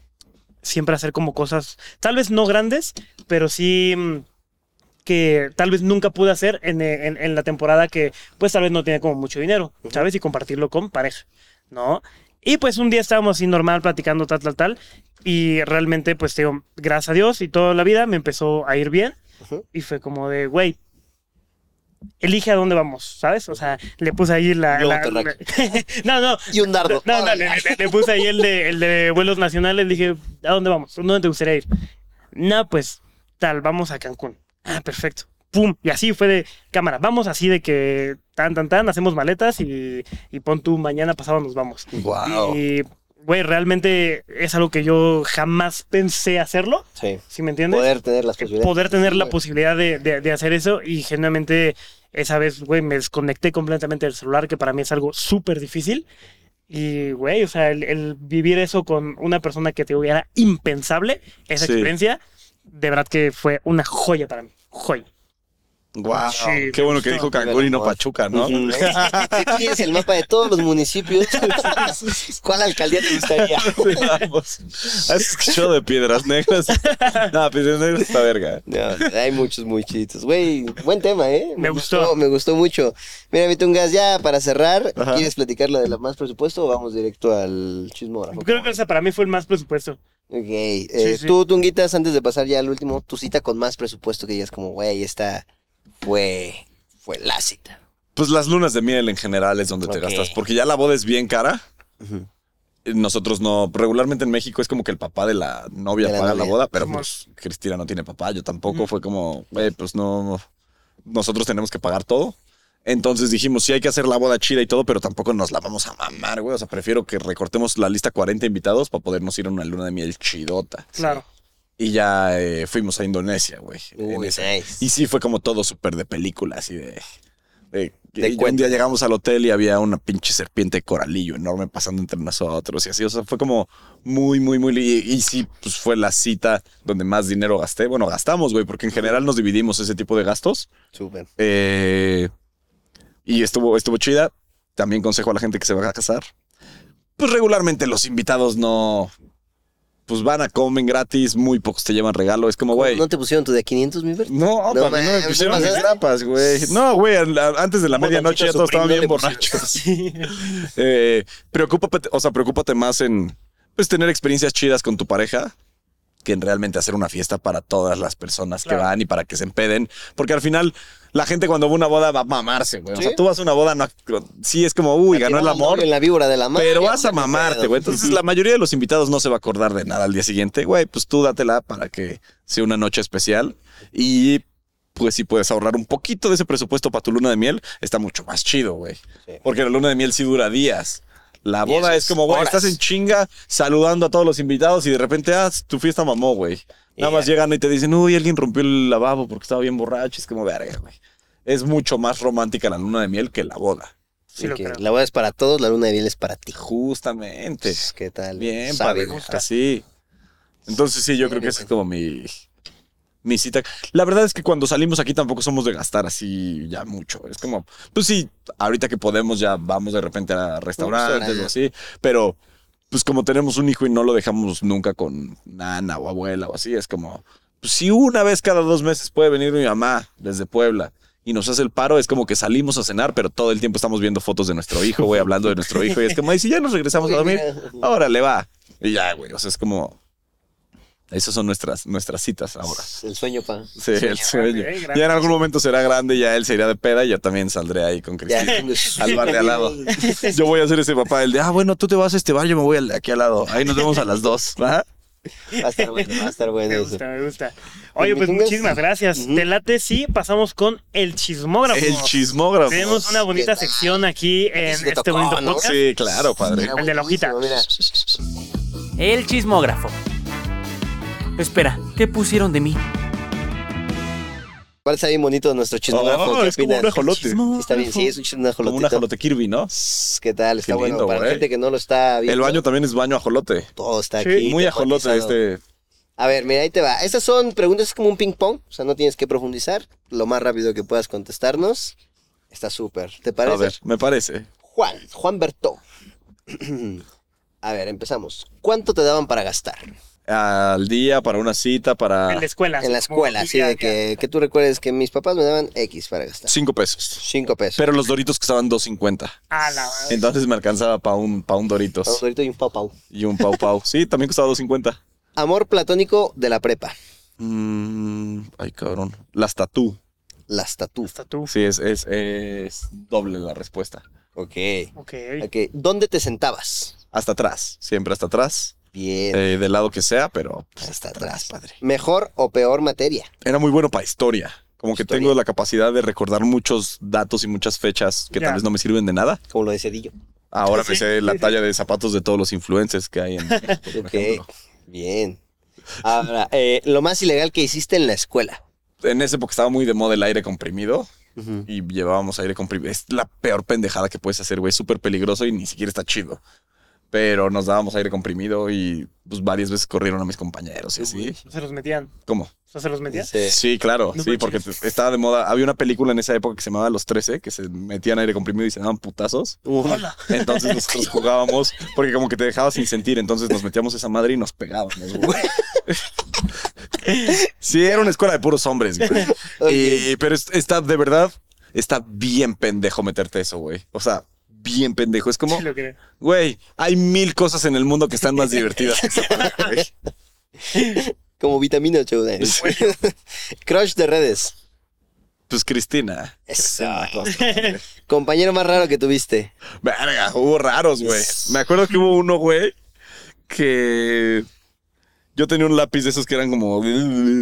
siempre hacer como cosas, tal vez no grandes, pero sí mm, que tal vez nunca pude hacer en, eh, en- en la temporada que pues tal vez no tenía como mucho dinero, ¿sabes? Y compartirlo con pareja, ¿no? Y pues un día estábamos así normal platicando tal, tal, tal. Y realmente pues te digo, gracias a Dios y toda la vida me empezó a ir bien. Ujú. Y fue como de, güey, elige a dónde vamos, ¿sabes? O sea, le puse ahí la... Globo la- terráqueo. no, no, Y un dardo. no, no, le, le- le puse ahí el de, el de vuelos nacionales. Dije, ¿a dónde vamos? ¿Dónde te gustaría ir? No, pues tal, vamos a Cancún. Ah, perfecto. Pum. Y así fue de cámara. Vamos así de que tan, tan, tan, hacemos maletas y, y pon tú mañana pasado nos vamos. Wow. Y, güey, realmente es algo que yo jamás pensé hacerlo. Sí. ¿Sí me entiendes? Poder tener las que posibilidades. poder tener la Sí, posibilidad de, de- de hacer eso y genuinamente esa vez, güey, me desconecté completamente del celular, que para mí es algo súper difícil. Y, güey, o sea, el, el vivir eso con una persona que te digo, era impensable, esa Sí. experiencia, de verdad que fue una joya para mí, joya. Wow. Sí, qué me bueno que gustó. dijo Cancún y no Pachuca, ¿no? Ujú. Si tienes el mapa de todos los municipios, ¿cuál alcaldía te gustaría? Vamos. ¿Has escuchado de Piedras Negras? no, Piedras Negras está verga. No, hay muchos muy chiditos. Güey, buen tema, ¿eh? Me gustó. Me gustó mucho. Mira, mi Tungas, ya para cerrar, Ajá. ¿quieres platicar la de la más presupuesto o vamos directo al chismógrafo? Creo que esa para mí fue el más presupuesto. Ok. eh, sí. Tú, Tunguitas, antes de pasar ya al último, tu cita con más presupuesto que digas como, güey, esta fue, fue la cita. Pues las lunas de miel en general es donde te Ok. gastas, porque ya la boda es bien cara. Ujú. Nosotros no, regularmente en México es como que el papá de la novia De la paga la novia. boda, pero Simón. pues Cristina no tiene papá, yo tampoco, Ujú. fue como, "Güey, pues no, nosotros tenemos que pagar todo. Entonces dijimos, sí hay que hacer la boda chida y todo, pero tampoco nos la vamos a mamar, güey. O sea, prefiero que recortemos la lista 40 invitados para podernos ir a una luna de miel chidota. Claro. Y ya eh, fuimos a Indonesia, güey. en Uy, esa- nice. Y sí, fue como todo súper de película, así de... de- De y un cuento. día llegamos al hotel y había una pinche serpiente de coralillo enorme pasando entre nosotros y así. O sea, fue como muy, muy, muy... li- Y, y sí, pues fue la cita donde más dinero gasté. Bueno, gastamos, güey, porque en general nos dividimos ese tipo de gastos. Súper. Eh, y estuvo, estuvo chida. También consejo a la gente que se va a casar. Pues regularmente los invitados no. Pues van a comen gratis, muy pocos te llevan regalo. Es como, güey. ¿No te pusieron tu de 500, mi Bert? No No, no, no me mames, pusieron ¿no mis pasaste? grapas, güey. No, güey, al- al- antes de la Un medianoche botoncito ya todos estaban Supreme bien no le pusieron. borrachos. Eh, preocúpate, o sea, preocúpate más en pues tener experiencias chidas con tu pareja que en realmente hacer una fiesta para todas las personas que Claro. van y para que se empeden, porque al final la gente cuando va a una boda va a mamarse, güey. O sea, Sí. tú vas a una boda no sí es como, uy, ganó el Tirado amor. En la víbora de la mano. Pero vas a mamarte, güey. Entonces, la mayoría de los invitados no se va a acordar de nada al día siguiente. Güey, pues tú dátela para que sea una noche especial. Y pues si puedes ahorrar un poquito de ese presupuesto para tu luna de miel, está mucho más chido, güey. Sí. Porque la luna de miel sí dura días. La boda es como, güey, horas. estás en chinga saludando a todos los invitados y de repente, ah, tu fiesta mamó, güey. Nada más Yeah. llegan y te dicen, uy, alguien rompió el lavabo porque estaba bien borracho. Es como, verga, güey. Es mucho más romántica la luna de miel que la boda. Sí, lo Ok, creo. La boda es para todos, la luna de miel es para ti. Justamente. ¿Qué tal? Bien, Sabe, padre. güey. Así. Entonces, sí, yo Bien, creo que esa es güey. como mi, mi cita. La verdad es que cuando salimos aquí tampoco somos de gastar así ya mucho. Es como, pues sí, ahorita que podemos ya vamos de repente a restaurantes o así, pero pues como tenemos un hijo y no lo dejamos nunca con nana o abuela o así, es como, pues si una vez cada dos meses puede venir mi mamá desde Puebla. Y nos hace el paro, es como que salimos a cenar, pero todo el tiempo estamos viendo fotos de nuestro hijo, güey, hablando de nuestro hijo. Y es como, ay, si ya nos regresamos a Uy, dormir, mira. órale, va. Y ya, güey, o sea, es como... Esas son nuestras, nuestras citas ahora. El sueño, pa. Sí, el sueño. ok, gracias. ya en algún momento será grande, ya él se irá de peda y yo también saldré ahí con Ya, Cristina. chingues. Al bar de al lado. Yo voy a ser ese papá, el de, ah, bueno, tú te vas a este bar, yo me voy al de aquí al lado. Ahí nos vemos a las dos. ¿va? Va a estar bueno, va a estar bueno Me eso. gusta, me gusta. Oye, pues Dominguez. muchísimas gracias. Ujú. Te late si pasamos con el chismógrafo. El chismógrafo. Tenemos una bonita ¿Qué tal? sección aquí en sí te este tocó, bonito ¿no? podcast. Sí, claro, padre. Mira, El de la hojita. buenísimo, mira. El chismógrafo. Espera, ¿qué pusieron de mí? ¿Cuál está bien bonito nuestro chismógrafo? Oh, ¿Qué es como opinas? un ajolote. Sí, está bien, sí, es un chisme Como un ajolote Kirby, ¿no? ¿Qué tal? Está Qué bueno. lindo, Para la güey. gente que no lo está viendo. El baño también es baño ajolote. Todo está Sí, aquí. Muy ajolote tematizado. este. A ver, mira, ahí te va. Estas son preguntas es como un ping-pong. O sea, no tienes que profundizar. Lo más rápido que puedas contestarnos. Está súper. ¿Te A parece? ver, me parece. Juan, Juan Bertó. A ver, empezamos. ¿Cuánto te daban para gastar? Al día, para una cita, En la para escuela. Ah, en la como escuela, así ya- de que, que tú recuerdes que mis papás me daban X para gastar. cinco pesos. Cinco pesos. Pero los doritos costaban 2.50. A "Ah, la Entonces me alcanzaba para un, pa' un Para un doritos dorito y un pau pau. y un pau pau. Sí, también costaba 2.50. Amor platónico de la prepa. Mm, ay, cabrón. Las tatú. Las tatú. Hasta tú. Sí, es, es, es doble la respuesta. Ok. Ok. Ok. ¿Dónde te sentabas? Hasta atrás, siempre hasta atrás, Bien. eh, del lado que sea, pero Hasta atrás. atrás, padre. ¿Mejor o peor materia? Era muy bueno para historia. Como que Historia. tengo la capacidad de recordar muchos datos y muchas fechas que Ya. tal vez no me sirven de nada. Como lo de Cedillo. Ahora Sí, me sé la sí, sí. talla de zapatos de todos los influencers que hay en México, por Ok. ejemplo. Bien. Ahora, eh, lo más ilegal que hiciste en la escuela. En esa época estaba muy de moda el aire comprimido. y llevábamos aire comprimido. Es la peor pendejada que puedes hacer, güey. Es súper peligroso y ni siquiera está chido. Pero nos dábamos aire comprimido y pues varias veces corrieron a mis compañeros y así. Se los metían. ¿Cómo? O sea, se los metían. Dice, Sí, claro. Este, No sí, manches. porque te- estaba de moda. Había una película en esa época que se llamaba Los 13, que se metían aire comprimido y se daban putazos. Hola. Entonces nosotros jugábamos porque como que te dejaba sin sentir. Entonces nos metíamos esa madre y nos pegábamos, güey. Sí, era una escuela de puros hombres, güey. Ok. Y- pero es- está, de verdad, está bien pendejo meterte eso, güey. O sea, bien pendejo. Es como, Sí, lo creo. güey, hay mil cosas en el mundo que están más divertidas. que esa madre, güey. Como vitamina, chavos. Crush de redes. pues Cristina. Eso. Cristina Costa, güey. Compañero más raro que tuviste. Verga, hubo raros, güey. Me acuerdo que hubo uno, güey, que yo tenía un lápiz de esos que eran como,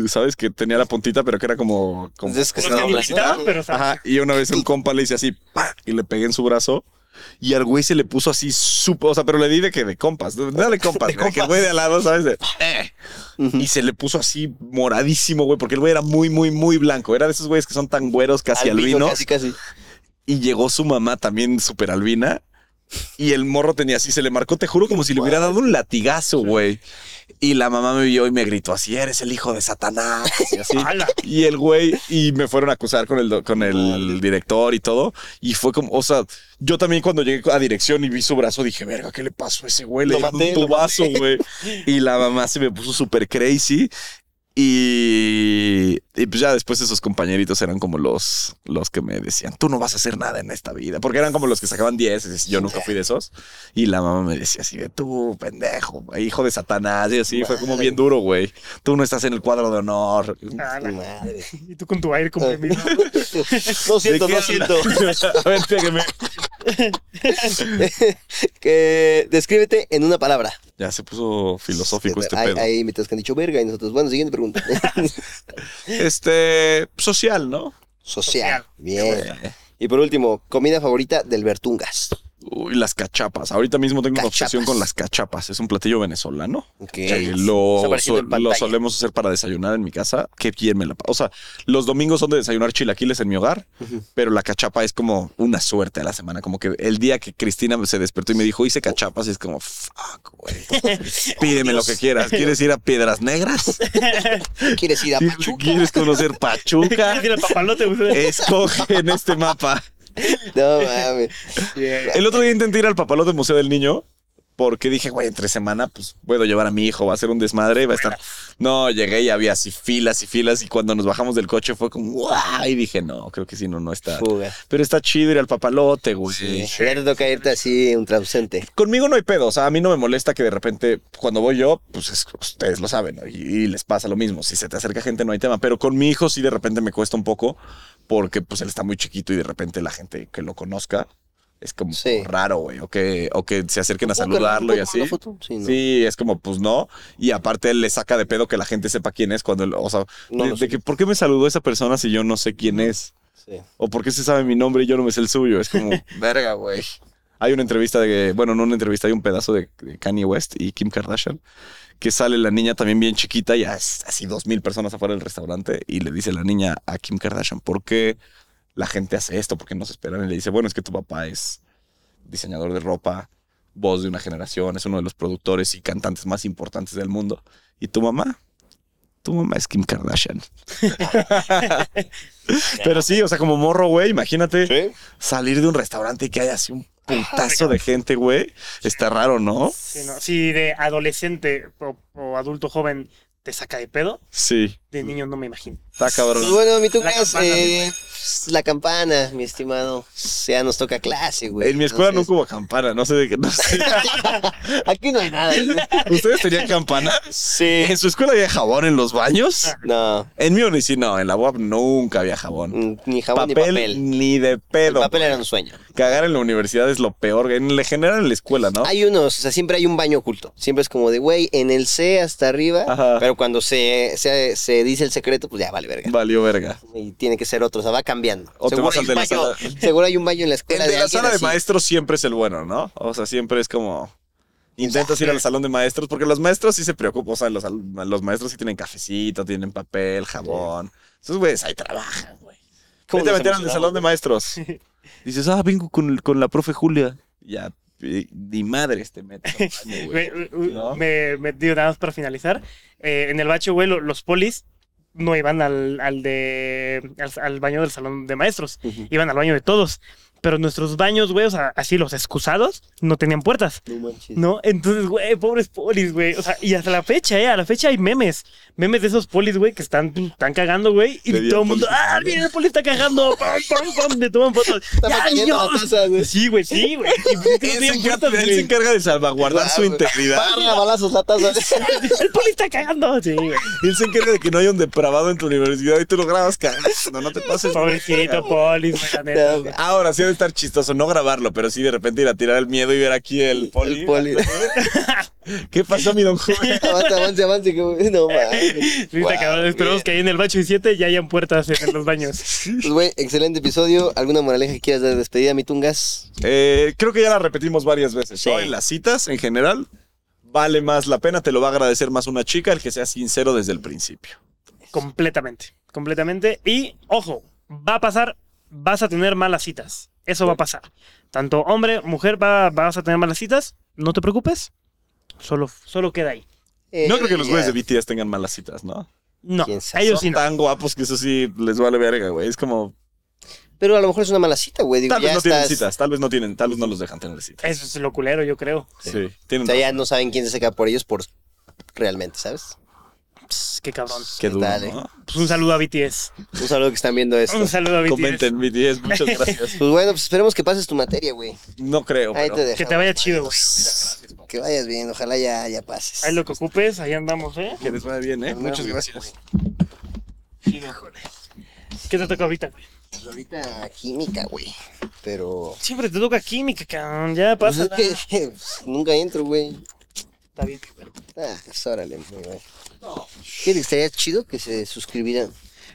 ¿sabes? Que tenía la puntita, pero que era como... como Entonces, que Los se que doblan, ni ¿no? pintaban, pero o sea, Ajá, y una vez un compa le hice así, ¡pa! y le pegué en su brazo Y al güey se le puso así súper. O sea, pero le di de que de compas. Dale compas. güey, Que el güey de al lado, ¿sabes? De, eh. Y se le puso así moradísimo, güey, porque el güey era muy, muy, muy blanco. Era de esos güeyes que son tan güeros casi albinos. Casi, casi. Y llegó su mamá también súper albina. Y el morro tenía así, se le marcó, te juro, como si le hubiera dado un latigazo, güey. Y la mamá me vio y me gritó así, eres el hijo de Satanás. Y, así. ¡Hala! y el güey, y me fueron a acusar con el, do- con Ah, el director y todo. Y fue como, o sea, yo también cuando llegué a dirección y vi su brazo, dije, verga, ¿qué le pasó a ese güey? Le Lo dieron maté, un lo tubazo, güey. Y la mamá se me puso súper crazy. Y, y pues ya después esos compañeritos eran como los, los que me decían, tú no vas a hacer nada en esta vida, porque eran como los que sacaban 10, y yo nunca fui de esos. Y la mamá me decía así de, tú, pendejo, hijo de Satanás, y así, fue como bien duro, güey. Tú no estás en el cuadro de honor. ¡Hala! Madre. Y tú con tu aire comprimido. No siento, no ¿De qué hablas? siento. A ver, pégame. Que descríbete en una palabra. Ya se puso filosófico este hay, pedo. Hay mitos que han dicho verga y nosotros, bueno, siguiente pregunta. Este, social, ¿no? Social. Social. Bien. Y por último, comida favorita del Bertungas. Uy, las cachapas. Ahorita mismo tengo una Cachapas. obsesión con las cachapas. Es un platillo venezolano. Ok. que lo, Está apareciendo sol- en pantalla. lo solemos hacer para desayunar en mi casa. Qué bien me la pa- O sea, los domingos son de desayunar chilaquiles en mi hogar, pero la cachapa es como una suerte a la semana. Como que el día que Cristina se despertó y me dijo, hice cachapas, y es como, fuck, güey. Pídeme lo que quieras. ¿Quieres ir a Piedras Negras? ¿Quieres ir a Pachuca? ¿Quieres conocer Pachuca? Tiene papalote, güey. Escoge en este mapa. No mames. El otro día intenté ir al papalote Museo del Niño porque dije, güey, entre semana, pues puedo llevar a mi hijo, va a ser un desmadre, va a estar. No, llegué y había así filas y filas. Y cuando nos bajamos del coche fue como, guau. Y dije, no, creo que si no, no está. Fuga. Pero está chido ir al papalote, güey. Ya te toca irte así un ausente. Conmigo no hay pedo, o sea, a mí no me molesta que de repente cuando voy yo, pues es- ustedes lo saben ¿no? y, y les pasa lo mismo, si se te acerca gente no hay tema, pero con mi hijo sí de repente me cuesta un poco porque pues él está muy chiquito y de repente la gente que lo conozca es como Sí. raro, güey, o que, o que se acerquen a Búscalo, saludarlo y ¿cómo así. la foto? Sí, no. Sí, es como, pues no. Y aparte él le saca de pedo que la gente sepa quién es cuando, él- o sea, No de- lo de sé. que, ¿por qué me saludó esa persona si yo no sé quién es? Sí. ¿O por qué se sabe mi nombre y yo no me sé el suyo? Es como, verga, güey. Hay una entrevista de, bueno, no una entrevista, hay un pedazo de, de Kanye West y Kim Kardashian, que sale la niña también bien chiquita, ya es así dos mil personas afuera del restaurante, y le dice la niña a Kim Kardashian, ¿por qué la gente hace esto? ¿Por qué nos esperan? Y le dice, bueno, es que tu papá es diseñador de ropa, voz de una generación, es uno de los productores y cantantes más importantes del mundo. ¿Y tu mamá? Tu mamá es Kim Kardashian. Pero sí, o sea, como morro, güey, imagínate salir de un restaurante y que haya así un Ah, puntazo de gente, güey. Está raro, ¿no? Sí, ¿no? Si de adolescente o, o adulto joven te saca de pedo, Sí, de niño no me imagino. está cabrón. Pues bueno, mi tuca La es campana, eh, la campana, mi estimado. Ya nos toca clase, güey. En mi escuela nunca Entonces, hubo campana, no sé de qué. no sé. Aquí no hay nada. ¿Ustedes tenían campana? Sí. Ah. ¿En su escuela había jabón en los baños? No, En mi uni sí, no, en la UAP nunca había jabón. mm, ni jabón papel, ni papel. ni de El pedo. papel era un sueño. Cagar en la universidad es lo peor. En le general en la escuela, ¿no? Hay unos, o sea, siempre hay un baño oculto. Siempre es como de, güey, en el C hasta arriba, Ajá. pero cuando se, se, se dice el secreto, pues ya vale verga. Valió verga. Y tiene que ser otro, o sea, va cambiando. O te seguro, vas hay al un de la baño, sala. seguro hay un baño en la El escuela. de la alguien sala de así. maestros siempre es el bueno, ¿no? O sea, siempre es como. Intentas ir al salón de maestros porque los maestros sí se preocupan. O sea, los, al- los maestros sí tienen cafecito, tienen papel, jabón. Esos güeyes ahí trabajan, güey. ¿Cómo Ahí te nos metieron al emocionamos? salón de maestros. Dices, ah, vengo con, con la profe Julia. Ya, eh, ni madres te metes. al baño, güey. Me, me- ¿No? me, me- digo, nada más para finalizar. eh, en el bache, güey, lo- los polis no iban al, al de, al, al baño del salón de maestros, Ujú. iban al baño de todos. Pero nuestros baños, güey, o sea, así los excusados, no tenían puertas. No manches. ¿No? Entonces, güey, pobres polis, güey. O sea, y hasta la fecha, ¿eh? A la fecha hay memes. Memes de esos polis, güey, que están, están cagando, güey. Y Le di todo al el mundo, poli. ¡ah, mira, el poli está cagando! ¡Pam, pam, pam! Le toman fotos. Está ¡Ya, cayendo la Dios! taza, güey. Sí, güey, sí, güey. Y pues es que no Él se tienen encarga- puertas, él se güey. encarga de salvaguardar su integridad. Barra, balazos, la taza. El poli está cagando. Sí, güey. Él se encarga de que no haya un depravado en tu universidad y tú lo grabas cagando. No te pases. de verga, Pobrecito poli, güey, la neta, No, güey. Ahora sí debe estar chistoso no grabarlo, pero sí de repente ir a tirar el miedo y ver aquí el poli. El poli. ¿Qué pasó, mi don Juan? Avance, avance, avance. que- No mames. Sí, Wow, está cabrón. bien. Esperamos que ahí en el bacho 7 ya hayan puertas en los baños. Pues, güey, excelente episodio. ¿Alguna moraleja que quieras dar de despedida, mi Tungas? Eh, creo que ya la repetimos varias veces. ¿no? Sí. En las citas, en general, vale más la pena, te lo va a agradecer más una chica el que sea sincero desde el principio. Completamente. Completamente. Y, ojo, va a pasar, vas a tener malas citas. Eso va a pasar. Tanto hombre, mujer, va, vas a tener malas citas. No te preocupes. Solo, solo queda ahí. Eh, No creo que los güeyes de ya. BTS tengan malas citas, ¿no? No, ¿Quién sabe? ellos Son sí no. tan guapos que eso sí les vale verga, güey. Es como, Pero a lo mejor es una mala cita, güey. Digo, tal vez ya no tienen estás... citas, tal vez no tienen, tal vez no los dejan tener citas. Eso es lo culero, yo creo. Sí, O tienen sea, ya no saben quién se saca por ellos por realmente, ¿sabes? Pss, qué cabrón. Qué ¿Qué duro, tal, eh? ¿no? Pues un saludo a BTS. Un saludo que están viendo esto. Un saludo a BTS. Comenten, BTS, muchas gracias. Pues bueno, pues esperemos que pases tu materia, güey. No creo, Ahí pero... te dejo. Que te vaya chido, güey. Que vayas bien, ojalá ya, ya pases. Ahí lo que ocupes, ahí andamos, ¿eh? Que les vaya bien, ¿eh? Muchas gracias. ¿Qué te toca ahorita, güey? Pues ahorita química, güey. Pero. Siempre te toca química, cabrón. Ya Pues pasa. es que pues, nunca entro, güey. Está bien. Ah, pues órale, muy bien. ¿Qué les estaría chido que se suscribieran?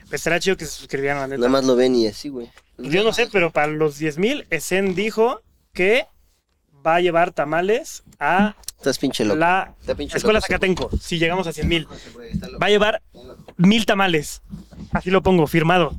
Pues estará chido que se suscribieran, la neta. Nada más lo ven y así, güey. Yo no sé, pero para los 10.000, Esen dijo que va a llevar tamales a Estás pinche loco. la Está pinche escuela loco. Zacatenco. Si llegamos a 100.000, va a llevar mil tamales. Así lo pongo, firmado.